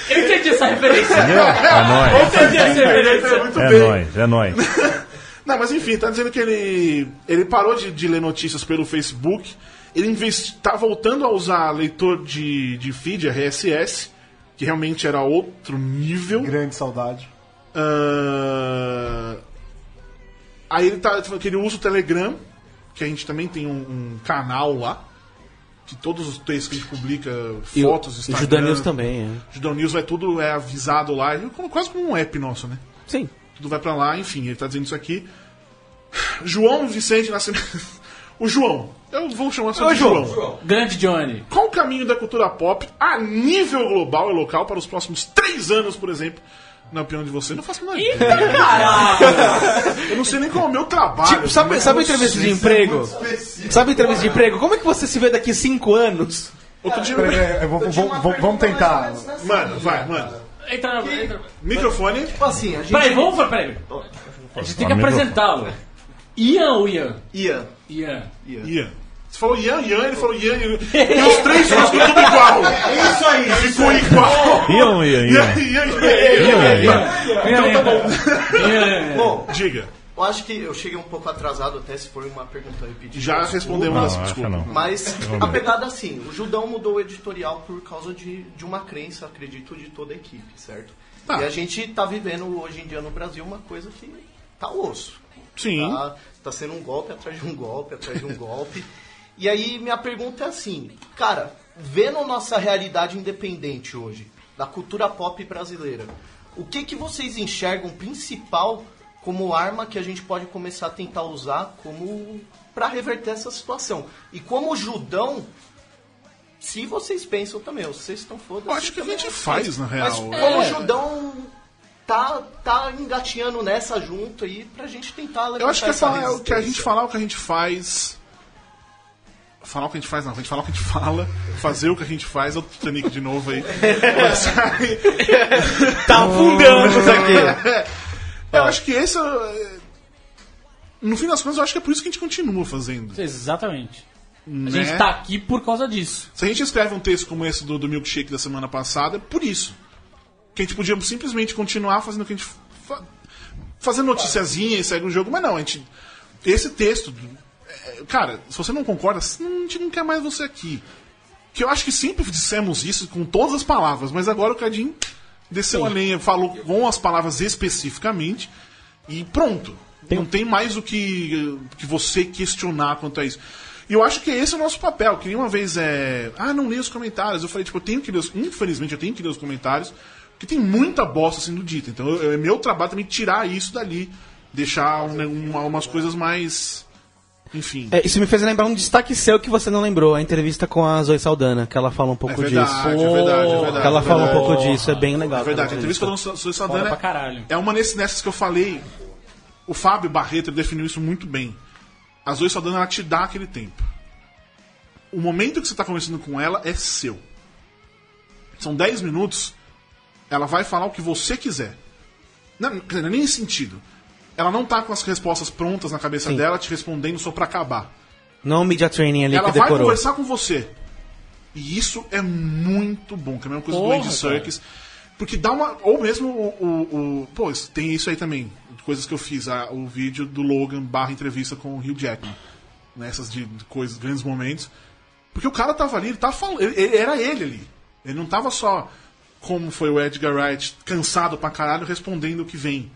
Speaker 3: Eu entendi essa referência.
Speaker 5: É
Speaker 3: Eu
Speaker 5: nóis.
Speaker 3: entendi essa
Speaker 1: É
Speaker 3: referência.
Speaker 1: muito
Speaker 5: É
Speaker 1: bem.
Speaker 5: nóis, é nóis.
Speaker 1: Não, mas enfim, tá dizendo que ele, ele parou de, de ler notícias pelo Facebook. Ele investi- tá voltando a usar leitor de, de feed, RSS, que realmente era outro nível.
Speaker 6: Grande saudade.
Speaker 1: Ah, Aí ele tá falando que ele usa o Telegram, que a gente também tem um, um canal lá, que todos os textos que a gente publica,
Speaker 2: E o-
Speaker 1: fotos,
Speaker 2: E o
Speaker 1: Instagram...
Speaker 2: Judan News também, é.
Speaker 1: Judão News vai tudo é avisado lá, é como- quase como um app nosso, né?
Speaker 2: Sim.
Speaker 1: tudo vai pra lá, enfim, ele tá dizendo isso aqui. João Vicente Nascimento. O João. Eu vou chamar só
Speaker 2: Ô,
Speaker 1: de João.
Speaker 3: Grande Johnny.
Speaker 1: Qual o caminho da cultura pop a nível global e local para os próximos três anos, por exemplo? Na opinião de você, não faço nada. Eu não sei nem qual é o meu trabalho.
Speaker 2: Tipo,
Speaker 1: Como é
Speaker 2: sabe,
Speaker 1: que
Speaker 2: sabe
Speaker 1: eu
Speaker 2: entrevista de
Speaker 1: sei?
Speaker 2: emprego? Sabe entrevista de emprego? Como é que você se vê daqui cinco anos?
Speaker 1: Outro dia.
Speaker 6: Peraí, peraí, É, eu vou- vou- vou- vamos tentar.
Speaker 1: Mano, vai, mano.
Speaker 3: Entra, na- entra.
Speaker 1: Microfone.
Speaker 10: Tipo assim, a gente.
Speaker 3: Peraí, vamos pra peraí. A gente tem que apresentá-lo. Ian ou Ian?
Speaker 10: Ian.
Speaker 3: Ian.
Speaker 1: Ian. Você falou Ian, Ian, ele falou Ian, Ian. E os três são tudo igual.
Speaker 10: Isso aí, isso
Speaker 1: Ficou igual.
Speaker 5: Ian, Ian, Ian.
Speaker 1: Ian, Ian, Ian, É, Ian.
Speaker 3: Então tá bom. Ian.
Speaker 10: Bom,
Speaker 1: Diga.
Speaker 10: eu acho que eu cheguei um pouco atrasado até se for uma pergunta repetida.
Speaker 1: Já respondemos
Speaker 5: Não,
Speaker 1: essa,
Speaker 5: acho
Speaker 1: desculpa.
Speaker 5: não.
Speaker 10: Mas a pegada é assim, o Judão mudou o editorial por causa de, de uma crença, acredito, de toda a equipe, certo?
Speaker 1: Tá.
Speaker 10: E a gente tá vivendo hoje em dia no Brasil uma coisa que tá osso.
Speaker 1: Sim.
Speaker 2: Ah,
Speaker 10: Tá, tá sendo um golpe atrás de um golpe, atrás de um golpe. E aí minha pergunta é assim, cara, vendo nossa realidade independente hoje, da cultura pop brasileira, o que que vocês enxergam principal como arma que a gente pode começar a tentar usar como para reverter essa situação? E como o Judão Se vocês pensam também, ou se vocês estão foda
Speaker 1: Eu acho que a gente faz, na real.
Speaker 10: é.
Speaker 1: é.
Speaker 10: Mas como o Judão tá, tá engatinhando nessa junto aí, pra gente tentar levantar
Speaker 1: Eu acho que é
Speaker 2: tá,
Speaker 10: essa
Speaker 1: falar o que a gente
Speaker 10: resistência.
Speaker 1: falar o que a gente faz. Falar o que a gente faz, não. A gente falar o que a gente fala, fazer o que a gente faz. Olha o Titanic de novo aí. Mas aí-
Speaker 2: Tá afundando isso aqui.
Speaker 1: eu acho que esse. é- No fim das contas, eu acho que é por isso que a gente continua fazendo.
Speaker 3: Exatamente. A
Speaker 1: né?
Speaker 3: gente tá aqui por causa disso.
Speaker 1: Se a gente escreve um texto como esse do, do milkshake da semana passada, é por isso. Que a gente podia simplesmente continuar fazendo o que a gente. Fa fazendo noticiazinha e segue o jogo, mas não, a gente. Esse texto. é, Cara, se você não concorda, a gente não quer mais você aqui. Que eu acho que sempre dissemos isso com todas as palavras, mas agora o Cadinho desceu a lenha, falou com as palavras especificamente e pronto. Não tem mais o que, que você questionar quanto a isso. E eu acho que esse é o nosso papel. Que nenhuma vez é. Ah, não leio os comentários. Eu falei, tipo, eu tenho que ler os. Infelizmente, eu tenho que ler os comentários. Porque tem muita bosta sendo dita. Então eu- é meu trabalho também tirar isso dali. Deixar um- um- umas coisas mais. Enfim.
Speaker 2: É, isso me fez lembrar um destaque seu que você não lembrou, a entrevista com a Zoe Saldana, que ela fala um pouco
Speaker 1: É verdade,
Speaker 2: disso.
Speaker 1: é verdade, é verdade.
Speaker 2: que ela
Speaker 1: é
Speaker 2: fala um
Speaker 1: verdade.
Speaker 2: pouco disso, é bem legal.
Speaker 1: É verdade, a
Speaker 2: aquela
Speaker 1: entrevista com a Sônia
Speaker 3: Foda né, pra
Speaker 1: Saldana
Speaker 3: caralho.
Speaker 1: é uma nesse- nessas que eu falei. O Fábio Barreto definiu isso muito bem. A Zoe Saldana ela te dá aquele tempo. O momento que você está conversando com ela é seu. São 10 minutos. Ela vai falar o que você quiser. Não, quer dizer, nem em sentido. Ela não tá com as respostas prontas na cabeça
Speaker 2: Sim.
Speaker 1: dela, te respondendo só pra acabar.
Speaker 2: Não o media training ali
Speaker 1: Ela
Speaker 2: que
Speaker 1: vai
Speaker 2: decorou.
Speaker 1: conversar com você. E isso é muito bom, que é a mesma coisa
Speaker 3: Porra,
Speaker 1: do Andy
Speaker 3: cara.
Speaker 1: Serkis. Porque dá uma. Ou mesmo o, o- o- Pô, isso- tem isso aí também. Coisas que eu fiz. ah, o vídeo do Logan barra entrevista com o Hugh Jackman. Nessas de, de coisas, grandes momentos. Porque o cara tava ali, ele tava falando. ele- ele- era ele ali. Ele não tava só, como foi o Edgar Wright, cansado pra caralho, respondendo o que vem.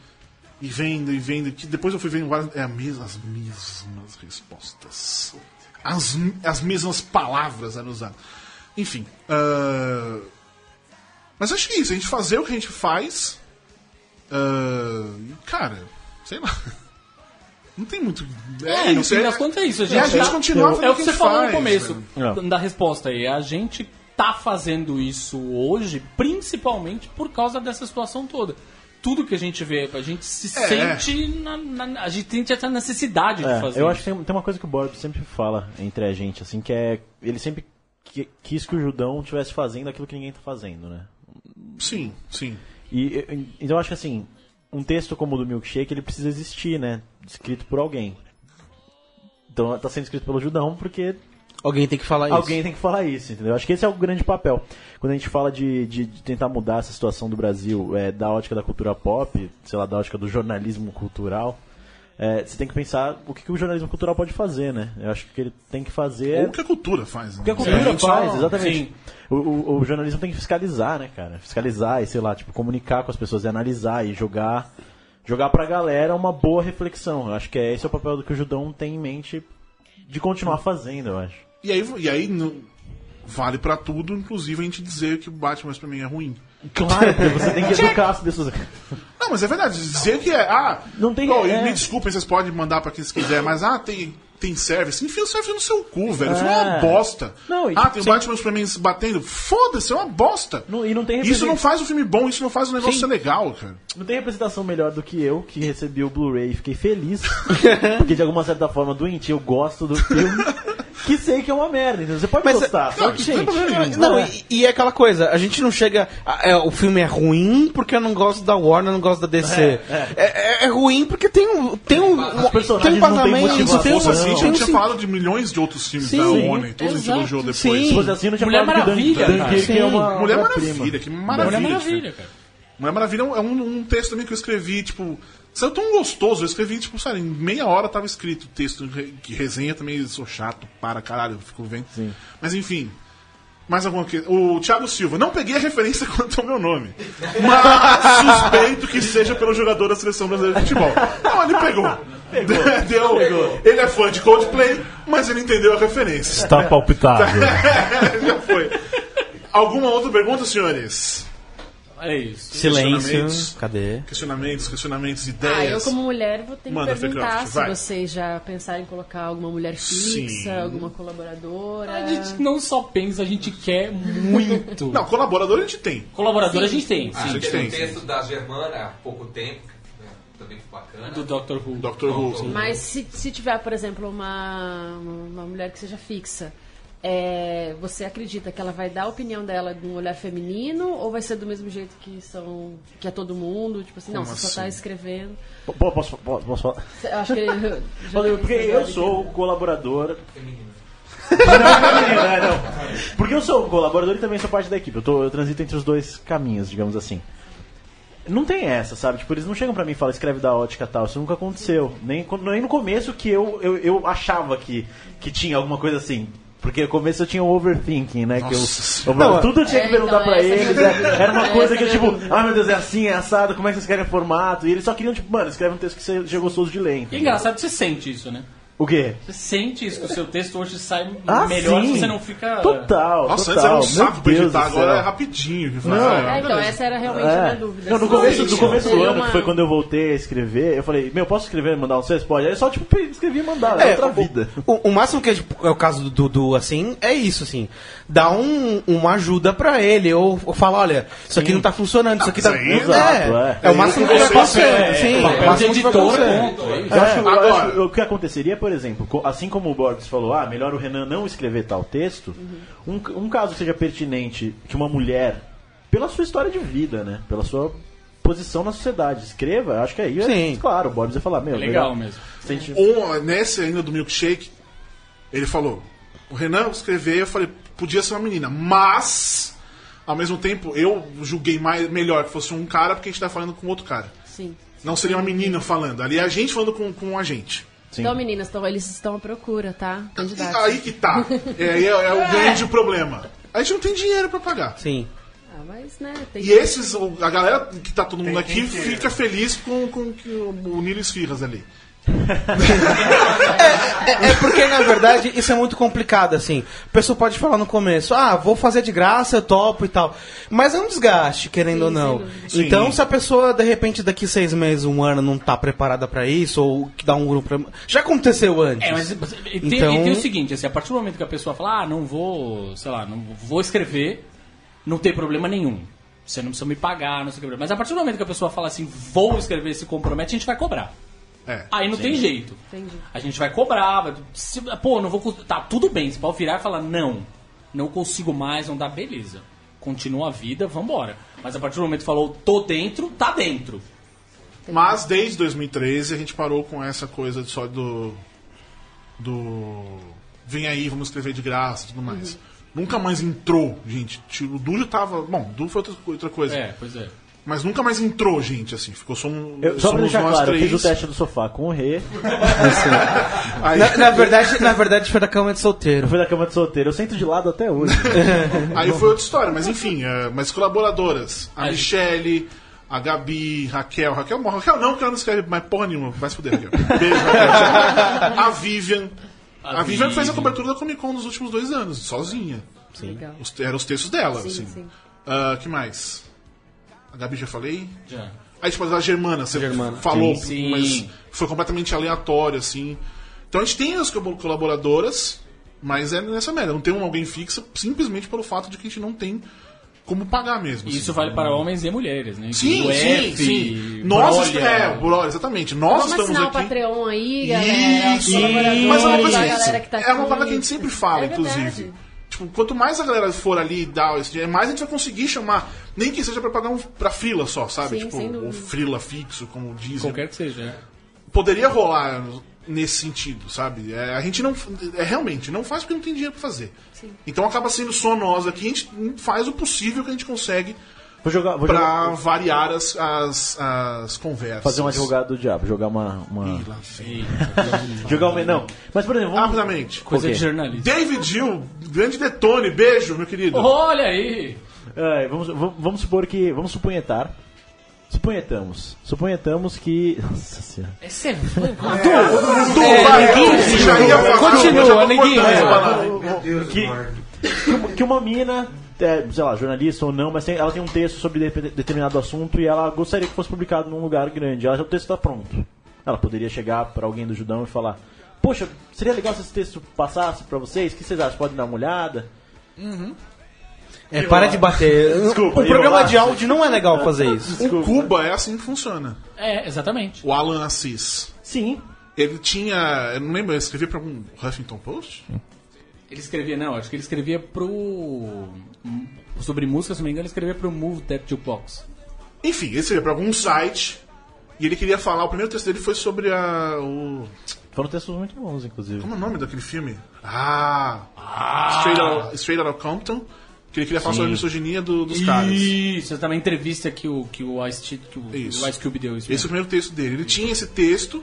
Speaker 1: E vendo, e vendo. Que depois eu fui vendo várias. É a mes- as mesmas respostas. As, as mesmas palavras eram usadas. Enfim. ah, Mas acho que é isso, a gente fazer o que a gente faz. ah, e, Cara, sei lá. Não tem muito.
Speaker 3: É, no fim
Speaker 1: é-
Speaker 3: das contas é isso. A gente,
Speaker 1: é a gente
Speaker 3: tá-
Speaker 1: continuar fazendo
Speaker 3: É
Speaker 1: o
Speaker 3: o
Speaker 1: que
Speaker 3: que
Speaker 1: a
Speaker 3: você
Speaker 1: gente
Speaker 3: falou no
Speaker 1: faz, né?
Speaker 3: começo
Speaker 4: velho.
Speaker 3: da resposta aí. A gente tá fazendo isso hoje principalmente por causa dessa situação toda. Tudo que a gente vê, a gente se
Speaker 1: É.
Speaker 3: sente. na- na- a gente sente essa necessidade de
Speaker 4: É,
Speaker 3: fazer.
Speaker 4: eu
Speaker 3: isso.
Speaker 4: acho que tem, tem uma coisa que o Bob sempre fala entre a gente, assim, que é. Ele sempre qui- quis que o Judão estivesse fazendo aquilo que ninguém tá fazendo, né?
Speaker 1: Sim, sim.
Speaker 4: E e- então eu acho que assim, um texto como o do Milkshake, ele precisa existir, né? Escrito por alguém. Então tá sendo escrito pelo Judão porque
Speaker 2: Alguém tem que falar
Speaker 4: alguém tem que falar isso, entendeu? Acho que esse é o grande papel. Quando a gente fala de, de- de tentar mudar essa situação do Brasil é, da ótica da cultura pop, sei lá, da ótica do jornalismo cultural, é, você tem que pensar o que, que o jornalismo cultural pode fazer, né? Eu acho que o que ele tem que
Speaker 3: É.
Speaker 4: fazer
Speaker 1: Ou o que a cultura faz. Né?
Speaker 4: o que a cultura
Speaker 1: gente
Speaker 4: faz,
Speaker 1: só-
Speaker 4: exatamente. O, o- o jornalismo tem que fiscalizar, né, cara? Fiscalizar e, sei lá, tipo, comunicar com as pessoas e analisar e jogar jogar pra galera uma boa reflexão. Eu acho que é esse é o papel do que o Judão tem em mente de continuar fazendo, eu acho.
Speaker 1: E aí, e aí não- vale pra tudo, inclusive a gente dizer que o Batman pra mim é ruim.
Speaker 4: Claro, porque você tem que educar as pessoas.
Speaker 1: Não, mas é verdade, dizer que é. Ah,
Speaker 4: Não tem-
Speaker 1: oh, e
Speaker 4: é.
Speaker 1: Me desculpem, vocês podem mandar pra quem vocês quiserem, mas ah, tem. Tem service? Enfia o service no seu cu, velho. Isso é uma
Speaker 4: É.
Speaker 1: bosta.
Speaker 4: Não, e
Speaker 1: ah,
Speaker 4: tipo,
Speaker 1: tem o
Speaker 4: sem-
Speaker 1: Batman e o Superman se batendo? Foda-se, é uma bosta.
Speaker 4: Não- e não tem
Speaker 1: Isso
Speaker 4: represent-
Speaker 1: não faz o filme bom, isso não faz o negócio ser legal, cara.
Speaker 4: Não tem representação melhor do que eu, que recebi o Blu-ray e fiquei feliz. porque de alguma certa forma doente, eu gosto do filme. que sei que é uma merda, entendeu? Você pode
Speaker 2: Mas,
Speaker 4: gostar. só que, gente.
Speaker 2: Não,
Speaker 4: é.
Speaker 2: e, e é aquela coisa, a gente não chega. a- é, o filme é ruim porque eu não gosto da Warner, eu não gosto da DC. É, é- é ruim porque tem um. Tem um, um tem um
Speaker 4: personagens não têm
Speaker 2: vazamento,
Speaker 4: motivação.
Speaker 2: tem um.
Speaker 1: Fosse assim, a
Speaker 2: tem
Speaker 1: gente
Speaker 2: um
Speaker 1: tinha
Speaker 2: sim-
Speaker 1: falado de milhões de outros filmes da
Speaker 2: Sim,
Speaker 1: Warner, todos a gente
Speaker 3: exato,
Speaker 1: elogiou depois.
Speaker 2: sim.
Speaker 4: Se fosse assim, eu não tinha
Speaker 3: Mulher
Speaker 4: falado que Dan-
Speaker 3: Maravilha, cara.
Speaker 4: Dunkirk é uma
Speaker 1: Mulher
Speaker 4: obra-prima.
Speaker 1: Maravilha, que
Speaker 3: Mulher
Speaker 4: é um
Speaker 1: maravilha.
Speaker 3: Maravilha, cara.
Speaker 1: Mulher Maravilha é um, um texto também que eu escrevi, tipo. Saiu tão gostoso, eu escrevi, tipo, sabe, em meia hora tava escrito o texto re- que resenha também, sou chato, para caralho, eu fico vendo. Mas enfim. Mais alguma coisa. O Thiago Silva, não peguei a referência quanto ao meu nome. Mas suspeito que seja pelo jogador da seleção brasileira de futebol. Não, ele pegou. Deu, Ele é fã de Coldplay, mas ele entendeu a referência.
Speaker 5: Está palpitável.
Speaker 1: Já foi. Alguma outra pergunta, senhores?
Speaker 3: É isso.
Speaker 2: Silêncio.
Speaker 1: Questionamentos.
Speaker 2: Cadê?
Speaker 1: Questionamentos, questionamentos, ideias.
Speaker 7: Ah, eu como mulher vou ter que
Speaker 1: Manda, Fê
Speaker 7: perguntar
Speaker 1: Croft,
Speaker 7: se
Speaker 1: vai.
Speaker 7: vocês já pensaram em colocar alguma mulher fixa,
Speaker 1: Sim.
Speaker 7: alguma colaboradora.
Speaker 3: A gente não só pensa, a gente quer muito.
Speaker 1: Não, colaborador a gente tem.
Speaker 3: Colaborador a gente tem,
Speaker 9: Ah,
Speaker 3: sim.
Speaker 1: gente
Speaker 9: teve um
Speaker 1: tem,
Speaker 9: texto da Germana há pouco tempo, né, também bacana.
Speaker 3: Do Dr. Who.
Speaker 1: Dr. Who.
Speaker 7: Mas se, se tiver, por exemplo, uma, uma mulher que seja fixa, é, você acredita que ela vai dar a opinião dela de um olhar feminino ou vai ser do mesmo jeito que são que é todo mundo? Tipo assim, não,
Speaker 1: Como
Speaker 7: você só tá
Speaker 1: assim?
Speaker 7: escrevendo.
Speaker 4: Pô, posso, posso, posso falar?
Speaker 7: Cê- Acho que ele-
Speaker 4: Olha, Porque eu sou o colaborador. Não, feminino, é, não. Porque eu sou o colaborador e também sou parte da equipe. Eu, tô, eu transito entre os dois caminhos, digamos assim. Não tem essa, sabe? Tipo, eles não chegam pra mim e falam, escreve da ótica tal. Isso nunca aconteceu. Nem, quando- nem no começo que eu, eu, eu achava que, que tinha alguma coisa assim. Porque no começo eu tinha o overthinking, né? Que eu- eu, tudo eu tinha que
Speaker 7: É,
Speaker 4: perguntar
Speaker 7: então,
Speaker 4: pra
Speaker 7: essa é a
Speaker 4: eles.
Speaker 7: minha
Speaker 4: né? Era uma
Speaker 7: dúvida.
Speaker 4: coisa
Speaker 7: Essa
Speaker 4: que eu,
Speaker 7: é a minha
Speaker 4: tipo,
Speaker 7: dúvida.
Speaker 4: ah, meu Deus, é assim, é assado, como é que vocês querem formato? E eles só queriam, tipo, mano, escreve um texto que seja gostoso de ler.
Speaker 3: E
Speaker 4: entendeu?
Speaker 3: engraçado, você sente isso, né?
Speaker 4: O quê?
Speaker 3: Você sente isso, que o seu texto hoje sai
Speaker 4: Ah,
Speaker 3: melhor
Speaker 4: sim.
Speaker 3: se você não fica...
Speaker 4: Total,
Speaker 1: Nossa, antes era
Speaker 4: total.
Speaker 1: um
Speaker 4: Meu
Speaker 1: saco pra
Speaker 4: Deus
Speaker 1: editar,
Speaker 4: do céu.
Speaker 1: agora é rapidinho. que faz.
Speaker 4: Não.
Speaker 7: É,
Speaker 1: É,
Speaker 7: então, essa era realmente a minha
Speaker 4: Ah, É.
Speaker 7: dúvida. assim.
Speaker 4: Não, no
Speaker 7: Sim.
Speaker 4: começo, no começo do
Speaker 7: Seria
Speaker 4: ano,
Speaker 7: uma-
Speaker 4: que foi quando eu voltei a escrever, eu falei, meu, posso escrever e mandar um texto? Pode. Aí eu só, tipo, escrevi e mandava. É, outra
Speaker 2: o-
Speaker 4: vida.
Speaker 2: O, o máximo que é, tipo, é o caso do Dudu, assim, é isso, assim. Dá um- uma ajuda pra ele, ou, ou fala, olha, isso aqui não tá funcionando, isso aqui tá...
Speaker 1: mas aí-
Speaker 4: Exato,
Speaker 2: é,
Speaker 4: é.
Speaker 2: é o máximo
Speaker 1: Eu
Speaker 2: que vai
Speaker 1: consigo, é,
Speaker 2: acontecendo, sim.
Speaker 3: papel
Speaker 2: o máximo
Speaker 3: de
Speaker 2: que vai
Speaker 3: editor,
Speaker 2: acontecendo.
Speaker 3: ponto, é isso.
Speaker 4: Eu acho, eu
Speaker 1: agora-
Speaker 4: acho que o que aconteceria, por exemplo, co- assim como o Borges falou, ah, melhor o Renan não escrever tal texto, um c- um, caso que seja pertinente que uma mulher, pela sua história de vida, né, pela sua posição na sociedade, escreva, eu acho que aí, é-
Speaker 2: Sim.
Speaker 4: claro, o Borges ia falar, meu,
Speaker 3: Legal né?"
Speaker 4: melhor-
Speaker 3: mesmo.
Speaker 4: se a gente-
Speaker 1: Ou, Um, nesse ainda do milkshake, ele falou: o Renan escreveu, eu falei, podia ser uma menina, mas. Ao mesmo tempo, eu julguei mais, melhor que fosse um cara, porque a gente tá falando com outro cara.
Speaker 7: Sim.
Speaker 1: Não seria uma menina falando. Ali é a gente falando com, com a gente.
Speaker 4: Sim.
Speaker 7: Então, meninas, então, eles estão à procura, tá? Candidatos.
Speaker 1: Aí que tá. É, aí é, é o grande problema. A gente não tem dinheiro pra pagar.
Speaker 2: Sim.
Speaker 7: Ah, mas, né, tem
Speaker 1: E
Speaker 7: que-
Speaker 1: esses, o- a galera que tá todo mundo
Speaker 8: Tem quem
Speaker 1: aqui
Speaker 8: queira.
Speaker 1: fica feliz com, com que o, o Nilo Esfirras ali.
Speaker 2: É, é porque, na verdade, isso é muito complicado, assim. A pessoa pode falar no começo, ah, vou fazer de graça, eu topo e tal. Mas é um desgaste, querendo ou não.
Speaker 1: Sim.
Speaker 2: Então, se a pessoa, de repente, daqui seis meses, um ano, não tá preparada pra isso, ou que dá um grupo pra... Já aconteceu antes.
Speaker 3: É, mas e tem, e
Speaker 2: Então-
Speaker 3: tem o seguinte, assim, a partir do momento que a pessoa fala, ah, não vou, sei lá, não vou escrever, não tem problema nenhum. Você não precisa me pagar, não sei o que. Mas a partir do momento que a pessoa fala assim, vou escrever, se compromete, a gente vai cobrar.
Speaker 1: É.
Speaker 3: Aí não tem jeito.
Speaker 7: Entendi.
Speaker 3: A gente vai cobrar, vai- se- pô, não vou. cons- Tá, tudo bem, você pode virar e falar, não, não consigo mais, não dá, beleza. Continua a vida, vambora. Mas a partir do momento que falou, tô dentro, tá dentro.
Speaker 1: Mas desde 2013 a gente parou com essa coisa de só do. Do. Vem aí, vamos escrever de graça e tudo mais. Nunca mais entrou, gente. Tipo, O Du já tava. Bom, Du foi outra, outra coisa.
Speaker 3: É, pois é.
Speaker 1: Mas nunca mais entrou, gente, assim. Ficou só um.
Speaker 4: Eu, só pra
Speaker 1: somos
Speaker 4: deixar
Speaker 1: nós
Speaker 4: claro, eu
Speaker 1: três.
Speaker 4: fiz o teste do sofá com o Rê,
Speaker 1: Aí,
Speaker 2: Na, na verdade, na verdade, foi da cama de solteiro.
Speaker 4: eu fui da cama de solteiro, eu sento de lado até hoje.
Speaker 1: aí foi outra história, mas enfim, é, mas colaboradoras. A
Speaker 3: Aí.
Speaker 1: Michele, a Gabi, Raquel, Raquel morre. Raquel não, porque ela não escreve mais porra nenhuma. Vai se fuder, Raquel. Beijo, Raquel. A Vivian. A, Vivian fez a cobertura da Comic Con nos últimos dois anos, sozinha.
Speaker 7: Legal.
Speaker 1: Os, eram os textos dela,
Speaker 7: Sim,
Speaker 1: assim.
Speaker 7: sim.
Speaker 1: Ah, que mais? A Gabi já falei.
Speaker 3: Já.
Speaker 1: Aí, tipo, a Germana, você falou,
Speaker 3: Sim,
Speaker 1: mas
Speaker 3: sim.
Speaker 1: foi completamente aleatório, assim. Então a gente tem as co- colaboradoras, mas é nessa merda. Não tem um alguém fixa simplesmente pelo fato de que a gente não tem como pagar mesmo.
Speaker 3: Isso
Speaker 1: assim.
Speaker 3: vale para homens e mulheres, né?
Speaker 1: Sim,
Speaker 3: O
Speaker 1: sim,
Speaker 3: F,
Speaker 1: sim. Nós est-
Speaker 3: Brolia.
Speaker 1: é, Brolha, exatamente. Nós
Speaker 7: Vamos
Speaker 1: estamos
Speaker 7: assinar o
Speaker 1: aqui.
Speaker 7: Patreon aí, galera.
Speaker 1: Isso.
Speaker 7: os colaboradores,
Speaker 1: Mas é uma coisa
Speaker 7: a
Speaker 1: que-
Speaker 7: galera que tá
Speaker 1: é uma
Speaker 7: aqui.
Speaker 1: parada que a gente sempre fala,
Speaker 7: É verdade.
Speaker 1: inclusive. Tipo, quanto mais a galera for ali e dar esse dinheiro, mais a gente vai conseguir chamar, nem que seja pra pagar um pra frila só, sabe?
Speaker 7: Sim,
Speaker 1: tipo,
Speaker 7: sem dúvida.
Speaker 1: o frila fixo, como dizem.
Speaker 3: Qualquer que seja. é.
Speaker 1: Poderia rolar nesse sentido, sabe? É, a gente não. É, realmente, não faz porque não tem dinheiro pra fazer. Então acaba sendo só nós aqui, a gente faz o possível que a gente consegue
Speaker 4: Vou jogar, vou
Speaker 1: pra
Speaker 4: jogar,
Speaker 1: variar as, as, as conversas.
Speaker 4: fazer um advogado do diabo, jogar uma... uma...
Speaker 1: Lá vem.
Speaker 4: Jogar uma... Não, mas por exemplo, vamos...
Speaker 1: Rapidamente.
Speaker 3: Coisa
Speaker 4: Ok.
Speaker 3: de jornalista.
Speaker 1: David Gil, grande detone, beijo, meu querido.
Speaker 3: Olha aí!
Speaker 1: Ah,
Speaker 4: É, vamos, va- vamos supor que. Vamos supunhetar. Supunhetamos. Supunhetamos que. Nossa senhora.
Speaker 3: Esse é
Speaker 7: Ah,
Speaker 1: Tu, vai, tu, já ia falar,
Speaker 3: Continua, É.
Speaker 1: eu já vou
Speaker 3: ninguém-
Speaker 1: cortar essa
Speaker 3: é.
Speaker 1: palavra.
Speaker 4: Que, que uma mina é, sei lá, jornalista ou não, mas tem- ela tem um texto sobre de- determinado assunto e ela gostaria que fosse publicado num lugar grande. Ela já o texto está pronto. Ela poderia chegar para alguém do Judão e falar: Poxa, seria legal se esse texto passasse para vocês? O que vocês acham? Podem dar uma olhada?
Speaker 2: É, para de bater.
Speaker 4: Desculpa,
Speaker 2: o programa
Speaker 4: eu-
Speaker 2: de áudio não é legal fazer isso.
Speaker 1: O Cuba é assim que funciona.
Speaker 3: É, exatamente.
Speaker 1: O Alan Assis.
Speaker 4: Sim.
Speaker 1: Ele tinha. Eu não lembro, ele escrevia pra algum Huffington Post?
Speaker 3: Ele escrevia, não, acho que ele escrevia pro. Sobre música, se não me engano, ele escrevia pro Move That Jukebox.
Speaker 1: Enfim, ele escrevia pra algum site. E ele queria falar, o primeiro texto dele foi sobre a. O,
Speaker 4: Foram textos muito bons, inclusive.
Speaker 1: como é o nome daquele filme? Ah! Straight, out, Straight Outta Compton. Que ele queria falar sobre a misoginia do- dos caras.
Speaker 3: Isso, também entrevista que o, que o, Ice, T- que o,
Speaker 1: Isso.
Speaker 3: o Ice Cube deu. Isso
Speaker 1: Esse é o
Speaker 3: mesmo.
Speaker 1: primeiro texto dele. Ele tinha esse texto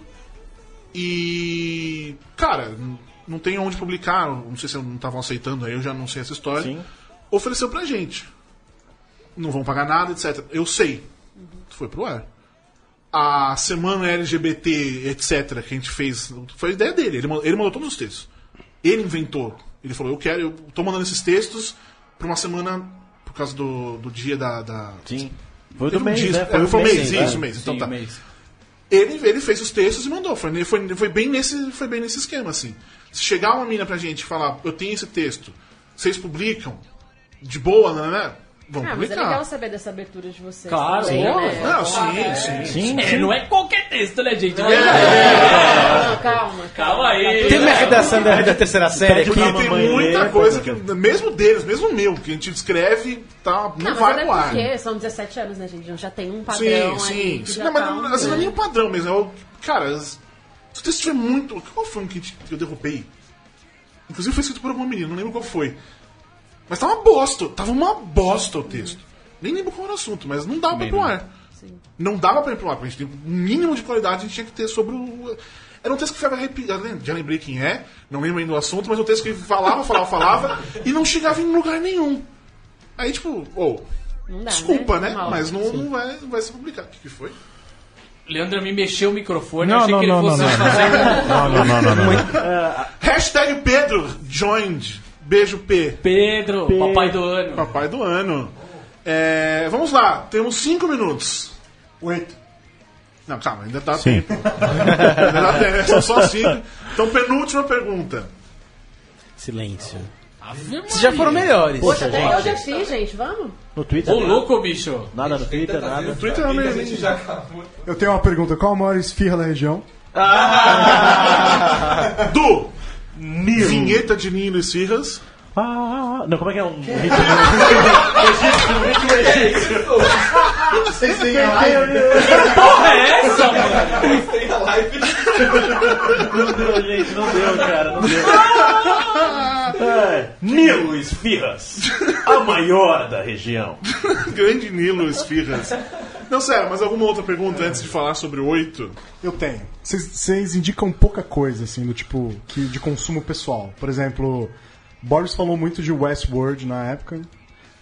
Speaker 1: e. Cara, n- não tem onde publicar. Não sei se não estavam aceitando aí, eu já não sei essa história.
Speaker 4: Sim.
Speaker 1: Ofereceu pra gente. Não vão pagar nada, etc. Eu sei. Foi pro ar. A semana LGBT, etc., que a gente fez. Foi a ideia dele. Ele mandou, ele mandou todos os textos. Ele inventou. Ele falou: Eu quero, eu tô mandando esses textos pra uma semana por causa do, do dia da. da-
Speaker 4: Sim. Foi
Speaker 1: Teve
Speaker 4: do
Speaker 1: um
Speaker 4: mês,
Speaker 1: dia-
Speaker 4: né?
Speaker 1: é, foi o mês,
Speaker 4: né?
Speaker 1: isso, mês. Então
Speaker 3: Sim,
Speaker 1: tá
Speaker 3: mas-
Speaker 1: ele, ele fez os textos e mandou. Foi, ne- foi, foi, bem nesse, foi bem nesse esquema, assim. Se chegar uma mina pra gente e falar, eu tenho esse texto, vocês publicam, de boa, né? né? Vamos
Speaker 7: Ah, mas é
Speaker 1: publicar.
Speaker 7: legal saber dessa abertura de vocês.
Speaker 3: Claro,
Speaker 7: também,
Speaker 3: boa.
Speaker 7: né?
Speaker 1: Não, sim, sim.
Speaker 4: Sim,
Speaker 3: É,
Speaker 4: sim.
Speaker 3: não é qualquer texto, né, gente?
Speaker 1: É.
Speaker 7: Calma, calma. Tá
Speaker 3: Calma aí.
Speaker 2: Tem minha redação da, da terceira série aqui.
Speaker 1: Porque
Speaker 4: Calma,
Speaker 1: tem
Speaker 4: mãe,
Speaker 1: muita
Speaker 2: né?
Speaker 4: lê,
Speaker 1: coisa que. Mesmo deles, mesmo meu, que a gente escreve, tá, não,
Speaker 7: Não, mas
Speaker 1: vai
Speaker 7: até
Speaker 1: pro ar.
Speaker 7: porque são 17 anos, né, gente? Já tem um
Speaker 1: Sim,
Speaker 7: padrão aí
Speaker 1: sim.
Speaker 7: que
Speaker 1: sim.
Speaker 7: já
Speaker 1: Não, mas
Speaker 7: tá
Speaker 1: não-
Speaker 7: um-
Speaker 1: assim, não é nem o padrão mesmo. É o, cara, as- se o texto tiver muito. Qual foi um que te- que eu derrubei? Inclusive foi escrito por alguma menina, não lembro qual foi. Mas tava uma bosta, tava uma bosta o texto. Nem lembro qual era o assunto, mas não dava pra ir pro ar. Não dava pra ir pro ar, porque a gente tem um mínimo de qualidade, a gente tinha que ter sobre o. Era um texto que ficava repetindo. Já lembrei quem é, não lembro ainda o assunto, mas é um texto que falava, falava, falava, e não chegava em lugar nenhum. Aí, tipo, ou.
Speaker 7: Não dá,
Speaker 1: Desculpa, né?
Speaker 7: Tá, Mal.
Speaker 1: Mas não, não vai, não vai ser publicado. O que, que foi?
Speaker 3: Leandro me mexeu o microfone, eu
Speaker 5: Não,
Speaker 3: achei
Speaker 5: não,
Speaker 3: que ele
Speaker 5: não, não, não.
Speaker 3: fosse fazer. um
Speaker 5: Não, não, não, não, não.
Speaker 1: Hashtag Pedro joined. Beijo, P.
Speaker 3: Pedro, papai do ano.
Speaker 1: Papai do ano. É, vamos lá, temos cinco minutos.
Speaker 6: Oito.
Speaker 1: Não, calma, ainda dá tempo. ainda dá tempo, são só cinco. Então, penúltima pergunta.
Speaker 2: Silêncio.
Speaker 3: Ave Maria.
Speaker 2: Vocês já foram melhores.
Speaker 7: Poxa, até eu já fiz, gente. Vamos?
Speaker 4: No Twitter.
Speaker 3: Ô, louco, bicho.
Speaker 4: Nada no Twitter, nada.
Speaker 1: Twitter é meio.
Speaker 6: Eu tenho uma pergunta. Qual a maior esfirra da região?
Speaker 1: Du! Vinheta de Nino e Cirras.
Speaker 4: Ah, ah, ah. não, como é que é um ritmo?
Speaker 6: Vocês têm a live?
Speaker 3: Porra, é essa, mano?
Speaker 4: Não deu, gente, não deu, cara, não deu. É, Nilo Esfirras, a maior da região.
Speaker 1: Grande Nilo Esfirras. Não, sério, mas alguma outra pergunta antes de falar sobre oito?
Speaker 6: Eu tenho. Vocês- Vocês indicam pouca coisa, assim, do tipo, que de consumo pessoal. Por exemplo, Boris falou muito de Westworld na época.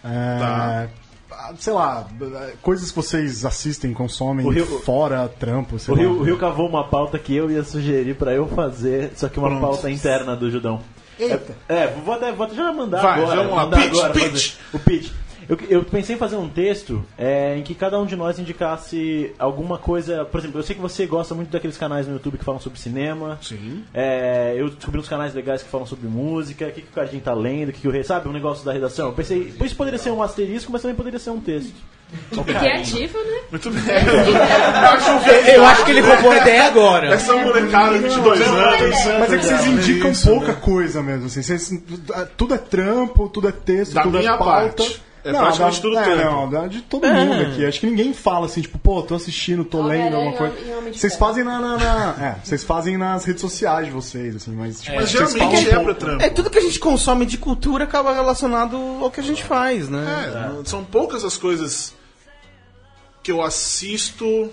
Speaker 6: É,
Speaker 1: Tá.
Speaker 6: ah, Sei lá, eh, coisas que vocês assistem, consomem,
Speaker 4: O Rio-
Speaker 6: fora trampo, sei
Speaker 4: O
Speaker 6: lá.
Speaker 4: Rio, o Rio cavou uma pauta que eu ia sugerir pra eu fazer, só que uma
Speaker 1: Pronto.
Speaker 4: pauta interna do Judão.
Speaker 6: Eita.
Speaker 4: É, vou até, vou até já mandar
Speaker 1: Vai,
Speaker 4: agora.
Speaker 1: vamos lá.
Speaker 4: mandar
Speaker 1: Pitch,
Speaker 4: agora
Speaker 1: pitch.
Speaker 4: fazer. O pitch. Eu, eu pensei em fazer um texto é, em que cada um de nós indicasse alguma coisa. Por exemplo, eu sei que você gosta muito daqueles canais no YouTube que falam sobre cinema.
Speaker 1: Sim.
Speaker 4: É, eu descobri uns canais legais que falam sobre música, o que, que o Cardinho tá lendo, o que, que o rei. Sabe, um negócio da redação. Eu pensei, isso poderia ser um asterisco, mas também poderia ser um texto.
Speaker 7: Criativo, né?
Speaker 1: Muito bem. Eu acho que
Speaker 2: Eu acho que ele roubou a ideia agora.
Speaker 1: essa É um molecada de 22 anos.
Speaker 6: Mas é que vocês
Speaker 1: Não, não é
Speaker 6: indicam
Speaker 1: isso,
Speaker 6: pouca
Speaker 1: né?
Speaker 6: coisa mesmo, assim. Vocês, tudo é trampo, tudo é texto,
Speaker 1: Da
Speaker 6: tudo
Speaker 1: minha
Speaker 6: é pauta.
Speaker 1: parte. É praticamente
Speaker 6: da-
Speaker 1: tudo
Speaker 6: é,
Speaker 1: trampo.
Speaker 6: Não, da- de todo
Speaker 7: É.
Speaker 6: mundo aqui. Acho que ninguém fala assim, tipo, pô, tô assistindo, tô
Speaker 7: Homem-Aranha
Speaker 6: lendo alguma
Speaker 7: e
Speaker 6: coisa.
Speaker 7: é, Homem- e Homem de
Speaker 6: Vocês
Speaker 7: Ferro.
Speaker 6: fazem na, na- na- É, vocês fazem nas redes sociais de vocês, assim, mas tipo,
Speaker 1: Mas
Speaker 6: vocês
Speaker 1: geralmente
Speaker 6: falam
Speaker 1: é pra
Speaker 6: pouco.
Speaker 1: trampo.
Speaker 2: É, tudo que a gente consome de cultura acaba relacionado ao que a gente faz, né?
Speaker 1: É, não- são poucas as coisas que eu assisto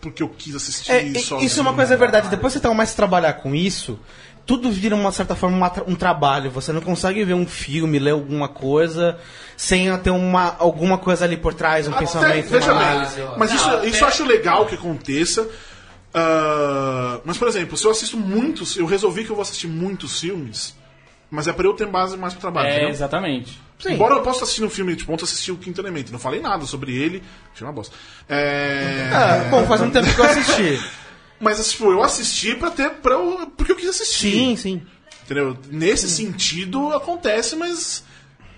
Speaker 1: porque eu quis assistir
Speaker 2: É, e-
Speaker 1: sozinho.
Speaker 2: isso é uma coisa verdade. Depois que você começa a trabalhar com isso, tudo vira, uma certa forma, uma tra- um trabalho. Você não consegue ver um filme, ler alguma coisa, sem ter uma, alguma coisa ali por trás, um
Speaker 1: Até-
Speaker 2: pensamento, é uma
Speaker 1: veja bem,
Speaker 2: análise.
Speaker 1: mas isso, isso eu acho legal que aconteça. Ah, mas, por exemplo, se eu assisto muitos, eu resolvi que eu vou assistir muitos filmes, mas é pra eu ter base mais pro trabalho.
Speaker 3: É,
Speaker 1: entendeu?
Speaker 3: exatamente.
Speaker 2: Sim.
Speaker 1: Embora eu possa assistir um filme, tipo, ontem eu assisti o Quinto Elemento, não falei nada sobre ele, achei uma bosta. É...
Speaker 2: É, bom, faz um tempo que eu assisti.
Speaker 1: Mas, tipo, eu assisti pra ter. Pra eu, porque eu quis assistir.
Speaker 2: Sim, sim.
Speaker 1: Entendeu? Nesse sentido, acontece, mas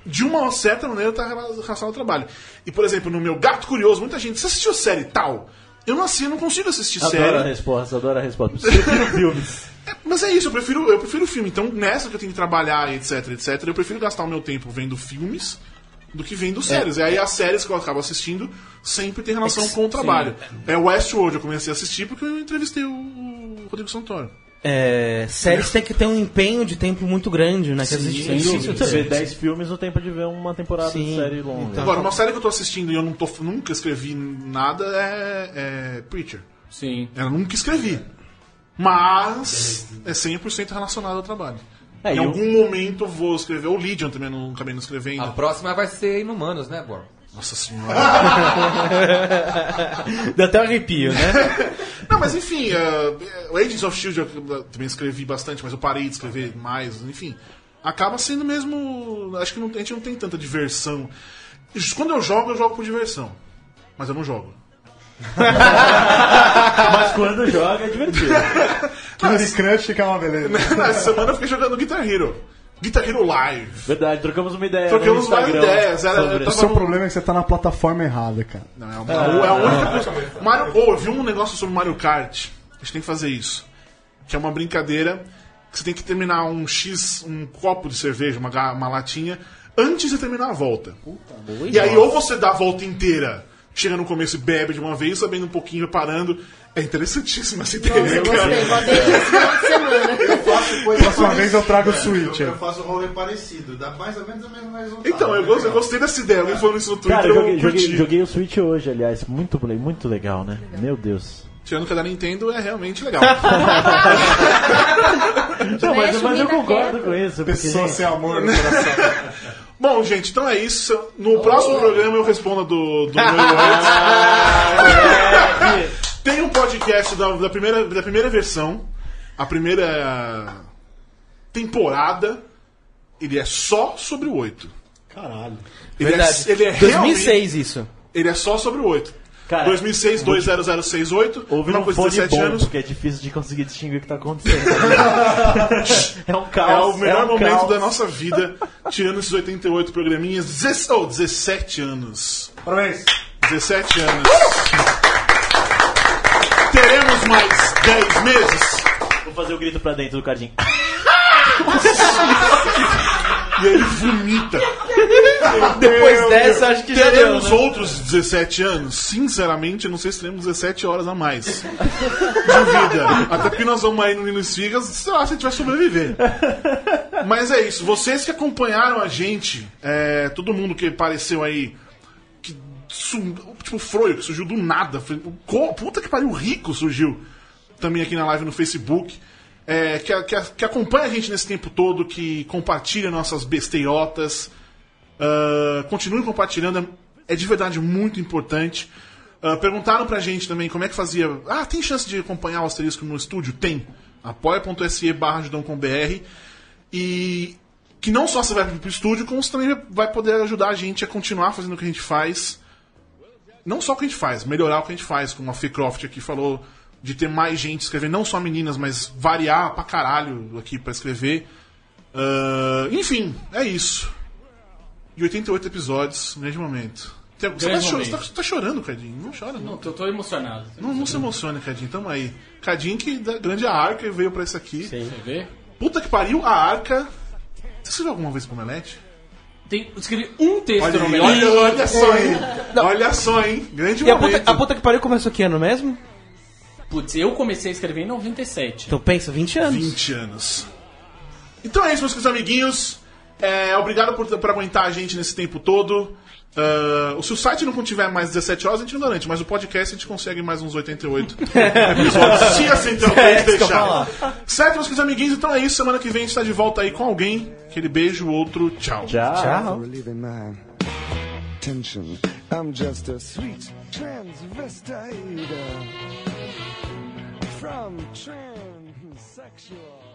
Speaker 1: de uma certa maneira tá rela- relacionado ao trabalho. E, por exemplo, no meu Gato Curioso, muita gente, você assistiu série tal? Eu não assisto, eu não consigo assistir
Speaker 4: Adoro a
Speaker 1: série.
Speaker 4: resposta, adoro a resposta. Prefiro filmes.
Speaker 1: É, mas é isso, eu prefiro, eu prefiro filme. Então, nessa que eu tenho que trabalhar, etc, etc, eu prefiro gastar o meu tempo vendo filmes do que vendo séries. E aí as séries que eu acabo assistindo sempre tem relação com o trabalho. É Westworld, eu comecei a assistir porque eu entrevistei o Rodrigo Santoro.
Speaker 2: É, séries tem que ter um empenho de tempo muito grande, né? Que às vezes-
Speaker 4: Sem dúvida. Você vê 10 filmes no tempo de ver uma temporada de
Speaker 2: Sim.
Speaker 4: série longa.
Speaker 1: Agora, uma série que eu tô assistindo e eu não tô, nunca escrevi nada é, é Preacher.
Speaker 3: Sim.
Speaker 1: Eu nunca escrevi. Mas é 100% relacionado ao trabalho.
Speaker 4: É,
Speaker 1: em
Speaker 4: eu-
Speaker 1: algum momento eu vou escrever. O Legion também eu não acabei não escrevendo.
Speaker 9: A próxima vai ser Inumanos, né, Bor?
Speaker 1: Nossa senhora.
Speaker 2: Dá até um arrepio, né?
Speaker 1: não, mas enfim, eh, o Agents of Shield eu também escrevi bastante, mas eu parei de escrever mais, enfim. Acaba sendo mesmo. Acho que não- a gente não tem tanta diversão. Quando eu jogo, eu jogo por diversão. Mas eu não jogo.
Speaker 4: Mas quando joga é divertido.
Speaker 6: Candy Crush, que é uma beleza.
Speaker 1: Nessa semana eu fiquei jogando Guitar Hero. Guitar Hero Live.
Speaker 4: Verdade, trocamos uma ideia. né,
Speaker 1: Trocamos
Speaker 4: no Instagram
Speaker 1: várias ideias, era-
Speaker 4: sobre
Speaker 1: eu
Speaker 6: O
Speaker 1: tava-
Speaker 4: isso.
Speaker 1: Tá
Speaker 6: seu
Speaker 1: bom.
Speaker 6: problema é que você tá na plataforma errada, cara.
Speaker 1: Não, é, uma, é a única coisa. Mario, oh, eu vi um negócio sobre Mario Kart. A gente tem que fazer isso. Que é uma brincadeira que você tem que terminar um X, um copo de cerveja, uma, ga- uma latinha, antes de terminar a volta. e aí, ou você dá a volta inteira, chega no começo e bebe de uma vez, sabendo um pouquinho, parando. É interessantíssimo essa
Speaker 7: Nossa,
Speaker 1: ideia,
Speaker 7: eu
Speaker 1: cara.
Speaker 7: gostei, vou aderir esse final de semana.
Speaker 8: faço coisa
Speaker 6: Próxima
Speaker 8: parecida.
Speaker 6: vez eu trago o Switch,
Speaker 8: Eu,
Speaker 6: é.
Speaker 8: eu faço um rolê parecido, dá mais ou menos o mesmo resultado.
Speaker 1: Então, eu
Speaker 8: É
Speaker 1: gostei, eu
Speaker 8: legal.
Speaker 1: gostei dessa ideia. Alguém falou isso no Twitter,
Speaker 4: Cara, eu joguei,
Speaker 1: eu
Speaker 4: joguei-
Speaker 1: curti.
Speaker 4: joguei o Switch hoje, aliás. Muito, le- muito legal, né? Meu Deus.
Speaker 1: Tirando que a da Nintendo é realmente legal.
Speaker 4: Não, mas,
Speaker 7: Mexe,
Speaker 4: mas eu
Speaker 7: menina,
Speaker 4: concordo
Speaker 7: quebra.
Speaker 4: com isso. Porque, né?
Speaker 6: Pessoa
Speaker 4: gente,
Speaker 6: sem amor no coração.
Speaker 1: Bom, gente, então é isso. No próximo programa eu respondo a do, do Noel antes. Tem um podcast da, da primeira, da primeira versão, a primeira temporada. Ele é só sobre o 8.
Speaker 6: Caralho.
Speaker 1: Ele
Speaker 2: Verdade.
Speaker 1: é, ele é realmente-
Speaker 2: 2006 isso.
Speaker 1: Ele é só sobre o 8.
Speaker 4: Cara,
Speaker 1: 2006, 20068,
Speaker 4: Houve
Speaker 1: uma
Speaker 4: um
Speaker 1: coisa de
Speaker 4: fone
Speaker 1: 17
Speaker 4: bom,
Speaker 1: anos.
Speaker 4: porque é difícil de conseguir distinguir o que tá acontecendo. é um caos.
Speaker 1: É o melhor
Speaker 4: um
Speaker 1: momento
Speaker 4: caos.
Speaker 1: da nossa vida, tirando esses 88 programinhas. 16 ou 17 anos.
Speaker 6: Parabéns.
Speaker 1: 17 anos. Teremos mais 10 meses.
Speaker 4: Vou fazer o grito pra dentro do cardinho.
Speaker 1: E ele vomita.
Speaker 2: Depois dessa, acho que já deu.
Speaker 1: Teremos
Speaker 2: Né?
Speaker 1: outros 17 anos? Sinceramente, eu não sei se teremos 17 horas a mais de vida. Até porque nós vamos aí no Linus Figas, sei lá se a gente vai sobreviver. Mas é isso. Vocês que acompanharam a gente, é, todo mundo que apareceu aí, que sum- tipo o Froio, que surgiu do nada. foi- o co- Puta que pariu, o Rico surgiu também aqui na live no Facebook. é, que, a- que a- que acompanha a gente nesse tempo todo, que compartilha nossas besteirotas. Ah, continue compartilhando, é- é de verdade muito importante. Ah, perguntaram pra gente também como é que fazia. Ah, tem chance de acompanhar o asterisco no estúdio? Tem. apoia.se barra Judão com BR. E que não só você vai pro estúdio, como você também vai poder ajudar a gente a continuar fazendo o que a gente faz. Não só o que a gente faz, melhorar o que a gente faz, como a Fê Croft aqui falou, de ter mais gente escrever, não só meninas, mas variar pra caralho aqui pra escrever. Ah, enfim, é isso. E 88 episódios, grande momento. Tem- Você tá,
Speaker 3: Grande
Speaker 1: chorando,
Speaker 3: momento.
Speaker 1: você tá- tá chorando, Cadinho? Não chora, não.
Speaker 3: Não, tô, tô emocionado.
Speaker 1: Não, não se emocione, Cadinho. Tamo aí. Cadinho que da grande arca veio pra isso aqui.
Speaker 3: Você vê?
Speaker 1: Puta que pariu, a arca. Você escreveu alguma vez pro Melete?
Speaker 3: Tem, eu escrevi um texto
Speaker 1: Olha,
Speaker 3: no
Speaker 1: aí,
Speaker 3: meu.
Speaker 1: olha, olha só, hein? Olha só, hein? Grande
Speaker 2: E a
Speaker 1: momento.
Speaker 2: puta, a puta que pariu começou que ano mesmo?
Speaker 3: Putz, eu comecei a escrever em 97.
Speaker 2: Então pensa, 20 anos.
Speaker 1: 20 anos. Então é isso, meus queridos amiguinhos. É, obrigado por, por aguentar a gente nesse tempo todo. Ah, se o site não tiver mais 17 horas, a gente não garante, mas o podcast a gente consegue mais uns 88 episódios. se a Central
Speaker 2: É, isso que eu ia
Speaker 1: deixar.
Speaker 2: falar.
Speaker 1: Certo, meus queridos amiguinhos, então é isso. Semana que vem a gente tá de volta aí com alguém. Aquele beijo, outro, tchau.
Speaker 2: Ah,
Speaker 4: Tchau.
Speaker 11: relieving my tension. I'm just a sweet transvestite uh, from transsexual.